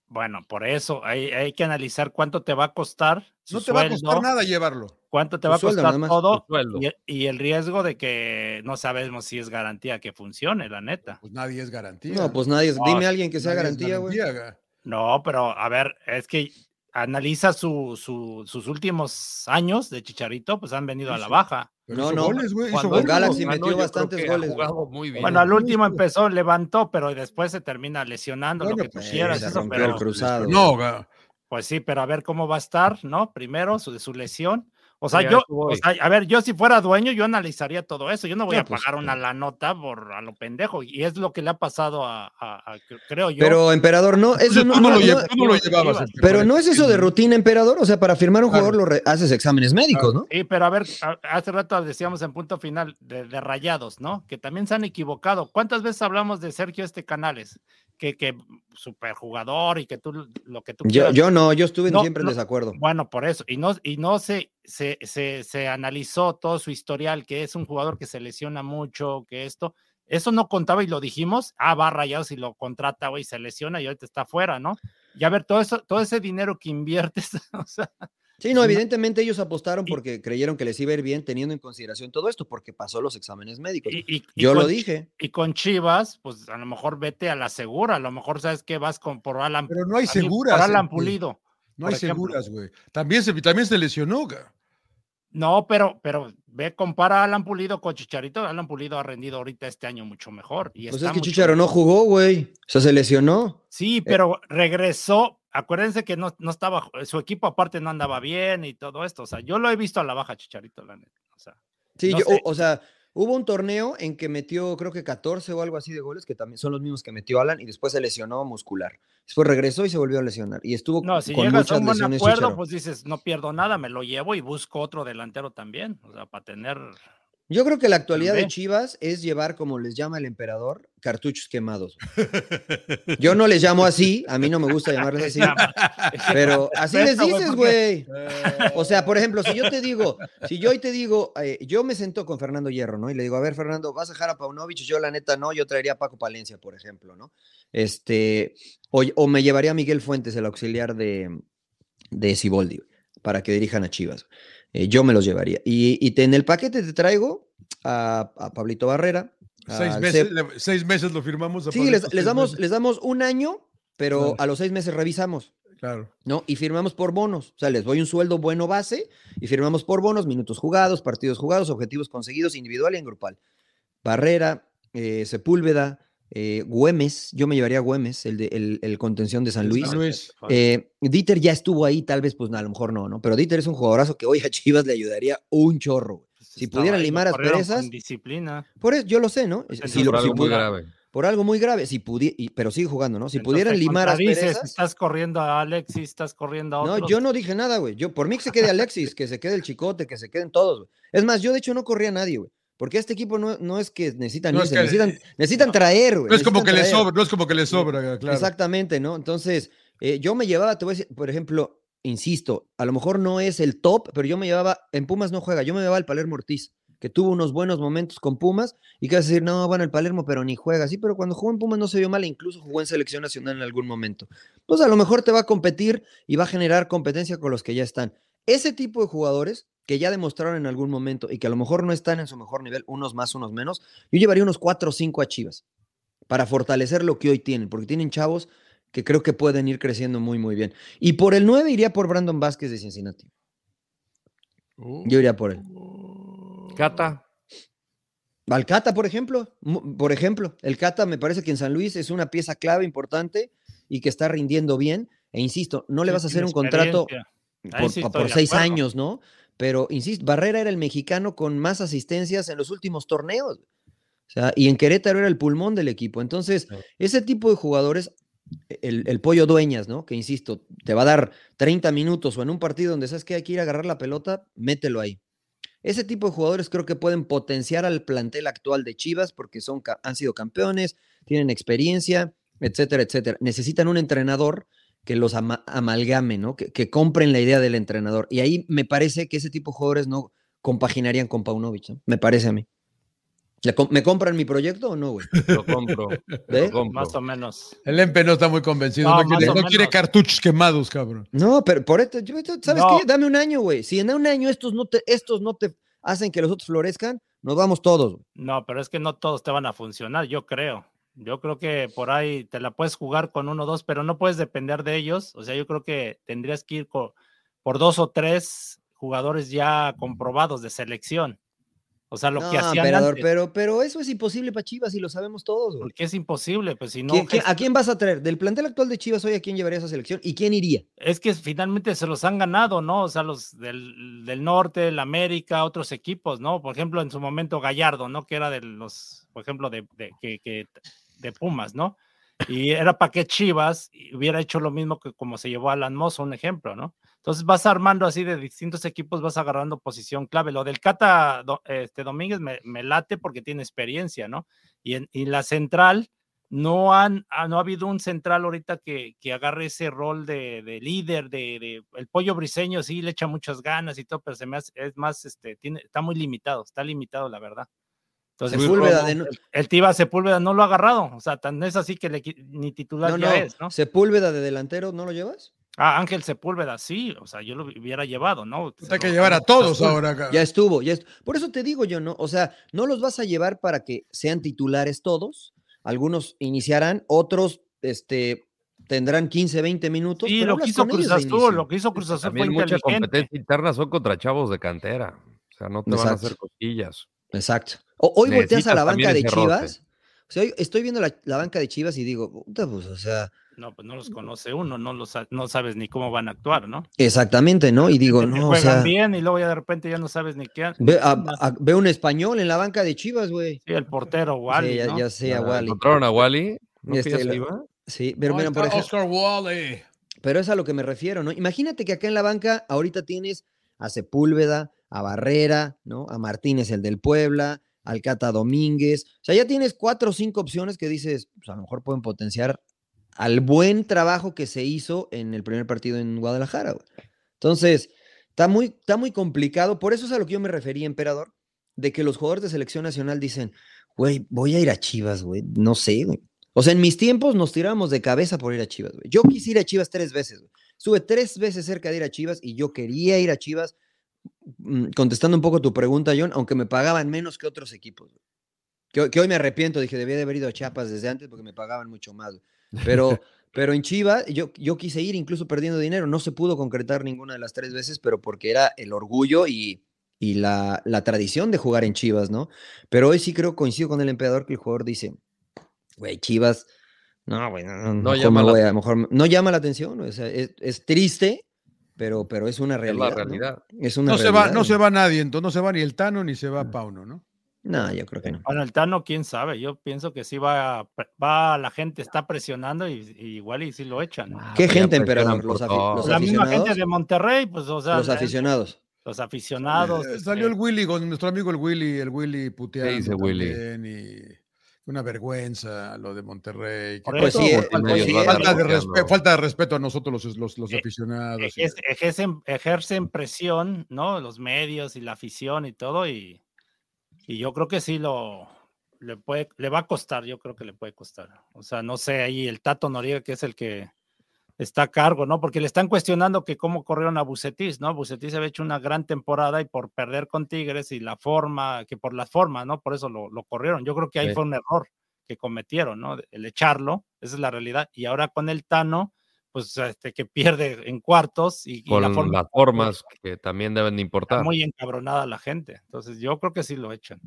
Speaker 4: bueno, por eso hay, hay que analizar cuánto te va a costar. su
Speaker 1: No te va a
Speaker 4: sueldo,
Speaker 1: costar nada llevarlo.
Speaker 4: ¿Cuánto
Speaker 5: Tu
Speaker 4: te va a
Speaker 5: sueldo, nada
Speaker 4: costar
Speaker 5: más,
Speaker 3: Su
Speaker 4: todo?
Speaker 3: sueldo.
Speaker 4: Y, y el riesgo de que no sabemos si es garantía que funcione, la neta.
Speaker 1: Pues nadie es garantía.
Speaker 5: No, pues nadie.
Speaker 4: No,
Speaker 5: Dime a alguien que sea
Speaker 1: Nadie es
Speaker 5: garantía, güey.
Speaker 1: garantía,
Speaker 4: No, pero a ver, es que analiza su, su- sus últimos años de Chicharito, pues han venido a la baja.
Speaker 1: pero
Speaker 5: No,
Speaker 1: hizo
Speaker 5: no.
Speaker 1: goles, güey, hizo
Speaker 3: Cuando
Speaker 1: goles.
Speaker 5: Galaxy
Speaker 3: ganó,
Speaker 5: metió
Speaker 3: yo creo
Speaker 5: bastantes
Speaker 3: que ha
Speaker 5: goles, güey.
Speaker 3: jugado muy bien.
Speaker 4: Bueno, al
Speaker 1: Bueno,
Speaker 4: último
Speaker 1: sí.
Speaker 4: empezó, levantó, pero después se termina lesionando lo
Speaker 1: Bueno,
Speaker 4: que tú
Speaker 1: pues,
Speaker 4: quieras.
Speaker 5: se
Speaker 4: eso,
Speaker 5: rompió
Speaker 4: pero,
Speaker 5: el cruzado.
Speaker 1: No, ga-
Speaker 4: pues sí, pero a ver cómo va a estar, ¿no? Primero, su, de su lesión. O sea,
Speaker 3: Sí, a
Speaker 4: yo,
Speaker 3: eso voy.
Speaker 4: o sea, a ver, yo si fuera dueño, yo analizaría todo eso. Yo no voy
Speaker 5: No,
Speaker 4: a
Speaker 5: pues,
Speaker 4: pagar una la nota por a lo pendejo. Y es lo que le ha pasado a, a- a- creo yo.
Speaker 5: Pero, emperador, no, eso
Speaker 1: Entonces,
Speaker 5: no,
Speaker 1: tú no,
Speaker 5: no-
Speaker 1: lo, lle-
Speaker 5: no-
Speaker 1: tú no lo llevabas. este,
Speaker 5: pero
Speaker 1: Juan.
Speaker 5: no es eso de rutina, emperador. O sea, para firmar un
Speaker 1: Claro.
Speaker 5: jugador lo re- haces exámenes médicos, ¿no?
Speaker 4: Sí, pero a ver, a- hace rato decíamos en punto final de, de rayados, ¿no? Que también se han equivocado. ¿Cuántas veces hablamos de Sergio Este Canales? Que, que superjugador y que tú lo que tú
Speaker 5: Yo,
Speaker 4: quieras.
Speaker 5: yo no, yo estuve en
Speaker 4: No,
Speaker 5: siempre en
Speaker 4: no.
Speaker 5: desacuerdo.
Speaker 4: Bueno, por eso. Y no, y no se, se, se, se analizó todo su historial, que es un jugador que se lesiona mucho, que esto. Eso no contaba y lo dijimos. Ah, va rayados y lo contrata, güey, se lesiona y ahorita está fuera, ¿no? Y a ver, todo eso, todo ese dinero que inviertes, o sea,
Speaker 5: Sí, no,
Speaker 4: No.
Speaker 5: evidentemente ellos apostaron
Speaker 4: Y-
Speaker 5: porque creyeron que les iba a ir bien teniendo en consideración todo esto, porque pasó los exámenes médicos.
Speaker 4: y- y- y
Speaker 5: Yo lo
Speaker 4: con-
Speaker 5: dije.
Speaker 4: y con Chivas, pues a lo mejor vete a la segura, a lo mejor sabes que vas con por Alan,
Speaker 1: Pero no hay
Speaker 4: a mí,
Speaker 1: seguras.
Speaker 4: por Alan
Speaker 1: este,
Speaker 4: Pulido.
Speaker 1: No hay
Speaker 4: por ejemplo.
Speaker 1: seguras, güey. También se, también se lesionó, güey.
Speaker 4: No, pero, pero ve, compara a Alan Pulido con Chicharito. Alan Pulido ha rendido ahorita este año mucho mejor. Y
Speaker 5: Pues
Speaker 4: está
Speaker 5: es que
Speaker 4: mucho-
Speaker 5: Chicharo no jugó, güey. O sea, se lesionó.
Speaker 4: Sí, pero regresó. Acuérdense que no, no estaba, su equipo aparte no andaba bien y todo esto. O sea, yo lo he visto a la baja, Chicharito, la neta. O sea,
Speaker 5: Sí,
Speaker 4: No
Speaker 5: yo-
Speaker 4: sé.
Speaker 5: o, o sea, hubo un torneo en que metió creo que 14 o algo así de goles, que también son los mismos que metió Alan, y después se lesionó muscular. Después regresó y se volvió a lesionar. Y estuvo
Speaker 4: no, si
Speaker 5: con
Speaker 4: llegas
Speaker 5: muchas
Speaker 4: a un buen
Speaker 5: lesiones
Speaker 4: acuerdo,
Speaker 5: Chicharo.
Speaker 4: pues dices, no pierdo nada, me lo llevo y busco otro delantero también. O sea, para tener. pues,
Speaker 5: Yo creo que la actualidad de
Speaker 4: Ve.
Speaker 5: Chivas es llevar, como les llama el emperador, cartuchos quemados. güey. Yo no les llamo así, a mí no me gusta llamarles así, pero así les
Speaker 4: Respeto, güey,
Speaker 5: dices,
Speaker 4: porque-
Speaker 5: güey. O sea, por ejemplo, si yo te digo, si yo hoy te digo, eh, yo me sento con Fernando Hierro, ¿no? Y le digo, a ver, Fernando, ¿vas a dejar a Paunovic? Yo, la neta, no, yo traería a Paco Palencia, por ejemplo, ¿no? Este, o, o me llevaría a Miguel Fuentes, el auxiliar de, de Siboldi, para que dirijan a Chivas. Eh, yo me los llevaría. Y, y te- en el paquete te traigo a, a Pablito Barrera.
Speaker 1: Seis
Speaker 5: al
Speaker 1: meses,
Speaker 5: Cep-
Speaker 1: le- seis meses lo firmamos. a
Speaker 5: Ah, Sí,
Speaker 1: Pablito,
Speaker 5: les,
Speaker 1: seis
Speaker 5: les damos,
Speaker 1: meses.
Speaker 5: les damos un año, pero
Speaker 1: Claro.
Speaker 5: a los seis meses revisamos.
Speaker 1: Claro.
Speaker 5: ¿no? Y firmamos por bonos. O sea, les doy un sueldo bueno base y firmamos por bonos, minutos jugados, partidos jugados, objetivos conseguidos, individual y en grupal. Barrera, eh, Sepúlveda, eh, Güemes, yo me llevaría a Güemes, el, de, el, el contención de San
Speaker 1: El
Speaker 5: Luis.
Speaker 1: San Luis.
Speaker 5: Eh, Dieter ya estuvo ahí, tal vez, pues a lo mejor no, ¿no? Pero Dieter es un jugadorazo que hoy a Chivas le ayudaría un chorro. Si
Speaker 4: estaba
Speaker 5: pudieran
Speaker 4: ahí, lo
Speaker 5: limar
Speaker 4: corrieron con
Speaker 5: asperezas,
Speaker 4: Disciplina.
Speaker 5: Por eso, yo lo sé, ¿no?
Speaker 4: Entonces,
Speaker 5: Si lo-
Speaker 3: por
Speaker 5: si
Speaker 3: algo muy
Speaker 5: pu-
Speaker 3: grave.
Speaker 5: por algo muy grave, si pudi- y- pero sigue jugando, ¿no? Si
Speaker 4: Entonces,
Speaker 5: pudieran
Speaker 4: te
Speaker 5: limar
Speaker 4: contradices,
Speaker 5: asperezas,
Speaker 4: Estás corriendo a Alexis, estás corriendo a otros.
Speaker 5: No, yo no dije nada, güey. Yo, por mí que se quede Alexis, que se quede el Chicote, que se queden todos, güey. Es más, yo de hecho no corría a nadie, güey. Porque este equipo no, no es que necesitan
Speaker 1: No es
Speaker 5: irse,
Speaker 1: que-
Speaker 5: necesitan, necesitan traer, güey.
Speaker 1: No es como que le
Speaker 5: necesitan
Speaker 1: sobra,
Speaker 5: traer.
Speaker 1: no es como que le sobra, claro.
Speaker 5: Exactamente, ¿no? Entonces, eh, yo me llevaba, te voy a decir, por ejemplo, insisto, a lo mejor no es el top, pero yo me llevaba, en Pumas no juega, yo me llevaba al Palermo Ortiz, que tuvo unos buenos momentos con Pumas, y que vas a decir, no, bueno, el Palermo, pero ni juega. Sí, pero cuando jugó en Pumas no se vio mal, incluso jugó en selección nacional en algún momento. Pues a lo mejor te va a competir y va a generar competencia con los que ya están. Ese tipo de jugadores que ya demostraron en algún momento y que a lo mejor no están en su mejor nivel, unos más, unos menos, yo llevaría unos 4 o 5 a Chivas para fortalecer lo que hoy tienen, porque tienen chavos que creo que pueden ir creciendo muy, muy bien. Y por el 9 iría por Brandon Vázquez de Cincinnati. Yo iría por él.
Speaker 3: Cata,
Speaker 5: Al Cata, por ejemplo. mu- Por ejemplo, el Cata me parece que en San Luis es una pieza clave importante y que está rindiendo bien. E insisto, no le vas a hacer un contrato
Speaker 4: Experiencia. Ahí
Speaker 5: por,
Speaker 4: sí
Speaker 5: pa-
Speaker 4: estoy
Speaker 5: por
Speaker 4: de
Speaker 5: seis
Speaker 4: acuerdo.
Speaker 5: años, ¿no? Pero, insisto, Barrera era el mexicano con más asistencias en los últimos torneos. O sea, y en Querétaro era el pulmón del equipo. Entonces, ese tipo de jugadores, el, el pollo dueñas, ¿no? Que, insisto, te va a dar 30 minutos o en un partido donde sabes que hay que ir a agarrar la pelota, mételo ahí. Ese tipo de jugadores creo que pueden potenciar al plantel actual de Chivas porque son, ca- han sido campeones, tienen experiencia, etcétera, etcétera. Necesitan un entrenador que los ama- amalgame, ¿no? Que, que compren la idea del entrenador. Y ahí me parece que ese tipo de jugadores no compaginarían con Paunovic, ¿no? Me parece a mí. ¿Le com- ¿Me compran mi proyecto o no, güey?
Speaker 3: lo compro.
Speaker 5: ¿Ve?
Speaker 3: lo compro.
Speaker 4: Más o menos.
Speaker 1: El Empe no está muy convencido.
Speaker 4: No,
Speaker 1: No,
Speaker 4: más
Speaker 1: quiere,
Speaker 4: o
Speaker 1: no quiere
Speaker 4: menos.
Speaker 1: cartuchos quemados, cabrón.
Speaker 5: No, pero por esto, yo- yo- ¿sabes
Speaker 4: No.
Speaker 5: qué? Dame un año, güey. Si en un año estos no te, estos no te hacen que los otros florezcan, nos vamos todos. güey.
Speaker 4: No, pero es que no todos te van a funcionar, yo creo. Yo creo que por ahí te la puedes jugar con uno o dos, pero no puedes depender de ellos. O sea, yo creo que tendrías que ir co- por dos o tres jugadores ya comprobados de selección. O O sea, lo
Speaker 5: No,
Speaker 4: que hacían
Speaker 5: emperador,
Speaker 4: antes.
Speaker 5: pero, pero eso es imposible para Chivas y lo sabemos todos. güey.
Speaker 4: Porque es imposible, pues si no.
Speaker 5: ¿Quién- quién-
Speaker 4: es-
Speaker 5: ¿A quién vas a traer? Del plantel actual de Chivas, hoy a quién llevaría esa selección y quién iría.
Speaker 4: Es que finalmente se los han ganado, ¿no? O sea, los del, del norte, el América, otros equipos, ¿no? Por ejemplo, en su momento Gallardo, ¿no? Que era de los, por ejemplo, de, de- que, que- de Pumas, ¿no? Y era para que Chivas hubiera hecho lo mismo que como se llevó Alan Mozo, un ejemplo, ¿no? Entonces vas armando así de distintos equipos, vas agarrando posición clave. Lo del Cata Do- este, Domínguez me, me late porque tiene experiencia, ¿no? Y en y la central, no, han, ah, no ha habido un central ahorita que, que agarre ese rol de, de líder, de, de- el pollo briseño sí le echa muchas ganas y todo, pero se me hace, es más, este, tiene, está muy limitado, está limitado la verdad. Entonces,
Speaker 5: Sepúlveda,
Speaker 4: ¿cómo?
Speaker 5: de nu-
Speaker 4: Pues, el Tiva Sepúlveda no lo ha agarrado, o sea, tan es así que le qui- ni titular
Speaker 5: no,
Speaker 4: ya
Speaker 5: no,
Speaker 4: es, ¿no?
Speaker 5: Sepúlveda de delantero, ¿no lo llevas?
Speaker 4: Ah, Ángel Sepúlveda, sí, o sea, yo lo hubiera llevado, ¿no? Se
Speaker 1: Hay que
Speaker 4: lo-
Speaker 1: llevar a todos
Speaker 5: Azul.
Speaker 1: ahora. ca-
Speaker 5: Ya estuvo, ya estuvo. Por eso te digo yo, ¿no? O sea, no los vas a llevar para que sean titulares todos. Algunos iniciarán, otros este, tendrán 15, 20 minutos.
Speaker 4: Sí,
Speaker 5: pero
Speaker 4: lo
Speaker 5: hablas
Speaker 4: que hizo
Speaker 5: con ellos
Speaker 4: Cruz
Speaker 5: de inicio. Este,
Speaker 4: Azul, lo que hizo Cruz Azul fue
Speaker 3: También mucha
Speaker 4: inteligente.
Speaker 3: competencia interna son contra chavos de cantera. O sea, no te van a
Speaker 5: Exacto.
Speaker 3: hacer costillas.
Speaker 5: Exacto. O- hoy volteas a
Speaker 3: Necesitas
Speaker 5: la
Speaker 3: también
Speaker 5: banca de
Speaker 3: ese ¿eh? roce.
Speaker 5: Chivas. O sea, hoy estoy viendo la, la banca de Chivas y digo, puta, pues, o sea,
Speaker 4: No, pues no los conoce uno, no, los, sa- no sabes ni cómo van a actuar, ¿no?
Speaker 5: exactamente, ¿no? Y digo,
Speaker 4: que
Speaker 5: no, o
Speaker 4: juegan
Speaker 5: sea,
Speaker 4: bien y luego ya de repente ya no sabes ni qué.
Speaker 5: ve, a- a- ve un español en la banca de Chivas, güey.
Speaker 4: Sí, el portero, Wally.
Speaker 5: Sí, ya,
Speaker 4: ¿no?
Speaker 5: ya sé, a
Speaker 3: Ah,
Speaker 5: Wally.
Speaker 3: ¿Encontraron a Wally? ¿No que
Speaker 5: Este,
Speaker 3: ya se
Speaker 5: la-
Speaker 3: iba?
Speaker 5: Sí, pero
Speaker 1: Ahí
Speaker 5: miren, por
Speaker 1: está
Speaker 5: ejemplo,
Speaker 1: Oscar Wally.
Speaker 5: Pero es a lo que me refiero, ¿no? Imagínate que acá en la banca ahorita tienes a Sepúlveda, a Barrera, ¿no? A Martínez, el del Puebla, al Cata Domínguez. O sea, ya tienes cuatro o cinco opciones que dices, pues a lo mejor pueden potenciar al buen trabajo que se hizo en el primer partido en Guadalajara. güey. Entonces, está muy, está muy complicado. Por eso es a lo que yo me refería, emperador, de que los jugadores de selección nacional dicen, güey, voy a ir a Chivas, güey. No sé, güey. O sea, en mis tiempos nos tirábamos de cabeza por ir a Chivas, güey. Yo quise ir a Chivas tres veces, güey. Estuve tres veces cerca de ir a Chivas y yo quería ir a Chivas. Mm, Contestando un poco tu pregunta, John, aunque me pagaban menos que otros equipos, güey. Que, ho- que hoy me arrepiento, dije, debía de haber ido a Chiapas desde antes porque me pagaban mucho más. güey. Pero, pero en Chivas yo, yo quise ir incluso perdiendo dinero. No se pudo concretar ninguna de las tres veces, pero porque era el orgullo y, y la, la tradición de jugar en Chivas, ¿no? Pero hoy sí creo, coincido con el emperador, que el jugador dice, güey, Chivas, no, güey, no, no, mejor
Speaker 3: llama
Speaker 5: me
Speaker 3: la
Speaker 5: voy a- mejor me- no llama la atención, o sea, es, es triste, pero, pero es una
Speaker 3: Es
Speaker 5: realidad.
Speaker 3: la
Speaker 5: ¿no?
Speaker 3: realidad.
Speaker 5: Es una
Speaker 1: No se, va,
Speaker 5: realidad, Mm.
Speaker 1: no se
Speaker 5: güey.
Speaker 1: va nadie, entonces no se va ni el Tano ni se va Pauno, ¿no?
Speaker 5: No, yo creo que no.
Speaker 4: Bueno, el Tano, quién sabe. Yo pienso que sí va, a pre- va la gente está presionando y, y igual y sí lo echan. ¿no?
Speaker 5: ¿Qué
Speaker 3: Ah, ya
Speaker 5: gente,
Speaker 3: presionan
Speaker 5: emperador?
Speaker 3: por
Speaker 5: Los, afi-
Speaker 3: todo.
Speaker 5: los
Speaker 4: la misma gente
Speaker 5: aficionados.
Speaker 4: de Monterrey, pues, o sea,
Speaker 5: Los
Speaker 4: el-
Speaker 5: aficionados.
Speaker 4: los aficionados.
Speaker 1: Eh, salió el
Speaker 4: este,
Speaker 1: Willy, con nuestro amigo el Willy, el Willy puteando.
Speaker 3: dice Willy?
Speaker 1: también, y una vergüenza lo de Monterrey. que
Speaker 4: Por
Speaker 5: Pues
Speaker 4: eso,
Speaker 5: sí,
Speaker 4: güey,
Speaker 5: pues
Speaker 4: pues
Speaker 5: sí,
Speaker 4: sí,
Speaker 5: es-
Speaker 1: falta, de
Speaker 3: Porque
Speaker 1: respe-
Speaker 3: no.
Speaker 1: falta de respeto a nosotros los, los, los
Speaker 4: Eh,
Speaker 1: aficionados. y-
Speaker 4: ejerce- ejercen, ejercen presión, ¿no? Los medios y la afición y todo, y, y yo creo que sí lo le puede, le va a costar, yo creo que le puede costar. O sea, no sé, ahí el Tato Noriega, que es el que está a cargo, ¿no? Porque le están cuestionando que cómo corrieron a Bucetis, ¿no? Bucetis había hecho una gran temporada y por perder con Tigres y la forma, que por las formas, ¿no? Por eso lo, lo corrieron. Yo creo que ahí
Speaker 3: Sí.
Speaker 4: fue un error que cometieron, ¿no? El echarlo, esa es la realidad. Y ahora con el Tano, pues este, que pierde en cuartos y, y
Speaker 3: Con
Speaker 4: la forma
Speaker 3: las formas que también deben de
Speaker 4: está
Speaker 3: importar.
Speaker 4: muy encabronada la gente. Entonces yo creo que sí lo echan.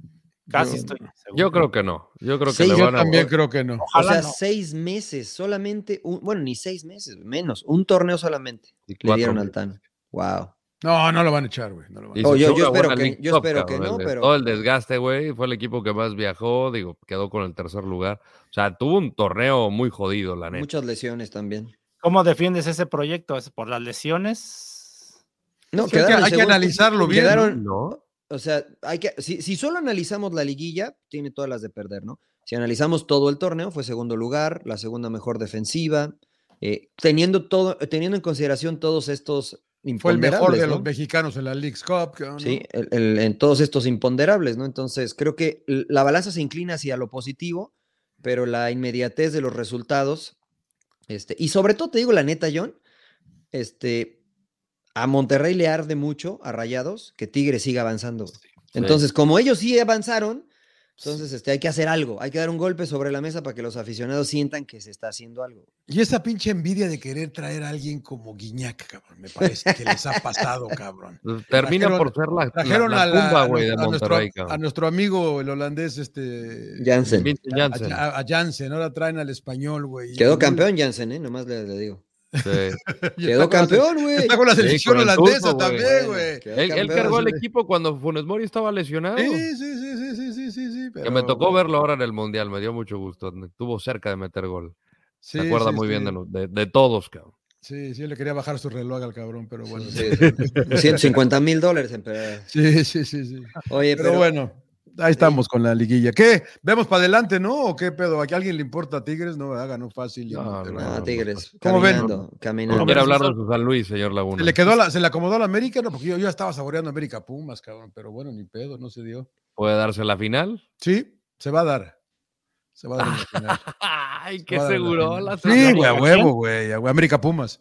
Speaker 4: Casi
Speaker 5: Yo-
Speaker 4: estoy seguro.
Speaker 3: Yo creo que no. Yo creo que
Speaker 5: Sí,
Speaker 3: le
Speaker 1: Yo
Speaker 3: van a.
Speaker 1: también creo que no.
Speaker 5: O
Speaker 4: Ojalá
Speaker 5: sea,
Speaker 4: no.
Speaker 5: seis meses, solamente, un- bueno, ni seis meses, menos, un torneo solamente
Speaker 3: y
Speaker 5: le
Speaker 3: cuatro
Speaker 5: dieron
Speaker 3: mil.
Speaker 5: al Tano. Wow.
Speaker 1: No, no lo van a echar, güey. No lo van a
Speaker 3: Y
Speaker 1: echar.
Speaker 5: Oh,
Speaker 3: se
Speaker 5: yo-
Speaker 3: echó
Speaker 5: yo
Speaker 3: una
Speaker 5: espero
Speaker 3: buena
Speaker 5: que-
Speaker 3: League
Speaker 5: yo
Speaker 3: Cup,
Speaker 5: espero que
Speaker 3: cabrón,
Speaker 5: no,
Speaker 3: de
Speaker 5: pero-
Speaker 3: Todo el desgaste, güey. Fue el equipo que más viajó. Digo, quedó con el tercer lugar. O sea, tuvo un torneo muy jodido, la neta.
Speaker 5: Muchas lesiones también.
Speaker 4: ¿Cómo defiendes ese proyecto? ¿Es por las lesiones?
Speaker 1: Sí,
Speaker 5: No,
Speaker 1: hay que-
Speaker 5: quedaron
Speaker 1: hay que
Speaker 5: segundos.
Speaker 1: analizarlo bien, ¿no?
Speaker 5: Quedaron,
Speaker 3: No,
Speaker 5: o sea, hay que, si, si solo analizamos la liguilla, tiene todas las de perder, ¿no? Si analizamos todo el torneo, fue segundo lugar, la segunda mejor defensiva, eh, teniendo, todo, teniendo en consideración todos estos
Speaker 1: Fue el mejor de
Speaker 5: imponderables,
Speaker 1: los
Speaker 5: ¿no?
Speaker 1: mexicanos en la Leagues Cup. cabrón, ¿no?
Speaker 5: Sí, el- el- en todos estos imponderables, ¿no? Entonces, creo que l- la balanza se inclina hacia lo positivo, pero la inmediatez de los resultados, este, y sobre todo te digo la neta, John, este, a Monterrey le arde mucho, a Rayados, que Tigre siga avanzando. güey. Entonces, como ellos sí avanzaron, Entonces, este, hay que hacer algo, hay que dar un golpe sobre la mesa para que los aficionados sientan que se está haciendo algo.
Speaker 1: Y esa pinche envidia de querer traer a alguien como Guiñac, cabrón, me parece que les ha pasado, cabrón.
Speaker 3: Pues, Termina
Speaker 1: Trajeron-
Speaker 3: por ser la, la,
Speaker 1: Trajeron
Speaker 3: la
Speaker 1: a, la-
Speaker 3: tumba,
Speaker 1: a
Speaker 3: güey, de
Speaker 1: nuestro- a nuestro,
Speaker 3: Monterrey,
Speaker 1: a
Speaker 3: cabrón.
Speaker 1: nuestro amigo el holandés, este,
Speaker 5: Jansen.
Speaker 3: Vincent
Speaker 1: a,
Speaker 3: Janssen,
Speaker 1: a- a Jansen, ahora traen al español, güey.
Speaker 5: Quedó
Speaker 1: Y-
Speaker 5: campeón Jansen, ¿eh? Nomás le, le digo.
Speaker 3: sí.
Speaker 1: y está con la-
Speaker 5: Quedó campeón, güey.
Speaker 1: Está con la
Speaker 3: Sí,
Speaker 1: selección
Speaker 3: con el
Speaker 1: holandesa
Speaker 3: turco, güey.
Speaker 1: también,
Speaker 5: Bueno,
Speaker 1: güey.
Speaker 5: quedó
Speaker 3: Él, él
Speaker 5: campeón,
Speaker 3: cargó al
Speaker 5: güey.
Speaker 3: equipo cuando Funes Mori estaba lesionado.
Speaker 1: Sí, sí, sí, sí, sí, sí, sí, sí.
Speaker 3: que
Speaker 1: pero-
Speaker 3: me tocó verlo ahora en el Mundial, me dio mucho gusto. Estuvo cerca de meter gol.
Speaker 1: Sí,
Speaker 3: Se acuerda
Speaker 1: sí,
Speaker 3: muy bien
Speaker 1: sí.
Speaker 3: de, nos- de- de todos, cabrón.
Speaker 1: Sí, sí, le quería bajar su reloj al cabrón, pero bueno.
Speaker 5: Sí, sí. 150 mil dólares. en pe-
Speaker 1: Sí, sí, sí, sí.
Speaker 5: Oye,
Speaker 1: Pero bueno, ahí estamos con la liguilla. ¿Qué? ¿Vemos para adelante, no? ¿O qué pedo? ¿A que alguien le importa a Tigres? No, haga, no fácil. y
Speaker 3: No,
Speaker 1: Monterrey.
Speaker 3: no,
Speaker 5: No, Tigres.
Speaker 1: ¿Cómo ven?
Speaker 5: caminando,
Speaker 3: No
Speaker 5: Caminando.
Speaker 4: pero
Speaker 3: quiere hablar de
Speaker 4: eso-
Speaker 3: su San Luis, señor
Speaker 1: ¿Se
Speaker 3: Laguna.
Speaker 1: le, quedó la- ¿Se le acomodó a la América? No, porque yo, yo ya estaba saboreando América Pumas, cabrón, pero bueno, ni pedo, no se dio.
Speaker 3: ¿Puede darse la final?
Speaker 1: Sí, se va a dar. Se va a dar. en la final.
Speaker 3: ¡Ay,
Speaker 1: Se
Speaker 3: qué
Speaker 1: va a dar en la
Speaker 3: seguro!
Speaker 1: final.
Speaker 3: la
Speaker 1: Sí,
Speaker 3: señora.
Speaker 1: güey, a huevo, güey, a huevo. América Pumas.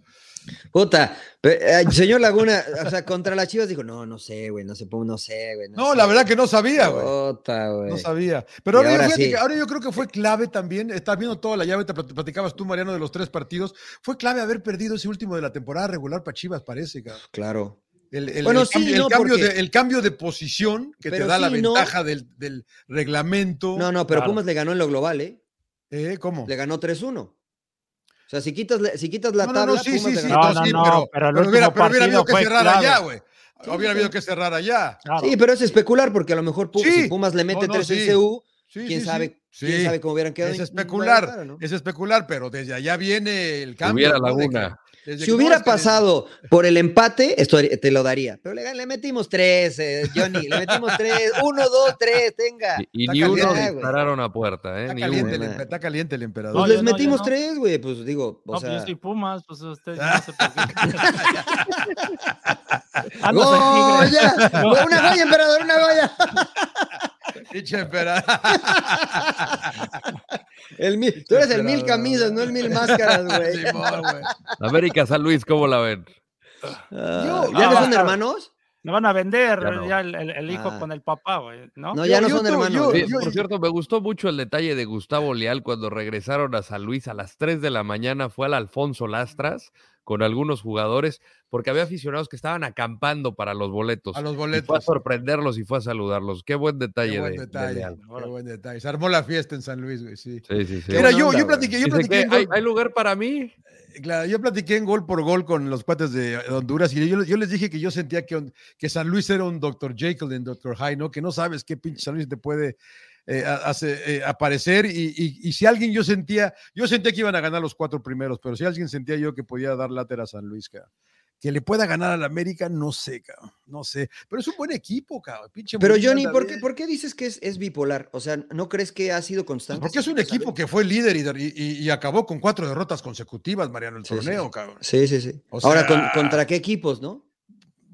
Speaker 5: Puta, pe- eh, señor Laguna, o sea, contra las Chivas dijo, no, no sé, güey, no sé, no sé, güey.
Speaker 1: No, la verdad que no sabía, güey.
Speaker 5: Puta, güey.
Speaker 1: No sabía. Pero ahora,
Speaker 5: pues. Y
Speaker 1: yo,
Speaker 5: ahora
Speaker 1: fíjate
Speaker 5: sí.
Speaker 1: que ahora yo creo que fue clave también. Estás viendo toda la llave, te plat- platicabas tú, Mariano, de los tres partidos. Fue clave haber perdido ese último de la temporada regular para Chivas, parece. cabrón.
Speaker 5: Claro.
Speaker 1: El, el-
Speaker 5: Bueno,
Speaker 1: el
Speaker 5: sí,
Speaker 1: cambio, el
Speaker 5: no,
Speaker 1: cambio
Speaker 5: porque-
Speaker 1: de, el cambio de posición que te
Speaker 5: Pero
Speaker 1: da la
Speaker 5: sí, ¿no?
Speaker 1: ventaja del, del reglamento.
Speaker 5: No, no, pero
Speaker 4: Claro.
Speaker 5: Pumas le ganó en lo global, ¿eh?
Speaker 1: Eh, ¿Cómo?
Speaker 5: Le ganó 3-1. O sea, si quitas, la- si quitas la
Speaker 1: no, no,
Speaker 5: tabla,
Speaker 1: no, sí,
Speaker 5: Pumas
Speaker 1: sí,
Speaker 5: le
Speaker 1: sí,
Speaker 5: ganó.
Speaker 4: No,
Speaker 1: no,
Speaker 4: no,
Speaker 1: sí,
Speaker 4: no,
Speaker 1: pero,
Speaker 4: pero el
Speaker 1: pero hubiera,
Speaker 4: último
Speaker 1: pero hubiera habido
Speaker 4: partido
Speaker 1: que
Speaker 4: fue
Speaker 1: cerrar
Speaker 4: clave.
Speaker 1: allá, güey.
Speaker 5: Sí,
Speaker 1: hubiera
Speaker 5: sí.
Speaker 1: habido que cerrar allá.
Speaker 4: Claro.
Speaker 5: Sí, pero es especular porque a lo mejor Pu-
Speaker 1: Sí.
Speaker 5: si Pumas le mete
Speaker 1: no,
Speaker 5: 3
Speaker 1: sí.
Speaker 5: en CU,
Speaker 1: Sí,
Speaker 5: quién
Speaker 1: sí,
Speaker 5: sabe,
Speaker 1: sí.
Speaker 5: quién
Speaker 1: Sí,
Speaker 5: sabe cómo hubieran quedado.
Speaker 1: Es
Speaker 5: Y-
Speaker 1: especular,
Speaker 5: claro, ¿no?
Speaker 1: es especular, pero desde allá viene el
Speaker 3: Si
Speaker 1: cambio.
Speaker 3: hubiera
Speaker 1: ¿no? De
Speaker 3: Laguna.
Speaker 1: que- desde
Speaker 5: Si
Speaker 1: que no
Speaker 5: hubiera
Speaker 1: es que-
Speaker 5: pasado por el empate, esto te lo daría. Pero le, gan- le metimos tres, eh, Johnny. Le metimos tres. Uno, dos, tres, tenga.
Speaker 3: Y, y
Speaker 1: Está
Speaker 3: ni uno
Speaker 5: caliente, güey.
Speaker 3: dispararon a puerta, ¿eh?
Speaker 1: Está
Speaker 3: Ni
Speaker 1: caliente,
Speaker 3: uno.
Speaker 1: el,
Speaker 5: Bueno.
Speaker 1: empe- está caliente el
Speaker 5: Pues
Speaker 4: No,
Speaker 1: emperador.
Speaker 5: les
Speaker 4: yo no, yo
Speaker 5: metimos
Speaker 4: no.
Speaker 5: tres, güey. Pues digo, o
Speaker 4: No, pues
Speaker 5: sea.
Speaker 4: yo soy Pumas, pues ustedes no sé por qué. Ah, no, soy
Speaker 5: ¡Oh,
Speaker 4: Tigres.
Speaker 5: ya! ¡Una valla, emperador, una valla!
Speaker 1: Pinche emperador.
Speaker 5: El mil- tú eres el mil
Speaker 1: Emperador.
Speaker 5: camisas, no el mil máscaras, güey.
Speaker 1: Simón, güey.
Speaker 3: América San Luis, ¿cómo la ven?
Speaker 5: Ah,
Speaker 1: Yo-
Speaker 5: ¿Ya no
Speaker 4: Ah,
Speaker 5: son
Speaker 4: ah,
Speaker 5: hermanos?
Speaker 4: No van a vender
Speaker 3: Ya no.
Speaker 4: ya el, el- el hijo
Speaker 5: Ah.
Speaker 4: con el papá, güey, ¿no?
Speaker 5: No, ya
Speaker 1: Yo-
Speaker 5: no
Speaker 1: yo
Speaker 5: son
Speaker 1: tu-
Speaker 5: hermanos.
Speaker 1: yo-
Speaker 3: Sí,
Speaker 5: güey.
Speaker 1: yo-
Speaker 3: por cierto, me gustó mucho el detalle de Gustavo Leal cuando regresaron a San Luis a las 3 de la mañana, fue al Alfonso Lastras con algunos jugadores, porque había aficionados que estaban acampando para los boletos.
Speaker 1: A los
Speaker 3: Y fue a
Speaker 1: boletos.
Speaker 3: sorprenderlos y fue a saludarlos. Qué buen detalle,
Speaker 1: Qué buen
Speaker 3: de- de
Speaker 1: detalle.
Speaker 3: Leal.
Speaker 1: Qué buen detalle. Se armó la fiesta en San Luis, güey, sí.
Speaker 3: Sí, sí, sí.
Speaker 5: Qué
Speaker 1: Mira,
Speaker 5: buena
Speaker 1: yo,
Speaker 5: onda,
Speaker 1: yo
Speaker 5: güey.
Speaker 1: platiqué, yo
Speaker 3: Dice
Speaker 1: platiqué,
Speaker 3: que,
Speaker 1: en
Speaker 3: ¿hay,
Speaker 1: gol,
Speaker 3: hay lugar para mí?
Speaker 1: claro, yo platiqué en gol por gol con los cuates de eh, Honduras y yo, yo les dije que yo sentía que, hon- que San Luis era un Dr. Jekyll en Dr. Hyde, ¿no? Que no sabes qué pinche San Luis te puede eh, a- hace- eh, aparecer y, y- y si alguien yo sentía, yo sentía que iban a ganar los cuatro primeros, pero si alguien sentía yo que podía dar láter a San Luis, cabrón. Que le pueda ganar al América, no sé, cabrón, no sé. Pero es un buen equipo, cabrón. pinche
Speaker 5: Pero
Speaker 1: Mourinho
Speaker 5: Johnny,
Speaker 1: anda
Speaker 5: ¿por
Speaker 1: bien.
Speaker 5: qué, ¿por qué dices que es, es bipolar? O sea, ¿no crees que ha sido constante?
Speaker 1: Porque es un
Speaker 5: siempre, San
Speaker 1: equipo
Speaker 5: Luis?
Speaker 1: que fue líder y, y- y- y acabó con cuatro derrotas consecutivas, Mariano, el
Speaker 5: Sí, sí,
Speaker 1: torneo,
Speaker 5: sí.
Speaker 1: cabrón.
Speaker 5: Sí, sí, sí.
Speaker 1: O
Speaker 5: Ahora, con-
Speaker 1: sea-
Speaker 5: ¿contra qué equipos, no?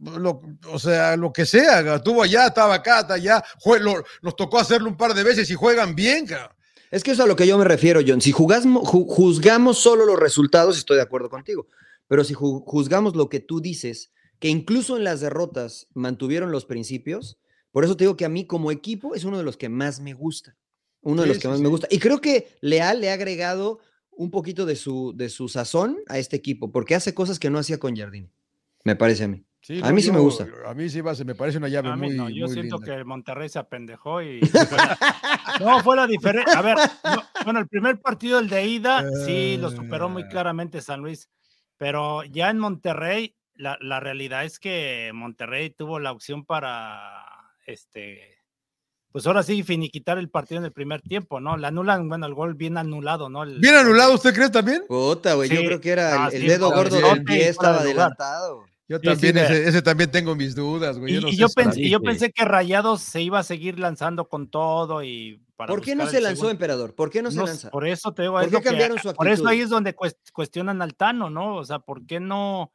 Speaker 1: Lo- o sea, lo que sea, cabrón. estuvo allá, estaba acá, está allá, Jue- lo- nos tocó hacerlo un par de veces y juegan bien, cabrón.
Speaker 5: Es que eso a lo que yo me refiero, John. Si jugás, mo- ju- juzgamos solo los resultados, estoy de acuerdo contigo. Pero si ju- juzgamos lo que tú dices, que incluso en las derrotas mantuvieron los principios, por eso te digo que a mí como equipo es uno de los que más me gusta. Uno de
Speaker 1: Sí,
Speaker 5: los que
Speaker 1: sí,
Speaker 5: más
Speaker 1: sí.
Speaker 5: me gusta. Y creo que Leal le ha agregado un poquito de su, de su sazón a este equipo, porque hace cosas que no hacía con Jardine, me parece a mí. A mí sí me gusta.
Speaker 1: A mí sí va, se me parece una llave
Speaker 4: A mí
Speaker 1: muy,
Speaker 4: no, yo
Speaker 1: muy
Speaker 4: siento
Speaker 1: linda.
Speaker 4: que Monterrey se apendejó y. no, fue la diferencia. A ver, no, bueno, el primer partido, el de ida, sí lo superó muy
Speaker 5: Ah.
Speaker 1: Eh.
Speaker 4: claramente San Luis, pero ya en Monterrey, la, la realidad es que Monterrey tuvo la opción para este. Pues ahora sí, finiquitar el partido en el primer tiempo, ¿no? La anulan, bueno, el gol bien anulado, ¿no? El-
Speaker 1: ¿Bien anulado usted cree también?
Speaker 5: Puta, güey, yo
Speaker 4: Sí,
Speaker 5: creo que era
Speaker 4: ah,
Speaker 5: el, el
Speaker 4: sí,
Speaker 5: dedo
Speaker 1: fuera de
Speaker 5: gordo
Speaker 1: lugar.
Speaker 5: del pie,
Speaker 4: Sí, fuera
Speaker 5: estaba
Speaker 4: de lugar.
Speaker 5: adelantado.
Speaker 1: Yo
Speaker 4: Sí, sí,
Speaker 1: también,
Speaker 4: de-
Speaker 1: ese, ese también tengo mis dudas, güey.
Speaker 4: Y,
Speaker 1: Yo no
Speaker 4: y
Speaker 1: sé
Speaker 4: yo
Speaker 1: si-
Speaker 4: pensé, y yo
Speaker 3: Sí.
Speaker 4: pensé que Rayados se iba a seguir lanzando con todo y para
Speaker 5: ¿Por qué no
Speaker 4: buscar
Speaker 5: se
Speaker 4: el
Speaker 5: lanzó,
Speaker 4: segundo.
Speaker 5: emperador? ¿Por qué no se
Speaker 4: No,
Speaker 5: lanza?
Speaker 4: Por eso te digo,
Speaker 5: ¿Por
Speaker 4: es
Speaker 5: qué
Speaker 4: lo que-
Speaker 5: cambiaron su
Speaker 4: por eso
Speaker 5: actitud?
Speaker 4: ahí es donde cues- cuestionan al Tano, ¿no? O sea, ¿por qué no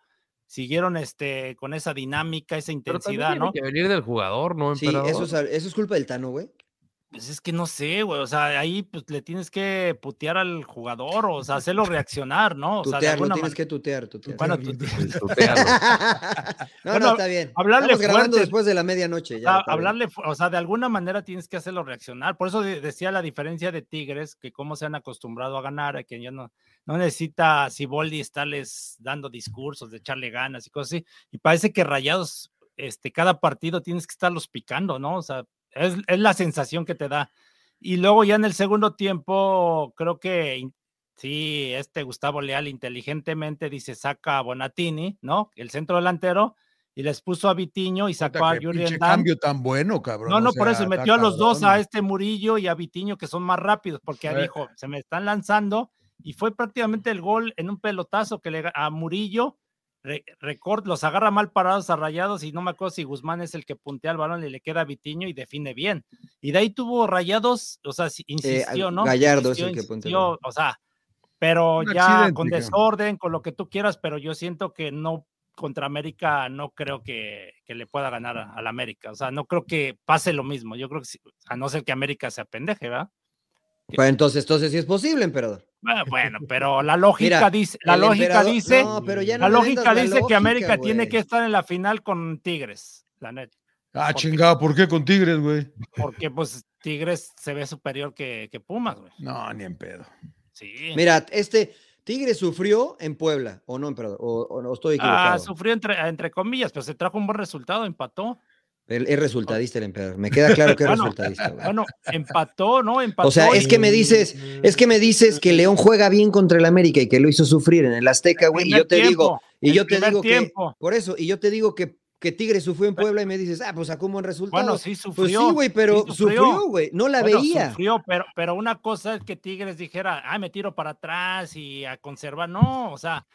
Speaker 4: siguieron este con esa dinámica, esa
Speaker 3: Pero también
Speaker 4: intensidad,
Speaker 3: tiene
Speaker 4: ¿no?
Speaker 3: que venir del jugador, ¿no,
Speaker 5: Sí, eso
Speaker 3: emperador?
Speaker 5: es, eso es culpa del Tano, güey.
Speaker 4: Pues es que no sé, güey. O sea, ahí pues, le tienes que putear al jugador, o sea, hacerlo reaccionar, ¿no? O sea, de
Speaker 5: Tutearlo,
Speaker 4: alguna
Speaker 5: tienes
Speaker 4: man-
Speaker 5: que tutear, tutear.
Speaker 4: Bueno,
Speaker 1: Tutearlo,
Speaker 4: tute-
Speaker 3: Pues, tutealo.
Speaker 5: no,
Speaker 4: Bueno,
Speaker 5: no, está bien.
Speaker 4: hablarle
Speaker 5: Estamos grabando
Speaker 4: fuerte.
Speaker 5: después de la medianoche. Ya,
Speaker 4: Ah,
Speaker 5: está bien.
Speaker 4: hablarle, fu- o sea, de alguna manera tienes que hacerlo reaccionar. Por eso de- decía la diferencia de Tigres, que cómo se han acostumbrado a ganar, a que ya no, no necesita Siboldi estarles dando discursos, de echarle ganas y cosas así. Y parece que rayados, este, cada partido tienes que estarlos picando, ¿no? O sea, es, es la sensación que te da. Y luego ya en el segundo tiempo, creo que in- sí, este Gustavo Leal inteligentemente dice, saca a Bonatini, ¿no? El centro delantero. Y les puso a Vitiño y sacó a
Speaker 1: Puta, qué
Speaker 4: Julian
Speaker 1: pinche
Speaker 4: Dan.
Speaker 1: cambio tan bueno, cabrón.
Speaker 4: No,
Speaker 1: o
Speaker 4: no, por
Speaker 1: sea,
Speaker 4: eso
Speaker 1: está
Speaker 4: metió a los dos,
Speaker 1: cabrón.
Speaker 4: a este Murillo y a Vitiño, que son más rápidos, porque
Speaker 1: Eh.
Speaker 4: dijo, se me están lanzando, y fue prácticamente el gol en un pelotazo que le ga- a Murillo, re- record, los agarra mal parados a rayados, y no me acuerdo si Guzmán es el que puntea el balón y le queda a Vitiño y define bien. Y de ahí tuvo rayados, o sea, si- insistió, ¿no?
Speaker 5: Eh, Gallardo es el
Speaker 4: Insistió,
Speaker 5: que puntea el
Speaker 4: insistió,
Speaker 5: balón.
Speaker 4: O sea, pero
Speaker 1: Un
Speaker 4: ya
Speaker 1: accidente,
Speaker 4: con
Speaker 1: digamos.
Speaker 4: desorden, con lo que tú quieras, pero yo siento que no contra América no creo que, que le pueda ganar a- al América. O sea, no creo que pase lo mismo. Yo creo que sí, a no ser que América se apendeje, ¿verdad?
Speaker 5: Pues entonces, entonces sí es posible, emperador.
Speaker 4: Bueno, bueno, pero la lógica
Speaker 5: Mira,
Speaker 4: dice, la
Speaker 5: El
Speaker 4: lógica
Speaker 5: emperador-
Speaker 4: dice,
Speaker 5: No, pero ya no
Speaker 4: la
Speaker 5: me vendas
Speaker 4: lógica
Speaker 5: la
Speaker 4: dice que
Speaker 5: lógica,
Speaker 4: América tiene
Speaker 5: güey.
Speaker 4: que estar en la final con Tigres, la neta.
Speaker 1: Ah, chingado, ¿por qué con Tigres, güey?
Speaker 4: Porque pues Tigres se ve superior que, que Pumas, güey.
Speaker 1: No, ni en pedo.
Speaker 4: Sí.
Speaker 5: Mira, este Tigre sufrió en Puebla, o no, emperador, o, o no estoy equivocado.
Speaker 4: Ah, sufrió entre, entre comillas, pero se trajo un buen resultado, empató.
Speaker 5: El- es resultadista el emperador. Me queda claro que es
Speaker 4: Bueno,
Speaker 5: resultadista, güey.
Speaker 4: Bueno, empató, ¿no? Empató.
Speaker 5: O sea, es que me dices, es que me dices que León juega bien contra el América y que lo hizo sufrir en el Azteca, güey. Y yo te digo, y yo te digo que por eso, y yo te digo que, que Tigre sufrió en Puebla y me dices, ah, pues sacó un buen resultado.
Speaker 4: Bueno, sí sufrió.
Speaker 5: pues sí, güey, pero
Speaker 4: sí
Speaker 5: sufrió, güey. No la
Speaker 4: Bueno,
Speaker 5: veía.
Speaker 4: Sufrió, pero, pero una cosa es que Tigres dijera, ah, me tiro para atrás y a conservar. No, o sea,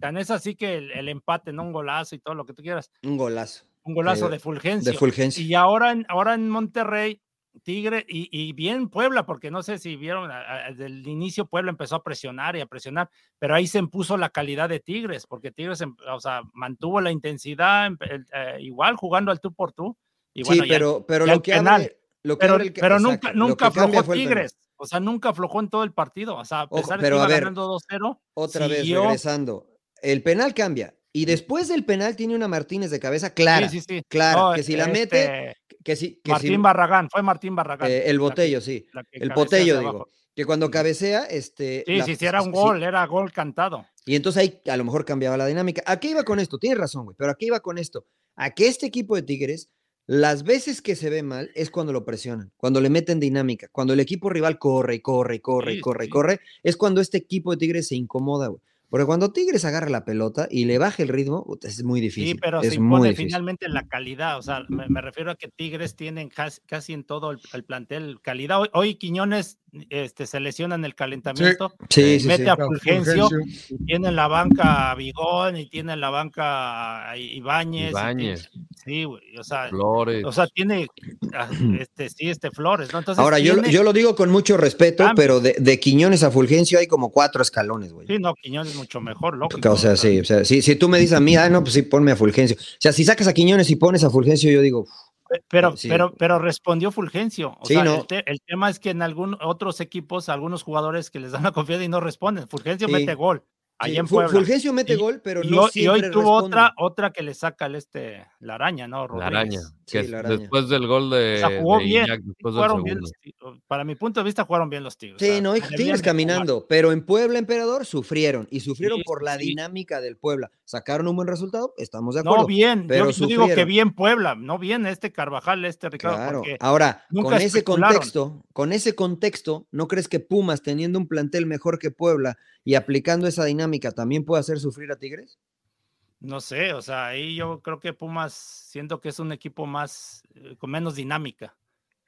Speaker 4: tan es así que el, el empate, ¿no? Un golazo y todo lo que tú quieras.
Speaker 5: Un golazo
Speaker 4: Un golazo
Speaker 5: De-
Speaker 4: de Fulgencio.
Speaker 5: Eh, de Fulgencio.
Speaker 4: Y ahora en, ahora en Monterrey, Tigre, y, y bien Puebla, porque no sé si vieron, a- a- del inicio Puebla empezó a presionar y a presionar, pero ahí se impuso la calidad de Tigres, porque Tigres, em- o sea, mantuvo la intensidad, em- el- eh, igual jugando al tú por tú. Y bueno,
Speaker 5: sí,
Speaker 4: ya-
Speaker 5: pero, pero
Speaker 4: ya
Speaker 5: lo
Speaker 4: el
Speaker 5: que
Speaker 4: penal.
Speaker 5: abre- lo que
Speaker 4: pero,
Speaker 5: abre el ca-
Speaker 4: pero
Speaker 5: exacto,
Speaker 4: nunca,
Speaker 5: lo
Speaker 4: nunca
Speaker 5: que cambia
Speaker 4: aflojó
Speaker 5: fue el penal.
Speaker 4: Tigres. O sea, nunca aflojó en todo el partido. O sea, a
Speaker 5: Ojo,
Speaker 4: pesar de que
Speaker 5: pero
Speaker 4: iba
Speaker 5: a ver,
Speaker 4: ganando 2-0,
Speaker 5: Otra vez
Speaker 4: siguió.
Speaker 5: regresando. El penal cambia. Y después del penal tiene una Martínez de cabeza clara.
Speaker 4: sí, sí, sí.
Speaker 5: Clara.
Speaker 4: No,
Speaker 5: que si la
Speaker 4: este,
Speaker 5: mete, que si, que si-
Speaker 4: Martín Barragán, fue Martín Barragán.
Speaker 5: eh, el
Speaker 4: la que-
Speaker 5: botello, sí.
Speaker 4: la que
Speaker 5: El
Speaker 4: cabecea
Speaker 5: botello,
Speaker 4: hacia
Speaker 5: digo.
Speaker 4: abajo.
Speaker 5: Que cuando
Speaker 4: Ujú.
Speaker 5: cabecea, este.
Speaker 4: Sí,
Speaker 5: la-
Speaker 4: sí, sí, era un
Speaker 5: sí,
Speaker 4: gol, era gol cantado.
Speaker 5: Y entonces ahí a lo mejor cambiaba la dinámica. ¿A qué iba con esto? Tienes razón, güey, pero ¿a qué iba con esto? A que este equipo de Tigres, las veces que se ve mal es cuando lo presionan, cuando le meten dinámica, cuando el equipo rival corre y corre y corre y
Speaker 4: Sí,
Speaker 5: corre y
Speaker 4: sí.
Speaker 5: corre, es cuando este equipo de Tigres se incomoda, güey. Porque cuando Tigres agarra la pelota y le baja el ritmo, puta, es muy difícil.
Speaker 4: Sí, pero
Speaker 5: es
Speaker 4: se
Speaker 5: muy
Speaker 4: impone
Speaker 5: difícil.
Speaker 4: finalmente la calidad. O sea, me, me refiero a que Tigres tienen casi, casi en todo el, el plantel calidad. Hoy, hoy Quiñones este, se lesiona en el calentamiento,
Speaker 5: Sí, sí,
Speaker 4: mete
Speaker 5: sí.
Speaker 4: a Fulgencio, y tiene en la banca a Bigón y tiene en la banca a Ibáñez. y
Speaker 3: Ibáñez,
Speaker 4: tiene- Sí, güey. O sea,
Speaker 3: Flores.
Speaker 4: o sea, tiene ah, este, sí, este Flores, ¿no? Entonces,
Speaker 5: Ahora, yo, lo-
Speaker 4: tiene-
Speaker 5: yo lo digo con mucho respeto,
Speaker 4: Cambia.
Speaker 5: pero de, de Quiñones a Fulgencio hay como cuatro escalones, güey.
Speaker 4: Sí, no, Quiñones mucho mejor, loco.
Speaker 5: O sea, sí, o sea, sí, si tú me dices a mí, ah, no, pues sí, ponme a Fulgencio. O sea, si sacas a Quiñones y pones a Fulgencio, yo digo,
Speaker 4: Pe- Pero,
Speaker 5: Sí.
Speaker 4: pero, pero respondió Fulgencio. O
Speaker 5: Sí,
Speaker 4: sea,
Speaker 5: no.
Speaker 4: el, te- el tema es que en algunos otros equipos, algunos jugadores que les dan la confianza y no responden. Fulgencio
Speaker 5: Sí.
Speaker 4: mete gol.
Speaker 5: sí,
Speaker 4: Allá en
Speaker 5: Ful-
Speaker 4: Puebla.
Speaker 5: Fulgencio mete
Speaker 4: Y-
Speaker 5: gol, pero
Speaker 4: y,
Speaker 5: no
Speaker 4: hoy- y hoy
Speaker 5: siempre
Speaker 4: tuvo
Speaker 5: responde.
Speaker 4: otra, otra que le saca el este, la araña, ¿no?
Speaker 3: La
Speaker 4: Rodríguez.
Speaker 3: araña,
Speaker 5: Sí,
Speaker 3: que
Speaker 5: la araña.
Speaker 3: después del gol de,
Speaker 4: O sea, jugó
Speaker 3: de
Speaker 4: bien,
Speaker 3: Iñak, después del
Speaker 4: Jugaron bien
Speaker 3: segundo.
Speaker 4: los Tigres. Para mi punto de vista, jugaron bien los Tigres. O
Speaker 5: Sí,
Speaker 4: sea,
Speaker 5: no, hay
Speaker 4: debían
Speaker 5: Tigres
Speaker 4: de jugar.
Speaker 5: caminando, pero en Puebla, Emperador, sufrieron y sufrieron
Speaker 4: Sí,
Speaker 5: por la
Speaker 4: sí.
Speaker 5: dinámica del Puebla. Sacaron un buen resultado, estamos de acuerdo.
Speaker 4: No, bien.
Speaker 5: pero
Speaker 4: yo, yo digo que
Speaker 5: sufrieron.
Speaker 4: bien Puebla, no bien este Carvajal, este Ricardo.
Speaker 5: Claro.
Speaker 4: porque-
Speaker 5: Ahora,
Speaker 4: nunca
Speaker 5: con ese
Speaker 4: especularon.
Speaker 5: contexto, con ese contexto, ¿no crees que Pumas, teniendo un plantel mejor que Puebla y aplicando esa dinámica, también puede hacer sufrir a Tigres?
Speaker 4: No sé, o sea, ahí yo creo que Pumas siento que es un equipo más eh, con menos dinámica.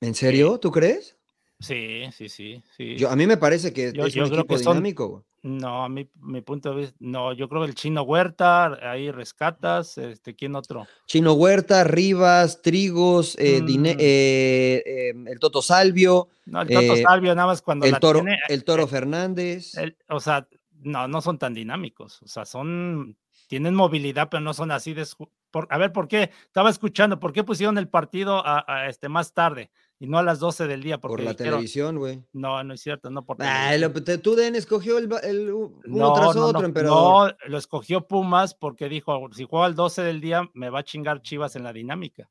Speaker 5: ¿En serio? ¿Tú crees?
Speaker 4: Sí, sí, sí, sí.
Speaker 5: Yo, a mí me parece que
Speaker 4: Yo-
Speaker 5: es
Speaker 4: yo
Speaker 5: un
Speaker 4: creo
Speaker 5: equipo
Speaker 4: que son-
Speaker 5: dinámico. güey.
Speaker 4: No, a mi, mi punto de vista, no, yo creo que el chino Huerta, ahí rescatas, este, ¿quién otro?
Speaker 5: Chino Huerta, Rivas, Trigos, eh, Dine-
Speaker 4: Mm.
Speaker 5: eh, eh, el Toto Salvio,
Speaker 4: No, el Tato
Speaker 5: Eh,
Speaker 4: Salvio, nada más cuando
Speaker 5: el
Speaker 4: la
Speaker 5: Toro,
Speaker 4: tiene, eh,
Speaker 5: el Toro Fernández.
Speaker 4: el- o sea, no, no son tan dinámicos, o sea, son, tienen movilidad, pero no son así de... su- por- a ver, ¿por qué? Estaba escuchando, ¿por qué pusieron el partido a, a, este, más tarde? y no a las 12 del día. Porque
Speaker 5: por la
Speaker 4: dijeron-
Speaker 5: televisión, güey.
Speaker 4: No, no es cierto, no por
Speaker 5: Ah,
Speaker 4: televisión.
Speaker 5: lo- te- tú, Den, escogió el, ba- el u- uno
Speaker 4: No,
Speaker 5: tras
Speaker 4: no,
Speaker 5: otro,
Speaker 4: no,
Speaker 5: emperador.
Speaker 4: no, lo escogió Pumas porque dijo, si juego al 12 del día, me va a chingar Chivas en la dinámica.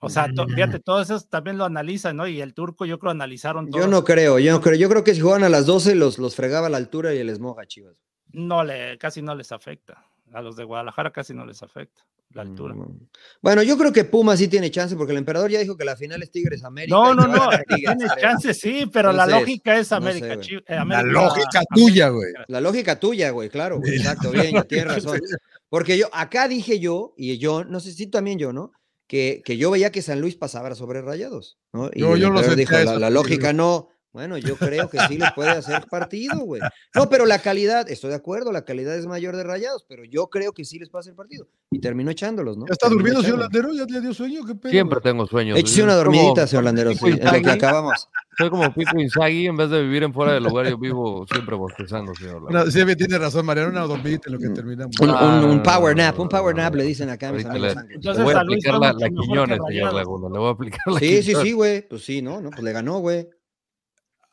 Speaker 4: O sea, to- fíjate, todo eso también lo analizan, ¿no? Y el turco yo creo analizaron todo.
Speaker 5: Mm. yo no creo, yo no creo. Yo creo que si jugaban a las 12 los, los fregaba la altura y el esmoja, chivas.
Speaker 4: No le, casi no les afecta. A los de Guadalajara casi no les afecta la altura.
Speaker 5: Mm. Bueno, yo creo que Puma sí tiene chance porque el emperador ya dijo que la final es Tigres América.
Speaker 4: No,
Speaker 5: y
Speaker 4: no,
Speaker 5: que va a
Speaker 4: no,
Speaker 5: ganar Tigres,
Speaker 4: Tienes
Speaker 5: creo.
Speaker 4: chance, sí, pero la
Speaker 5: Entonces,
Speaker 4: lógica es
Speaker 5: no
Speaker 4: América.
Speaker 5: sé, güey.
Speaker 4: Chi- eh,
Speaker 1: La
Speaker 4: América-
Speaker 1: lógica
Speaker 4: América-
Speaker 1: tuya, güey.
Speaker 5: La lógica tuya, güey, claro, güey, exacto, bien, tienes razón. Porque yo, acá dije yo, y yo, no sé si también yo, ¿no? Que, que yo veía que San Luis pasaba sobre rayados, ¿no? Y
Speaker 1: Yo-
Speaker 5: el
Speaker 1: yo lo
Speaker 5: emperador
Speaker 1: sentía
Speaker 5: dijo, la,
Speaker 1: eso
Speaker 5: la
Speaker 1: también,
Speaker 5: lógica
Speaker 1: güey".
Speaker 5: no. Bueno, yo creo que sí les puede hacer partido, güey. No, pero la calidad, estoy de acuerdo, la calidad es mayor de rayados, pero yo creo que sí les puede hacer partido. Y terminó echándolos, ¿no?
Speaker 1: ¿Ya está
Speaker 5: Terminó
Speaker 1: durmiendo, señor
Speaker 5: echándolos.
Speaker 1: Landero? ¿Ya le dio sueño? ¿Qué pedo?
Speaker 3: Siempre
Speaker 1: güey?
Speaker 3: tengo sueños.
Speaker 5: Échese
Speaker 3: Yo
Speaker 5: una
Speaker 3: soy como-
Speaker 5: dormidita, señor Landero, sí,
Speaker 3: Pipo
Speaker 5: en lo que
Speaker 3: Inzaghi,
Speaker 5: acabamos.
Speaker 3: Soy como Pipo Inzaghi, en vez de vivir en fuera de lugar, yo vivo siempre bostezando, señor.
Speaker 1: Una- sí, bien, tiene razón, Mariano, una dormidita en lo que terminamos.
Speaker 5: Un,
Speaker 3: Ah,
Speaker 5: un- un
Speaker 3: no,
Speaker 5: power
Speaker 3: no,
Speaker 5: nap,
Speaker 3: no,
Speaker 5: un power
Speaker 3: no,
Speaker 5: nap
Speaker 3: no,
Speaker 5: le
Speaker 3: no.
Speaker 5: dicen acá. mis
Speaker 3: Ahorita
Speaker 5: amigos
Speaker 3: le-
Speaker 5: anglos.
Speaker 3: Le voy
Speaker 4: Entonces,
Speaker 3: a
Speaker 4: San Luis
Speaker 3: aplicar
Speaker 4: fue
Speaker 3: la,
Speaker 4: mucho mejor
Speaker 3: la
Speaker 4: que
Speaker 3: Quiñones, señor
Speaker 4: Rayados.
Speaker 3: Laguna. Le voy a aplicar la
Speaker 5: Sí, sí,
Speaker 3: Quiñones.
Speaker 5: sí, güey. Pues sí, ¿no? no pues le ganó, güey.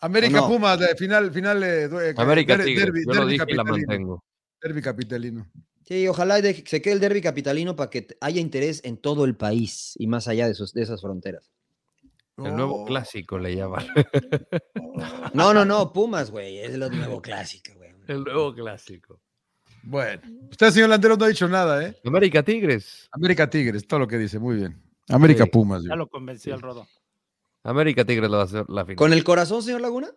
Speaker 1: América
Speaker 5: ¿O no?
Speaker 1: Pumas, de final, final. eh, du- eh,
Speaker 3: América
Speaker 1: der-
Speaker 3: Tigres,
Speaker 1: derbi-
Speaker 3: yo lo
Speaker 1: derbi
Speaker 3: dije y la
Speaker 1: capitalino,
Speaker 3: mantengo.
Speaker 1: derbi capitalino.
Speaker 5: Sí, ojalá y de- se quede el derby capitalino para que t- haya interés en todo el país y más allá de, sus- de esas fronteras.
Speaker 3: El
Speaker 1: Oh,
Speaker 3: nuevo clásico le llaman.
Speaker 5: No, no, no, Pumas, güey, es lo nuevo clásico, güey.
Speaker 1: Eh,
Speaker 3: El nuevo clásico.
Speaker 1: Bueno, usted, señor Landero, no ha dicho nada, ¿eh?
Speaker 3: América Tigres.
Speaker 1: América Tigres, todo lo que dice, muy bien. América
Speaker 3: Sí.
Speaker 1: Pumas, yo.
Speaker 4: Ya lo convenció el Rodo.
Speaker 3: América Tigres lo va a hacer la final.
Speaker 5: ¿Con el corazón, señor Laguna?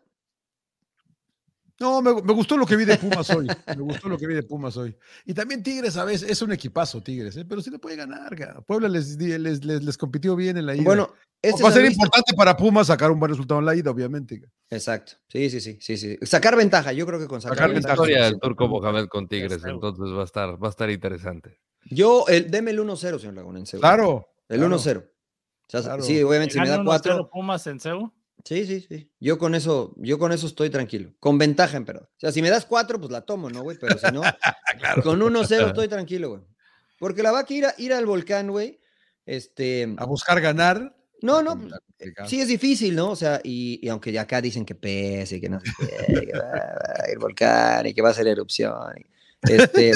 Speaker 1: No, me, me gustó lo que vi de Pumas hoy. Me gustó lo que vi de Pumas hoy. Y también Tigres, a veces, es un equipazo Tigres, ¿eh? pero sí le puede ganar. ga. Puebla les, di- les, les, les compitió bien en la ida.
Speaker 5: Bueno, este
Speaker 1: va a
Speaker 5: San
Speaker 1: ser
Speaker 5: Luis-
Speaker 1: importante para Pumas sacar un buen resultado en la ida, obviamente. ga.
Speaker 5: Exacto, sí, sí, sí, sí, sí. Sacar ventaja, yo creo que con sacar,
Speaker 1: Sacar
Speaker 3: la
Speaker 5: ventaja.
Speaker 3: historia
Speaker 5: sí,
Speaker 3: del
Speaker 5: sí.
Speaker 3: turco Mohamed con Tigres,
Speaker 4: Seguro.
Speaker 3: entonces va a estar, va a estar interesante.
Speaker 5: Yo, el, deme el 1-0, señor Laguna, en seguro.
Speaker 1: Claro.
Speaker 5: El
Speaker 1: claro.
Speaker 5: 1-0. O sea,
Speaker 1: Claro.
Speaker 5: Sí, obviamente, si me
Speaker 4: Gana
Speaker 5: da
Speaker 4: 1-0
Speaker 5: 4.
Speaker 4: Pumas en Seúl.
Speaker 5: Sí, sí, sí. Yo con eso, yo con eso estoy tranquilo. Con ventaja, pero. O sea, si me das cuatro, pues la tomo, ¿no, güey? Pero si no, con 1-0 estoy tranquilo, güey. Porque la vaca ir, a- ir al volcán, güey. Este.
Speaker 1: A buscar ganar.
Speaker 5: No, no.
Speaker 1: Está complicado.
Speaker 5: Sí, es difícil, ¿no? O sea, y, y aunque ya acá dicen que pese, que no sé qué, que va- va el volcán y que va a ser erupción. y- Este,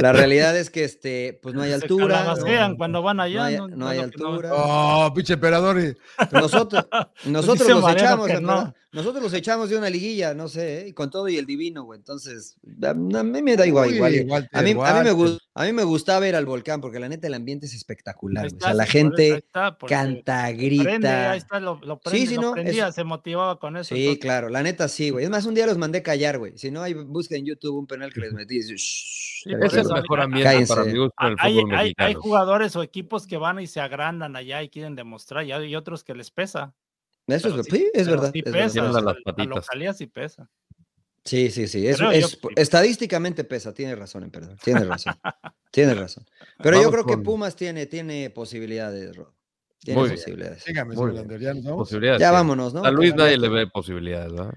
Speaker 5: la realidad es que este, pues no hay
Speaker 4: Se
Speaker 5: altura.
Speaker 4: calabacean
Speaker 5: no-
Speaker 4: cuando van allá.
Speaker 5: no hay- no hay
Speaker 4: lo que
Speaker 5: altura.
Speaker 1: Oh, pinche emperador. y-
Speaker 5: Nosotros, nosotros
Speaker 4: dice
Speaker 5: los
Speaker 4: Mariano
Speaker 5: echamos,
Speaker 4: que
Speaker 5: la verdad.
Speaker 4: no.
Speaker 5: nosotros los echamos de una liguilla, no sé, ¿eh? y con todo y el divino, güey. Entonces, a, a mí me da igual,
Speaker 1: Uy,
Speaker 5: igual. y-
Speaker 1: Walter,
Speaker 5: A mí, a, mí me
Speaker 1: Walter.
Speaker 5: gus- a mí me gusta ver al volcán porque la neta el ambiente es espectacular.
Speaker 4: Ahí
Speaker 5: güey.
Speaker 4: está,
Speaker 5: o sea, la
Speaker 4: sí, por eso, ahí
Speaker 5: gente
Speaker 4: está, porque
Speaker 5: canta,
Speaker 4: Prende, ahí
Speaker 5: grita.
Speaker 4: está, lo, lo
Speaker 5: Sí,
Speaker 4: prende,
Speaker 5: sí,
Speaker 4: lo
Speaker 5: no, es-
Speaker 4: prendía, se motivaba con eso.
Speaker 5: Sí,
Speaker 4: entonces-
Speaker 5: claro, la neta sí, güey. Es más, un día los mandé callar, güey. Si no, ahí busquen en YouTube un penal que les metí. y dice, "Shh",
Speaker 4: Sí,
Speaker 5: pero
Speaker 4: por
Speaker 3: Es
Speaker 5: sí,
Speaker 3: el
Speaker 4: eso,
Speaker 5: güey.
Speaker 3: mejor
Speaker 4: mira,
Speaker 3: ambiente
Speaker 5: cállense.
Speaker 3: para mi gusto en el
Speaker 4: Ah, Hay,
Speaker 3: fútbol
Speaker 4: hay- hay
Speaker 3: mexicano.
Speaker 4: jugadores o equipos que van y se agrandan allá y quieren demostrar, y hay otros que les pesa.
Speaker 5: Eso
Speaker 4: pero
Speaker 5: es, sí, es
Speaker 4: pero
Speaker 5: verdad.
Speaker 4: Sí
Speaker 5: es verdad,
Speaker 4: pesa,
Speaker 5: es
Speaker 3: Tienen a
Speaker 5: verdad.
Speaker 4: la,
Speaker 3: las
Speaker 4: la
Speaker 3: patitas.
Speaker 4: localía sí pesa.
Speaker 5: Sí, sí, sí. es-
Speaker 4: Creo yo
Speaker 5: es-
Speaker 4: que sí.
Speaker 5: estadísticamente pesa, tienes razón, emperador. Tienes razón. tienes razón. Pero yo
Speaker 3: Vamos
Speaker 5: creo que
Speaker 3: con-
Speaker 5: Pumas tiene, tiene posibilidades, Rod. Tiene
Speaker 3: Muy bien.
Speaker 5: posibilidades.
Speaker 1: Sígame,
Speaker 3: Muy
Speaker 1: señor
Speaker 3: bien.
Speaker 1: Landero, ¿ya nos vamos?
Speaker 3: Posibilidades.
Speaker 5: Ya
Speaker 3: sí.
Speaker 5: vámonos, ¿no? Pues,
Speaker 3: A Luis
Speaker 5: Todavía
Speaker 3: nadie le
Speaker 5: está-
Speaker 3: ve posibilidades, ¿verdad?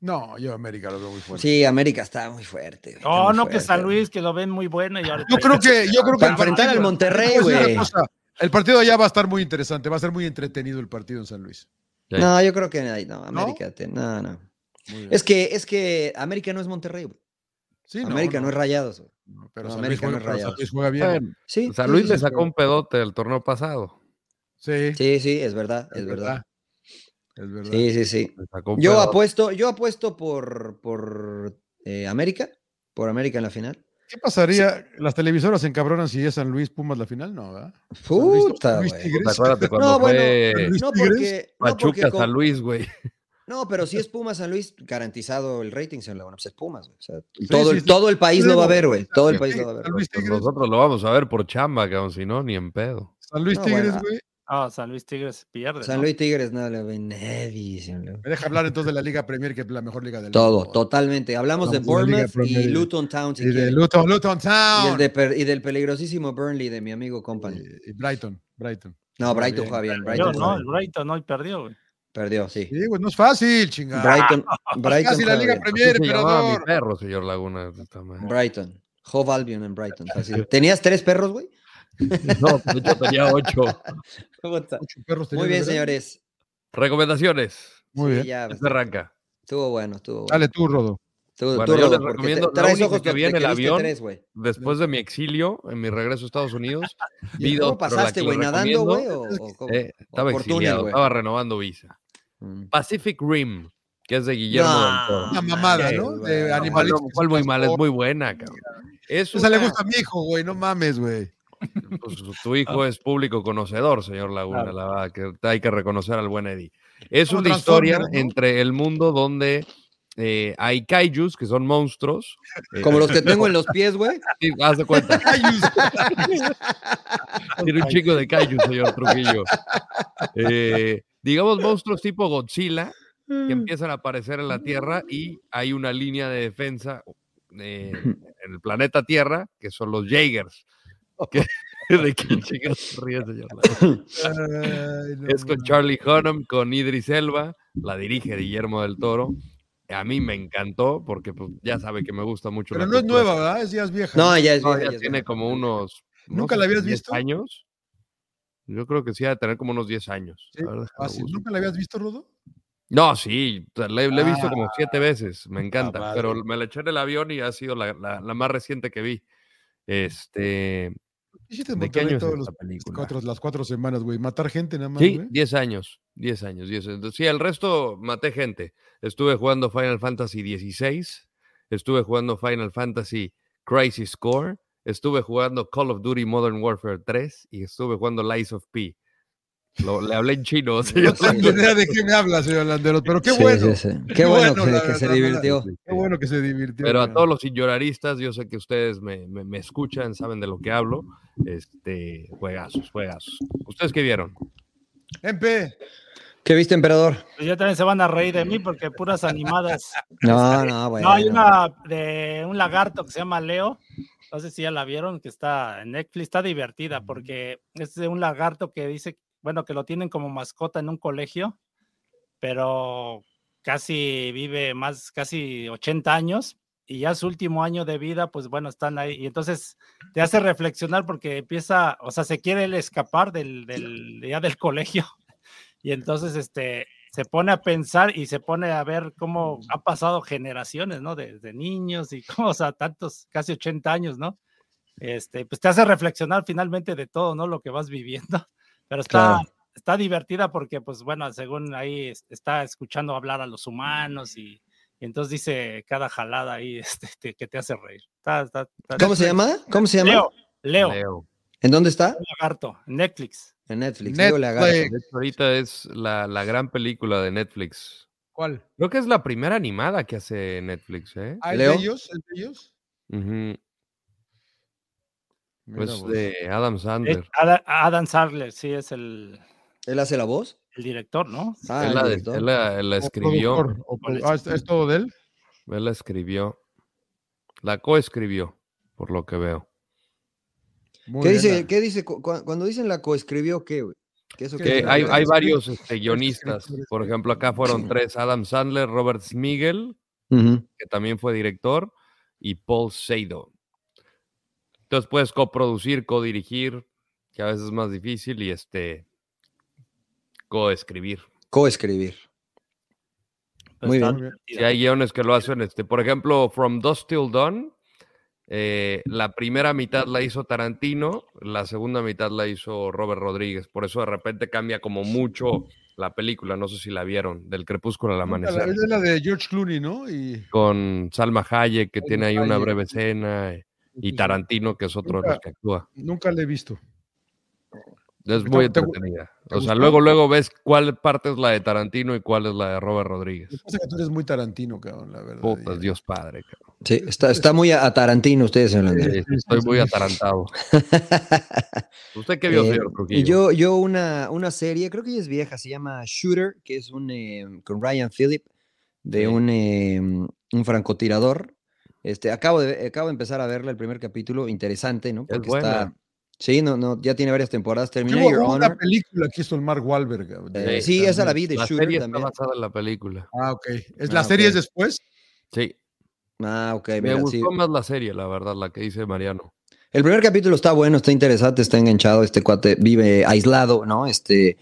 Speaker 1: No, yo América lo veo muy fuerte.
Speaker 5: Sí, América está muy fuerte. güey, está
Speaker 4: Oh, No,
Speaker 5: muy
Speaker 4: no, que
Speaker 5: fuerte,
Speaker 4: San
Speaker 5: güey.
Speaker 4: Luis, que lo ven muy bueno. Y ahorita
Speaker 1: Yo creo que, yo creo que
Speaker 5: Para
Speaker 1: el
Speaker 5: enfrentar al
Speaker 1: partido-
Speaker 5: Monterrey,
Speaker 4: Pues,
Speaker 1: Te voy a decir
Speaker 5: güey.
Speaker 1: una cosa, El partido allá va a estar muy interesante, va a ser muy entretenido el partido en San Luis.
Speaker 3: Sí.
Speaker 5: No, yo creo que ahí no, América. te- No, no. Es que, es que América no es Monterrey, güey.
Speaker 1: Sí,
Speaker 5: América no, es Rayados, güey.
Speaker 1: no, pero
Speaker 5: no,
Speaker 1: San Luis
Speaker 5: América
Speaker 1: juega-
Speaker 5: no es
Speaker 1: pero San
Speaker 5: Rayados.
Speaker 1: Luis juega bien.
Speaker 3: Bueno,
Speaker 5: Sí.
Speaker 3: San
Speaker 5: sí,
Speaker 3: Luis
Speaker 5: sí,
Speaker 3: le
Speaker 5: sí.
Speaker 3: sacó un pedote el torneo pasado.
Speaker 1: Sí,
Speaker 5: Sí, sí, es verdad, es verdad.
Speaker 1: Es verdad.
Speaker 5: Sí, sí, sí.
Speaker 3: Le sacó un
Speaker 5: Yo
Speaker 3: pedote.
Speaker 5: apuesto, yo apuesto por, por eh, América, por América en la final.
Speaker 1: ¿Qué pasaría? ¿Las televisoras se encabronan si es San Luis Pumas la final? No, ¿verdad? Luis-
Speaker 5: Puta,
Speaker 1: Luis
Speaker 5: güey.
Speaker 1: Tigres.
Speaker 3: Acuérdate cuando
Speaker 5: No, bueno,
Speaker 3: fue
Speaker 1: San Luis
Speaker 5: No,
Speaker 1: Tigres,
Speaker 5: porque, no, porque
Speaker 3: Pachuca
Speaker 5: con-
Speaker 3: San Luis, güey.
Speaker 5: no, pero si es Pumas San Luis, garantizado el rating, señor Laguna, pues es Pumas, güey. O sea,
Speaker 1: Sí,
Speaker 5: todo,
Speaker 1: sí,
Speaker 5: el-
Speaker 1: sí.
Speaker 5: todo el país lo va a ver, güey. Todo el
Speaker 1: Sí,
Speaker 5: país lo va a ver.
Speaker 1: San Luis
Speaker 3: Pues
Speaker 1: Tigres,
Speaker 3: Nosotros lo vamos a ver por chamba, cabrón, si no, ni en pedo.
Speaker 1: San Luis
Speaker 5: No,
Speaker 1: Tigres,
Speaker 5: bueno.
Speaker 1: güey.
Speaker 4: Ah, San Luis Tigres pierde.
Speaker 5: San
Speaker 4: ¿no?
Speaker 5: Luis Tigres no le ve nadie, señor Laguna.
Speaker 1: Me deja hablar entonces de la Liga Premier, que es la mejor liga del
Speaker 5: Todo,
Speaker 1: mundo.
Speaker 5: totalmente. Hablamos de
Speaker 1: Hablamos de la Liga
Speaker 5: Bournemouth y
Speaker 1: Premier.
Speaker 5: Luton Town, si
Speaker 1: Y de
Speaker 5: quieren.
Speaker 1: Luton, Luton
Speaker 5: Y, el
Speaker 1: Town.
Speaker 5: de per- y del peligrosísimo Burnley de mi amigo Company.
Speaker 1: Y- y Brighton, Brighton.
Speaker 5: No,
Speaker 1: Juega
Speaker 5: Brighton
Speaker 1: bien,
Speaker 5: juega bien.
Speaker 4: Perdió,
Speaker 5: Brighton
Speaker 4: no,
Speaker 5: juega
Speaker 4: el
Speaker 5: bien.
Speaker 4: Brighton hoy perdió. güey.
Speaker 5: Perdió, sí.
Speaker 1: Sí, güey, no es fácil, chingada.
Speaker 5: Brighton, Brighton.
Speaker 1: Casi la
Speaker 5: juega
Speaker 1: Liga
Speaker 5: bien.
Speaker 1: Premier,
Speaker 3: Así se llamaba mi
Speaker 1: emperador.
Speaker 3: perro, señor Laguna. puta madre.
Speaker 5: Brighton. Hove Albion en Brighton. así. ¿Tenías tres perros, güey?
Speaker 3: No, de hecho tenía ocho.
Speaker 5: Puta.
Speaker 1: Ocho perros tenía
Speaker 5: Muy
Speaker 1: de
Speaker 5: bien,
Speaker 1: verdad.
Speaker 5: señores.
Speaker 3: Recomendaciones.
Speaker 1: Muy
Speaker 5: Sí,
Speaker 1: bien.
Speaker 5: ya,
Speaker 3: Ya se arranca.
Speaker 5: estuvo bueno, estuvo bueno.
Speaker 1: Dale tú, Rodo.
Speaker 5: Estuvo-
Speaker 3: Bueno,
Speaker 5: estuvo
Speaker 3: yo les
Speaker 5: porque
Speaker 3: recomiendo la
Speaker 5: traes
Speaker 3: única
Speaker 5: ojos
Speaker 3: que
Speaker 5: de-
Speaker 3: vi en
Speaker 5: de
Speaker 3: el
Speaker 5: viste
Speaker 3: avión.
Speaker 5: tres, güey.
Speaker 3: Después de mi exilio, en mi regreso a Estados Unidos, vi dos,
Speaker 5: ¿Cómo
Speaker 3: pero la
Speaker 5: pasaste,
Speaker 3: que
Speaker 5: güey?
Speaker 3: les
Speaker 5: ¿Nadando, güey?
Speaker 3: recomiendo,
Speaker 5: O, o cómo?
Speaker 3: eh, estaba
Speaker 5: o por túnel,
Speaker 3: exiliado,
Speaker 5: güey.
Speaker 3: estaba renovando visa.
Speaker 5: Mm.
Speaker 3: Pacific Rim, que es de Guillermo del Toro.
Speaker 5: No,
Speaker 1: Una mamada,
Speaker 5: mames,
Speaker 1: ¿no?
Speaker 5: güey.
Speaker 1: De
Speaker 5: No,
Speaker 3: ¿Cuál,
Speaker 1: animalitos. que
Speaker 3: cuál
Speaker 1: se
Speaker 3: muy mal? Es
Speaker 1: transportan.
Speaker 3: muy buena, cabrón. Es
Speaker 1: Esa le
Speaker 3: una-
Speaker 1: gusta a mi hijo, güey. No mames, güey.
Speaker 3: pues, su- tu hijo es público conocedor, señor Laguna,
Speaker 4: Claro.
Speaker 3: la verdad, que hay que reconocer al buen Eddie. Es
Speaker 1: Como
Speaker 3: una historia
Speaker 1: Transformers, ¿no?
Speaker 3: entre el mundo donde eh, hay kaijus, que son monstruos. eh,
Speaker 5: Como los que tengo en los pies, güey.
Speaker 3: sí, haz de cuenta,
Speaker 1: Ayus.
Speaker 3: tiene un chico de kaijus, señor Trujillo. Eh, digamos monstruos tipo Godzilla, que empiezan a aparecer en la Tierra y hay una línea de defensa eh, en el planeta Tierra, que son los Jaegers.
Speaker 1: Oh.
Speaker 3: ¿Qué- ¿De qué chicos se ríe, señor? Laguna?
Speaker 1: Ay, no,
Speaker 3: Es con
Speaker 1: mames.
Speaker 3: Charlie Hunnam, con Idris Elba, la dirige Guillermo del Toro. A mí me encantó porque pues, ya sabe que me gusta mucho.
Speaker 1: Pero
Speaker 3: la
Speaker 1: no es
Speaker 3: cultura.
Speaker 1: nueva, ¿verdad? Es ya es vieja.
Speaker 5: No, ya es
Speaker 3: No,
Speaker 5: vieja,
Speaker 3: ya
Speaker 5: ya es
Speaker 3: tiene
Speaker 5: vieja.
Speaker 3: como unos. no
Speaker 1: ¿Nunca
Speaker 3: sé,
Speaker 1: la habías
Speaker 3: 10
Speaker 1: visto?
Speaker 3: años? Yo creo que sí, ha de tener como unos 10 años.
Speaker 1: Sí,
Speaker 3: A ver, déjame
Speaker 1: Fácil.
Speaker 3: busco.
Speaker 1: ¿Nunca la habías visto, Rodo?
Speaker 3: No, sí, te- la he, la he visto como
Speaker 4: Ah,
Speaker 3: siete veces, me encanta,
Speaker 4: madre.
Speaker 3: pero me la eché en el avión y ha sido la, la- la más reciente que vi. Este,
Speaker 1: Hiciste en
Speaker 3: ¿De qué
Speaker 1: Monterrey
Speaker 3: año es
Speaker 1: todos los
Speaker 3: esta película?
Speaker 1: cuatro, las cuatro semanas, güey. Matar gente nada más,
Speaker 3: Sí,
Speaker 1: güey.
Speaker 3: 10 años, 10 años, 10 años. Sí, el resto maté gente. Estuve jugando Final Fantasy 16, estuve jugando Final Fantasy Crisis Core, estuve jugando Call of Duty Modern Warfare 3 y estuve jugando Lies of P. Lo- le hablé en chino. o sea, yo
Speaker 1: No tengo
Speaker 3: también.
Speaker 1: idea de qué me hablas, señor Landeros, pero qué
Speaker 5: Sí,
Speaker 1: bueno.
Speaker 5: sí, sí. Qué bueno que,
Speaker 1: la
Speaker 5: que se
Speaker 1: verdad,
Speaker 5: divirtió.
Speaker 1: Qué bueno que se divirtió.
Speaker 3: Pero a
Speaker 1: güey.
Speaker 3: todos los sin lloraristas, yo sé que ustedes me, me- me escuchan, saben de lo que hablo. Este, juegazos, juegazos. ¿Ustedes qué vieron?
Speaker 1: MP,
Speaker 5: ¿Qué viste, emperador?
Speaker 4: Pues ya también se van a reír de mí porque puras animadas.
Speaker 5: No, no, bueno.
Speaker 4: No, hay una de un lagarto que se llama Leo. No sé si ya la vieron, que está en Netflix. Está divertida porque es de un lagarto que dice, bueno, que lo tienen como mascota en un colegio, pero casi vive más, casi 80 años. Y ya su último año de vida, pues bueno, están ahí. Y entonces te hace reflexionar porque empieza, o sea, se quiere él escapar del, del, ya del colegio. Y entonces, este, se pone a pensar y se pone a ver cómo ha pasado generaciones, ¿no? Desde niños y cómo, o sea, tantos, casi 80 años, ¿no? Este, pues te hace reflexionar finalmente de todo, ¿no? Lo que vas viviendo. Pero está,
Speaker 5: Claro.
Speaker 4: está divertida porque, pues bueno, según ahí es- está escuchando hablar a los humanos
Speaker 3: Mm.
Speaker 4: y, y entonces dice cada jalada ahí este, te- que te hace reír. Está- está- está-
Speaker 5: ¿Cómo se llama? ¿Cómo se llama?
Speaker 4: Leo, Leo,
Speaker 5: ¿En dónde está?
Speaker 4: Lagarto, Netflix.
Speaker 5: En Netflix.
Speaker 1: Netflix.
Speaker 5: Leo Lagarto.
Speaker 3: De hecho, ahorita es la, la gran película de Netflix.
Speaker 1: ¿cuál?
Speaker 3: Creo que es la primera animada que hace Netflix, ¿eh?
Speaker 1: ¿Ah, ¿es
Speaker 5: Leo.
Speaker 1: de ellos? ¿Es de ellos?
Speaker 3: Ujú,
Speaker 1: Mira
Speaker 3: Es
Speaker 1: vos.
Speaker 3: de Adam Sandler.
Speaker 4: Ada- Adam Sandler, sí, es el,
Speaker 5: ¿Él hace la voz?
Speaker 4: el director, ¿no?
Speaker 5: Ah,
Speaker 3: él,
Speaker 5: el
Speaker 3: la, de-
Speaker 5: director.
Speaker 3: él la- él la
Speaker 1: O
Speaker 3: escribió.
Speaker 1: productor, o pro- ah, ¿es, es todo de él?
Speaker 3: Él la escribió. La coescribió, por lo que veo.
Speaker 1: Muy
Speaker 5: ¿Qué
Speaker 1: bien,
Speaker 5: dice,
Speaker 1: la-
Speaker 5: qué dice cu- cu- cuando dicen la coescribió qué, güey? ¿Qué eso
Speaker 1: Que
Speaker 5: qué
Speaker 3: Que
Speaker 5: es?
Speaker 3: hay, hay
Speaker 1: escritores,
Speaker 3: varios este, guionistas.
Speaker 1: escritores,
Speaker 3: Por ejemplo, acá fueron tres: Adam Sandler, Robert Smigel,
Speaker 5: Ujú.
Speaker 3: que también fue director, y Paul Seido. Entonces puedes coproducir, codirigir, que a veces es más difícil, y este coescribir.
Speaker 5: Coescribir.
Speaker 4: Pues
Speaker 5: Muy
Speaker 4: está
Speaker 1: Muy bien.
Speaker 3: Si hay guiones que lo hacen, este, por ejemplo, From Dust Till Dawn, eh, la primera mitad la hizo Tarantino, la segunda mitad la hizo Robert Rodríguez. Por eso de repente cambia como mucho la película. No sé si la vieron, del crepúsculo al
Speaker 1: Es la-
Speaker 3: amanecer.
Speaker 1: es de la de George Clooney, ¿no? Y,
Speaker 3: Con Salma Hayek, que
Speaker 1: Salma
Speaker 3: tiene ahí una
Speaker 1: Hayek.
Speaker 3: breve escena. eh, Y Tarantino, que es otro de los
Speaker 1: Nunca-
Speaker 3: que actúa.
Speaker 1: Nunca le he visto.
Speaker 3: Es
Speaker 1: ¿Te-
Speaker 3: muy
Speaker 1: te gu-
Speaker 3: entretenida.
Speaker 1: te
Speaker 3: O sea,
Speaker 1: gustó?
Speaker 3: luego, luego ves cuál parte es la de Tarantino y cuál es la de Robert
Speaker 1: Me
Speaker 3: Rodríguez.
Speaker 1: pasa que tú eres muy tarantino, cabrón, la verdad.
Speaker 3: Putas,
Speaker 1: Y-
Speaker 3: Dios padre. cabrón.
Speaker 5: Sí, está, está muy a, a Tarantino ustedes en
Speaker 1: Sí,
Speaker 5: la
Speaker 1: sí, sí,
Speaker 3: Estoy
Speaker 1: sí.
Speaker 3: muy atarantado. ¿Usted qué vio,
Speaker 5: Eh,
Speaker 3: señor Trujillo?
Speaker 5: Y yo, yo una, una serie, creo que ya es vieja, se llama Shooter, que es un eh, con Ryan Phillip, de
Speaker 3: Sí.
Speaker 5: un, eh, un francotirador. Este, acabo de, acabo de empezar a verla el primer capítulo, interesante, ¿no?
Speaker 3: Es
Speaker 5: Porque
Speaker 3: buena.
Speaker 5: está. Sí, no, no, ya tiene varias temporadas.
Speaker 1: Qué
Speaker 5: Terminé
Speaker 1: hubo-
Speaker 5: Your
Speaker 1: hubo una
Speaker 5: Honor.
Speaker 1: película que hizo el Mark Wahlberg. cabrón, de-
Speaker 5: eh, sí, esa la vi de
Speaker 3: La
Speaker 5: Shooter
Speaker 3: serie
Speaker 5: también.
Speaker 3: está basada en la película.
Speaker 1: Ah, ok. Es,
Speaker 5: Ah,
Speaker 1: la
Speaker 5: ok.
Speaker 1: serie es después.
Speaker 3: Sí,
Speaker 5: Ah, ok,
Speaker 3: me
Speaker 5: mira, sí.
Speaker 3: gustó más la serie, la verdad, la que dice Mariano.
Speaker 5: El primer capítulo está bueno, está interesante, está enganchado. Este cuate vive aislado, ¿no? Este,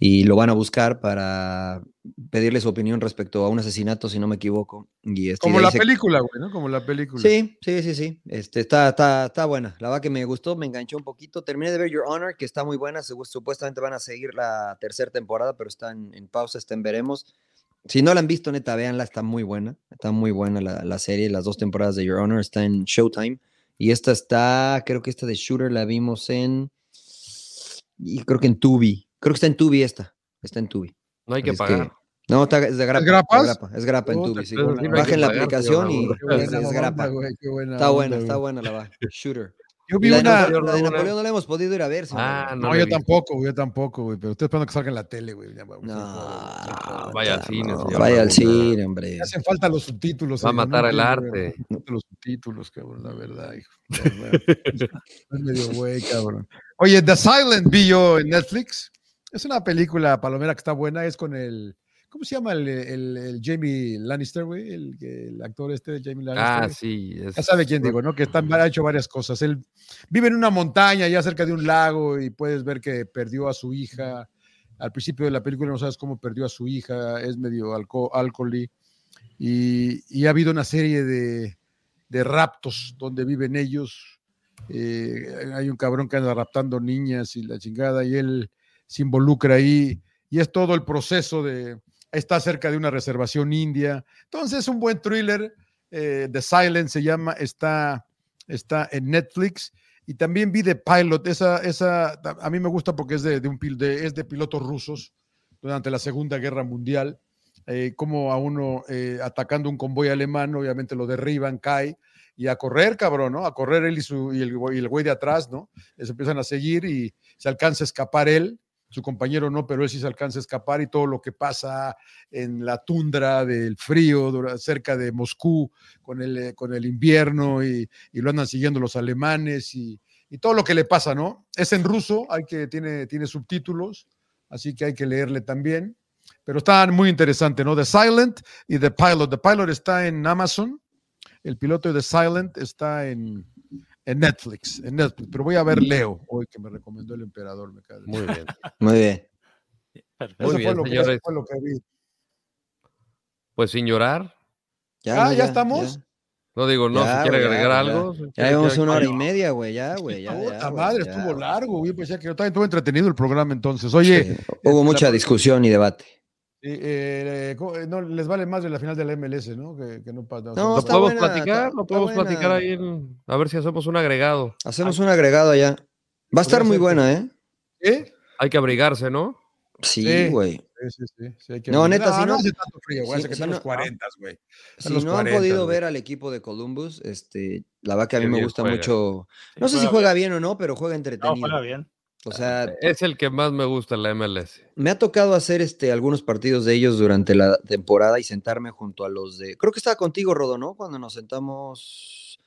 Speaker 5: y lo van a buscar para pedirle su opinión respecto a un asesinato, si no me equivoco. Y este,
Speaker 1: Como
Speaker 5: de ahí
Speaker 1: la
Speaker 5: se-
Speaker 1: película, güey, ¿no? Como la película.
Speaker 5: Sí, sí, sí, sí. Este, está, está, está buena. La verdad que me gustó, me enganchó un poquito. Terminé de ver Your Honor, que está muy buena. Segu- Supuestamente van a seguir la tercera temporada, pero está en, en pausa, está en veremos. Si no la han visto, neta, véanla, está muy buena. Está muy buena la, la serie, las dos temporadas de Your Honor, está en Showtime. Y esta está, creo que esta de Shooter la vimos en, y creo que en Tubi. Creo que está en Tubi esta. Está en Tubi.
Speaker 3: No hay que
Speaker 5: Es que-
Speaker 3: pagar.
Speaker 5: No, está, es de grapa.
Speaker 1: grapas? Oh,
Speaker 5: Es grapa, es grapa en
Speaker 1: Puta,
Speaker 5: Tubi, sí.
Speaker 1: pero sí no hay que
Speaker 5: Bajen la
Speaker 3: pagar, tío,
Speaker 5: aplicación
Speaker 3: la
Speaker 5: y
Speaker 3: verdad.
Speaker 1: Qué
Speaker 5: es,
Speaker 1: buena
Speaker 5: es
Speaker 1: mamada,
Speaker 5: grapa.
Speaker 1: güey, qué buena
Speaker 5: Está
Speaker 1: onda,
Speaker 5: buena,
Speaker 1: güey.
Speaker 5: está buena la va. Shooter.
Speaker 1: Yo
Speaker 5: Y
Speaker 1: vi
Speaker 5: la, de
Speaker 1: una.
Speaker 5: Napoleón- la de
Speaker 3: una-
Speaker 5: Napoleón no la hemos podido ir a ver. señor.
Speaker 3: Ah, no,
Speaker 1: No,
Speaker 3: la he
Speaker 1: yo
Speaker 3: visto.
Speaker 1: tampoco, yo tampoco, güey. Pero estoy esperando que salga en la tele, güey. ya, güey, por favor.
Speaker 5: No,
Speaker 3: Vaya al
Speaker 5: no,
Speaker 3: cine, señor
Speaker 5: Vaya al
Speaker 3: Laguna.
Speaker 5: cine, hombre.
Speaker 1: Me hacen falta los subtítulos.
Speaker 3: Va
Speaker 1: eh,
Speaker 3: a
Speaker 1: no
Speaker 3: matar el
Speaker 1: entiendo, güey,
Speaker 3: arte.
Speaker 1: me hacen falta Los subtítulos, cabrón, la verdad, hijo. No, güey. Estás medio güey, cabrón. Oye, The Silent vi yo en Netflix. Es una película palomera que está buena. Es con el. ¿Cómo se llama el, el- el Jamie Lannister, güey? El, el actor este de Jamie Lannister.
Speaker 3: Ah, sí. es-
Speaker 1: Ya sabe quién digo, ¿no? Que están, ha hecho varias cosas. Él vive en una montaña, ya cerca de un lago, y puedes ver que perdió a su hija. Al principio de la película no sabes cómo perdió a su hija, es medio alco alcoholí. Y, y ha habido una serie de, de raptos donde viven ellos. Eh, hay un cabrón que anda raptando niñas y la chingada, y él se involucra ahí. Y es todo el proceso de. Está cerca de una reservación india. Entonces es un buen thriller. eh, The Silent se llama, está, está en Netflix. Y también vi The Pilot. Esa, esa ta- a mí me gusta porque es de, de un, pil- de- es de pilotos rusos durante la Segunda Guerra Mundial. eh, como a uno eh, atacando un convoy alemán, obviamente lo derriban, cae. Y a correr, cabrón, ¿no? A correr él y, su, y el, güey- y el güey de atrás, ¿no? Se empiezan a seguir y se alcanza a escapar él, su compañero no, pero él sí se alcanza a escapar y todo lo que pasa en la tundra del frío dura- cerca de Moscú con el, eh, con el invierno y, y lo andan siguiendo los alemanes y, y todo lo que le pasa, ¿no? Es en ruso, hay que, tiene, tiene subtítulos, así que hay que leerle también. Pero está muy interesante, ¿no? The Silent y The Pilot. The Pilot está en Amazon, el piloto de The Silent está en, en Netflix, en Netflix. Pero voy a ver Leo, hoy que me recomendó el emperador, me cae de-
Speaker 3: Muy bien.
Speaker 5: Muy bien.
Speaker 4: Perfecto.
Speaker 3: Muy
Speaker 1: Eso
Speaker 3: bien,
Speaker 1: fue lo que- eso
Speaker 3: señores.
Speaker 1: fue lo que vi.
Speaker 3: Pues sin llorar.
Speaker 1: Ah,
Speaker 5: no,
Speaker 1: ya estamos.
Speaker 5: ya.
Speaker 3: No digo, no,
Speaker 5: Ya,
Speaker 3: si quiere
Speaker 5: güey, ya,
Speaker 3: agregar
Speaker 5: ya.
Speaker 3: algo. si
Speaker 5: Ya
Speaker 3: quiere
Speaker 5: llevamos
Speaker 3: que-
Speaker 5: una hora y media, güey. Ya, güey. Pues Ya,
Speaker 1: Puta
Speaker 5: ya, güey,
Speaker 1: madre,
Speaker 5: ya,
Speaker 1: estuvo
Speaker 5: güey.
Speaker 1: largo, güey. Pensé que yo también estuvo entretenido el programa entonces. Oye,
Speaker 5: Sí, Hubo
Speaker 1: la-
Speaker 5: mucha discusión y debate.
Speaker 1: eh, eh, co- eh, no les vale más de la final de la MLS, ¿no? Que, que no pasa. o sea,
Speaker 5: No,
Speaker 3: ¿Lo
Speaker 5: está
Speaker 3: podemos
Speaker 5: buena,
Speaker 3: platicar?
Speaker 5: está-
Speaker 3: ¿Lo
Speaker 5: está
Speaker 3: podemos
Speaker 5: buena.
Speaker 3: platicar ahí? en- A ver si hacemos un agregado.
Speaker 5: Hacemos un agregado allá. Va a estar
Speaker 1: Podría
Speaker 5: muy
Speaker 1: ser,
Speaker 5: buena, ¿eh?
Speaker 1: ¿eh?
Speaker 3: Hay que abrigarse, ¿no?
Speaker 5: Sí,
Speaker 1: Sí.
Speaker 5: güey.
Speaker 1: Sí, sí, sí, sí, hay que
Speaker 5: No,
Speaker 1: abrir.
Speaker 5: neta, si no-
Speaker 1: hace tanto frío, güey.
Speaker 5: si-
Speaker 1: hace que
Speaker 5: si
Speaker 1: están
Speaker 5: no-
Speaker 1: los 40, güey.
Speaker 5: Si
Speaker 1: los
Speaker 5: no
Speaker 1: 40,
Speaker 5: han podido
Speaker 1: güey.
Speaker 5: ver al equipo de Columbus, este, la verdad que a mí
Speaker 3: Qué
Speaker 5: me
Speaker 3: bien
Speaker 5: gusta
Speaker 3: juega.
Speaker 5: mucho. No sé
Speaker 4: juega
Speaker 5: si juega bien o no, pero juega
Speaker 4: No,
Speaker 5: entretenido.
Speaker 4: juega bien.
Speaker 5: O sea,
Speaker 3: Es el que más me gusta en la MLS.
Speaker 5: me ha tocado hacer este, algunos partidos de ellos durante la temporada y sentarme junto a los de. Creo que estaba contigo, Rodo, ¿no? Cuando nos sentamos.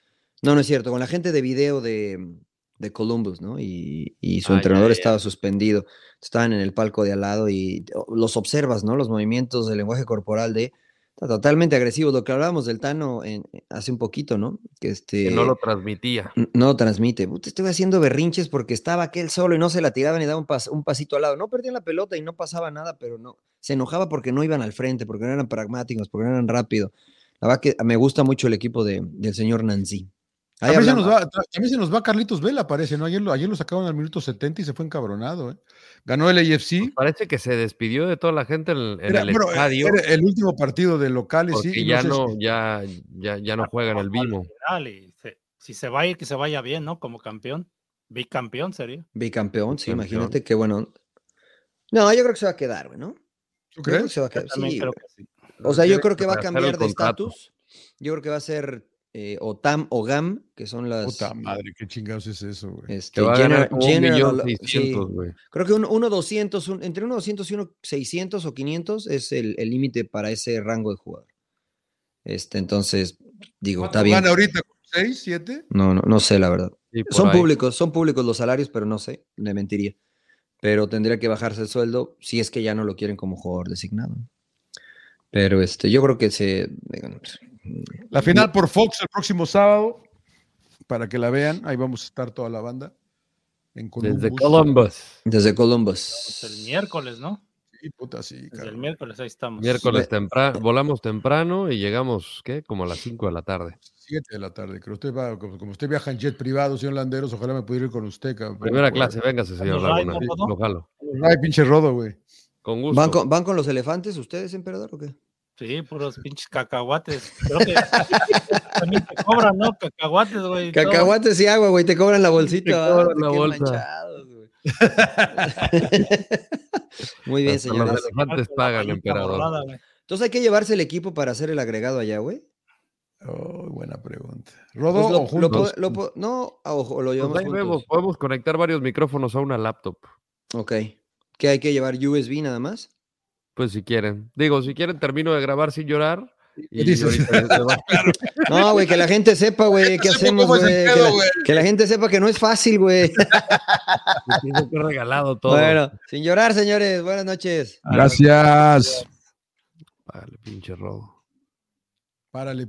Speaker 5: No, no es cierto, con la gente de video de, de Columbus, ¿no? Y, y su
Speaker 3: Ah, ya,
Speaker 5: entrenador
Speaker 3: ya.
Speaker 5: estaba suspendido. Estaban en el palco de al lado y o- los observas, ¿no? Los movimientos del lenguaje corporal de. está Totalmente agresivo, lo que hablábamos del Tano en- hace un poquito, ¿no? Que este.
Speaker 3: Que no lo transmitía.
Speaker 5: N- No transmite. Puta, estuve haciendo berrinches porque estaba aquel solo y no se la tiraban y daba un, pas- un pasito al lado. No perdían la pelota y no pasaba nada, pero no. Se enojaba porque no iban al frente, porque no eran pragmáticos, porque no eran rápido. La verdad que me gusta mucho el equipo de- del señor Nancy. Ahí
Speaker 1: También se, nos
Speaker 5: hablamos-
Speaker 1: va, tra- también se nos va Carlitos Vela, parece, ¿no? Ayer lo, ayer lo sacaron al minuto 70 y se fue encabronado, ¿eh? Ganó el AFC.
Speaker 3: Parece que se despidió de toda la gente en, en
Speaker 1: Era-
Speaker 3: el
Speaker 1: bueno,
Speaker 3: estadio.
Speaker 1: era el último partido de locales,
Speaker 3: Porque
Speaker 1: sí. y
Speaker 3: ya,
Speaker 1: sé
Speaker 3: no,
Speaker 1: si-
Speaker 3: ya, ya, ya no juegan el Vimo.
Speaker 4: Al final y se- si se va a ir, que se vaya bien, ¿no? Como campeón. Bicampeón sería.
Speaker 5: Bicampeón, sí,
Speaker 3: Bicampeón.
Speaker 5: imagínate qué bueno. No, yo creo que se va a quedar, güey, ¿no?
Speaker 1: ¿Tú
Speaker 5: Yo creo que
Speaker 1: crees?
Speaker 5: se va a
Speaker 4: Yo
Speaker 5: quedar,
Speaker 4: también
Speaker 5: sí,
Speaker 4: creo
Speaker 5: güey.
Speaker 4: que sí.
Speaker 5: O sea, yo
Speaker 3: Tiene
Speaker 5: creo que va a
Speaker 3: rehacer el
Speaker 5: cambiar de
Speaker 3: contrato.
Speaker 5: estatus. Yo creo que va a ser eh, o TAM o GAM, que son las.
Speaker 1: Puta madre, qué chingados es eso, güey.
Speaker 5: este,
Speaker 3: Te va a
Speaker 5: general-
Speaker 3: ganar como un
Speaker 5: general
Speaker 3: millón
Speaker 5: allo- sí.
Speaker 3: seiscientos, güey.
Speaker 5: Creo que un, uno 200, un- entre uno 200 y uno 600 o 500 es el el límite para ese rango de jugador. Este, entonces, digo, está
Speaker 1: ¿Cuánto
Speaker 5: bien.
Speaker 1: gana ahorita? ¿Seis, siete?
Speaker 5: No, no, no sé, la verdad.
Speaker 3: Sí, por
Speaker 5: Son
Speaker 3: ahí.
Speaker 5: públicos, son públicos los salarios, pero no sé, le mentiría. Pero tendría que bajarse el sueldo si es que ya no lo quieren como jugador designado. Pero este, yo creo que se.
Speaker 1: La final por Fox el próximo sábado. para que la vean. Ahí vamos a estar toda la banda. En Columbus.
Speaker 3: Desde Columbus.
Speaker 5: Desde
Speaker 4: Pues el
Speaker 5: Columbus.
Speaker 4: miércoles, ¿no?
Speaker 1: Sí, puta, sí,
Speaker 4: Desde el
Speaker 1: cabrón.
Speaker 4: miércoles, ahí estamos.
Speaker 3: Miércoles
Speaker 5: Ve-
Speaker 3: temprano, volamos temprano y llegamos, ¿qué? Como a las 5 de la tarde.
Speaker 1: Siete de la tarde. Creo usted va, como, como usted viaja en jet privado, señor Landeros, ojalá me pudiera ir con usted, cabrón.
Speaker 3: Primera
Speaker 1: Por-
Speaker 5: pues.
Speaker 3: clase, véngase, señor
Speaker 4: Vamos,
Speaker 3: Laguna.
Speaker 4: Raiko, ¿no?
Speaker 3: Lo jalo.
Speaker 1: Ay, pinche rodo, güey.
Speaker 3: Con gusto.
Speaker 5: ¿Van con, ¿Van con los elefantes ustedes, emperador, o qué?
Speaker 4: Sí, puros pinches cacahuates. Creo que también te cobran, ¿no? Cacahuates, güey. todo.
Speaker 5: Cacahuates y agua, güey, te cobran la bolsita.
Speaker 3: Te cobran
Speaker 5: ¿verdad?
Speaker 3: la
Speaker 5: Qué
Speaker 3: bolsa.
Speaker 5: manchados, güey. Muy bien,
Speaker 3: Hasta los
Speaker 5: señores.
Speaker 3: elefantes pagan, emperador.
Speaker 4: Borrada, güey.
Speaker 5: Entonces hay que llevarse el equipo para hacer el agregado allá, güey.
Speaker 1: Oh, buena pregunta.
Speaker 5: Pues
Speaker 1: Rodo
Speaker 5: lo-
Speaker 1: o
Speaker 5: lo
Speaker 1: juntos.
Speaker 5: po- lo po- no, a ojo, lo
Speaker 3: Pues
Speaker 5: llevamos
Speaker 3: ahí vemos,
Speaker 5: juntos.
Speaker 3: podemos conectar varios micrófonos a una laptop.
Speaker 5: Ok. ¿Qué hay que llevar? ¿USB nada más?
Speaker 3: Pues si quieren. Digo, si quieren termino de grabar sin llorar. Y
Speaker 1: Dices.
Speaker 3: ahorita ya se va.
Speaker 5: No, güey, que la gente sepa, güey, qué hacemos,
Speaker 1: cómo es
Speaker 5: güey.
Speaker 1: el
Speaker 5: Que,
Speaker 1: pedo,
Speaker 5: la-
Speaker 1: güey.
Speaker 5: que la gente sepa que no es fácil, güey.
Speaker 3: Pienso que he regalado todo.
Speaker 5: Bueno, sin llorar, señores. Buenas noches.
Speaker 1: Gracias.
Speaker 3: Págale, pinche robo.
Speaker 1: Párale,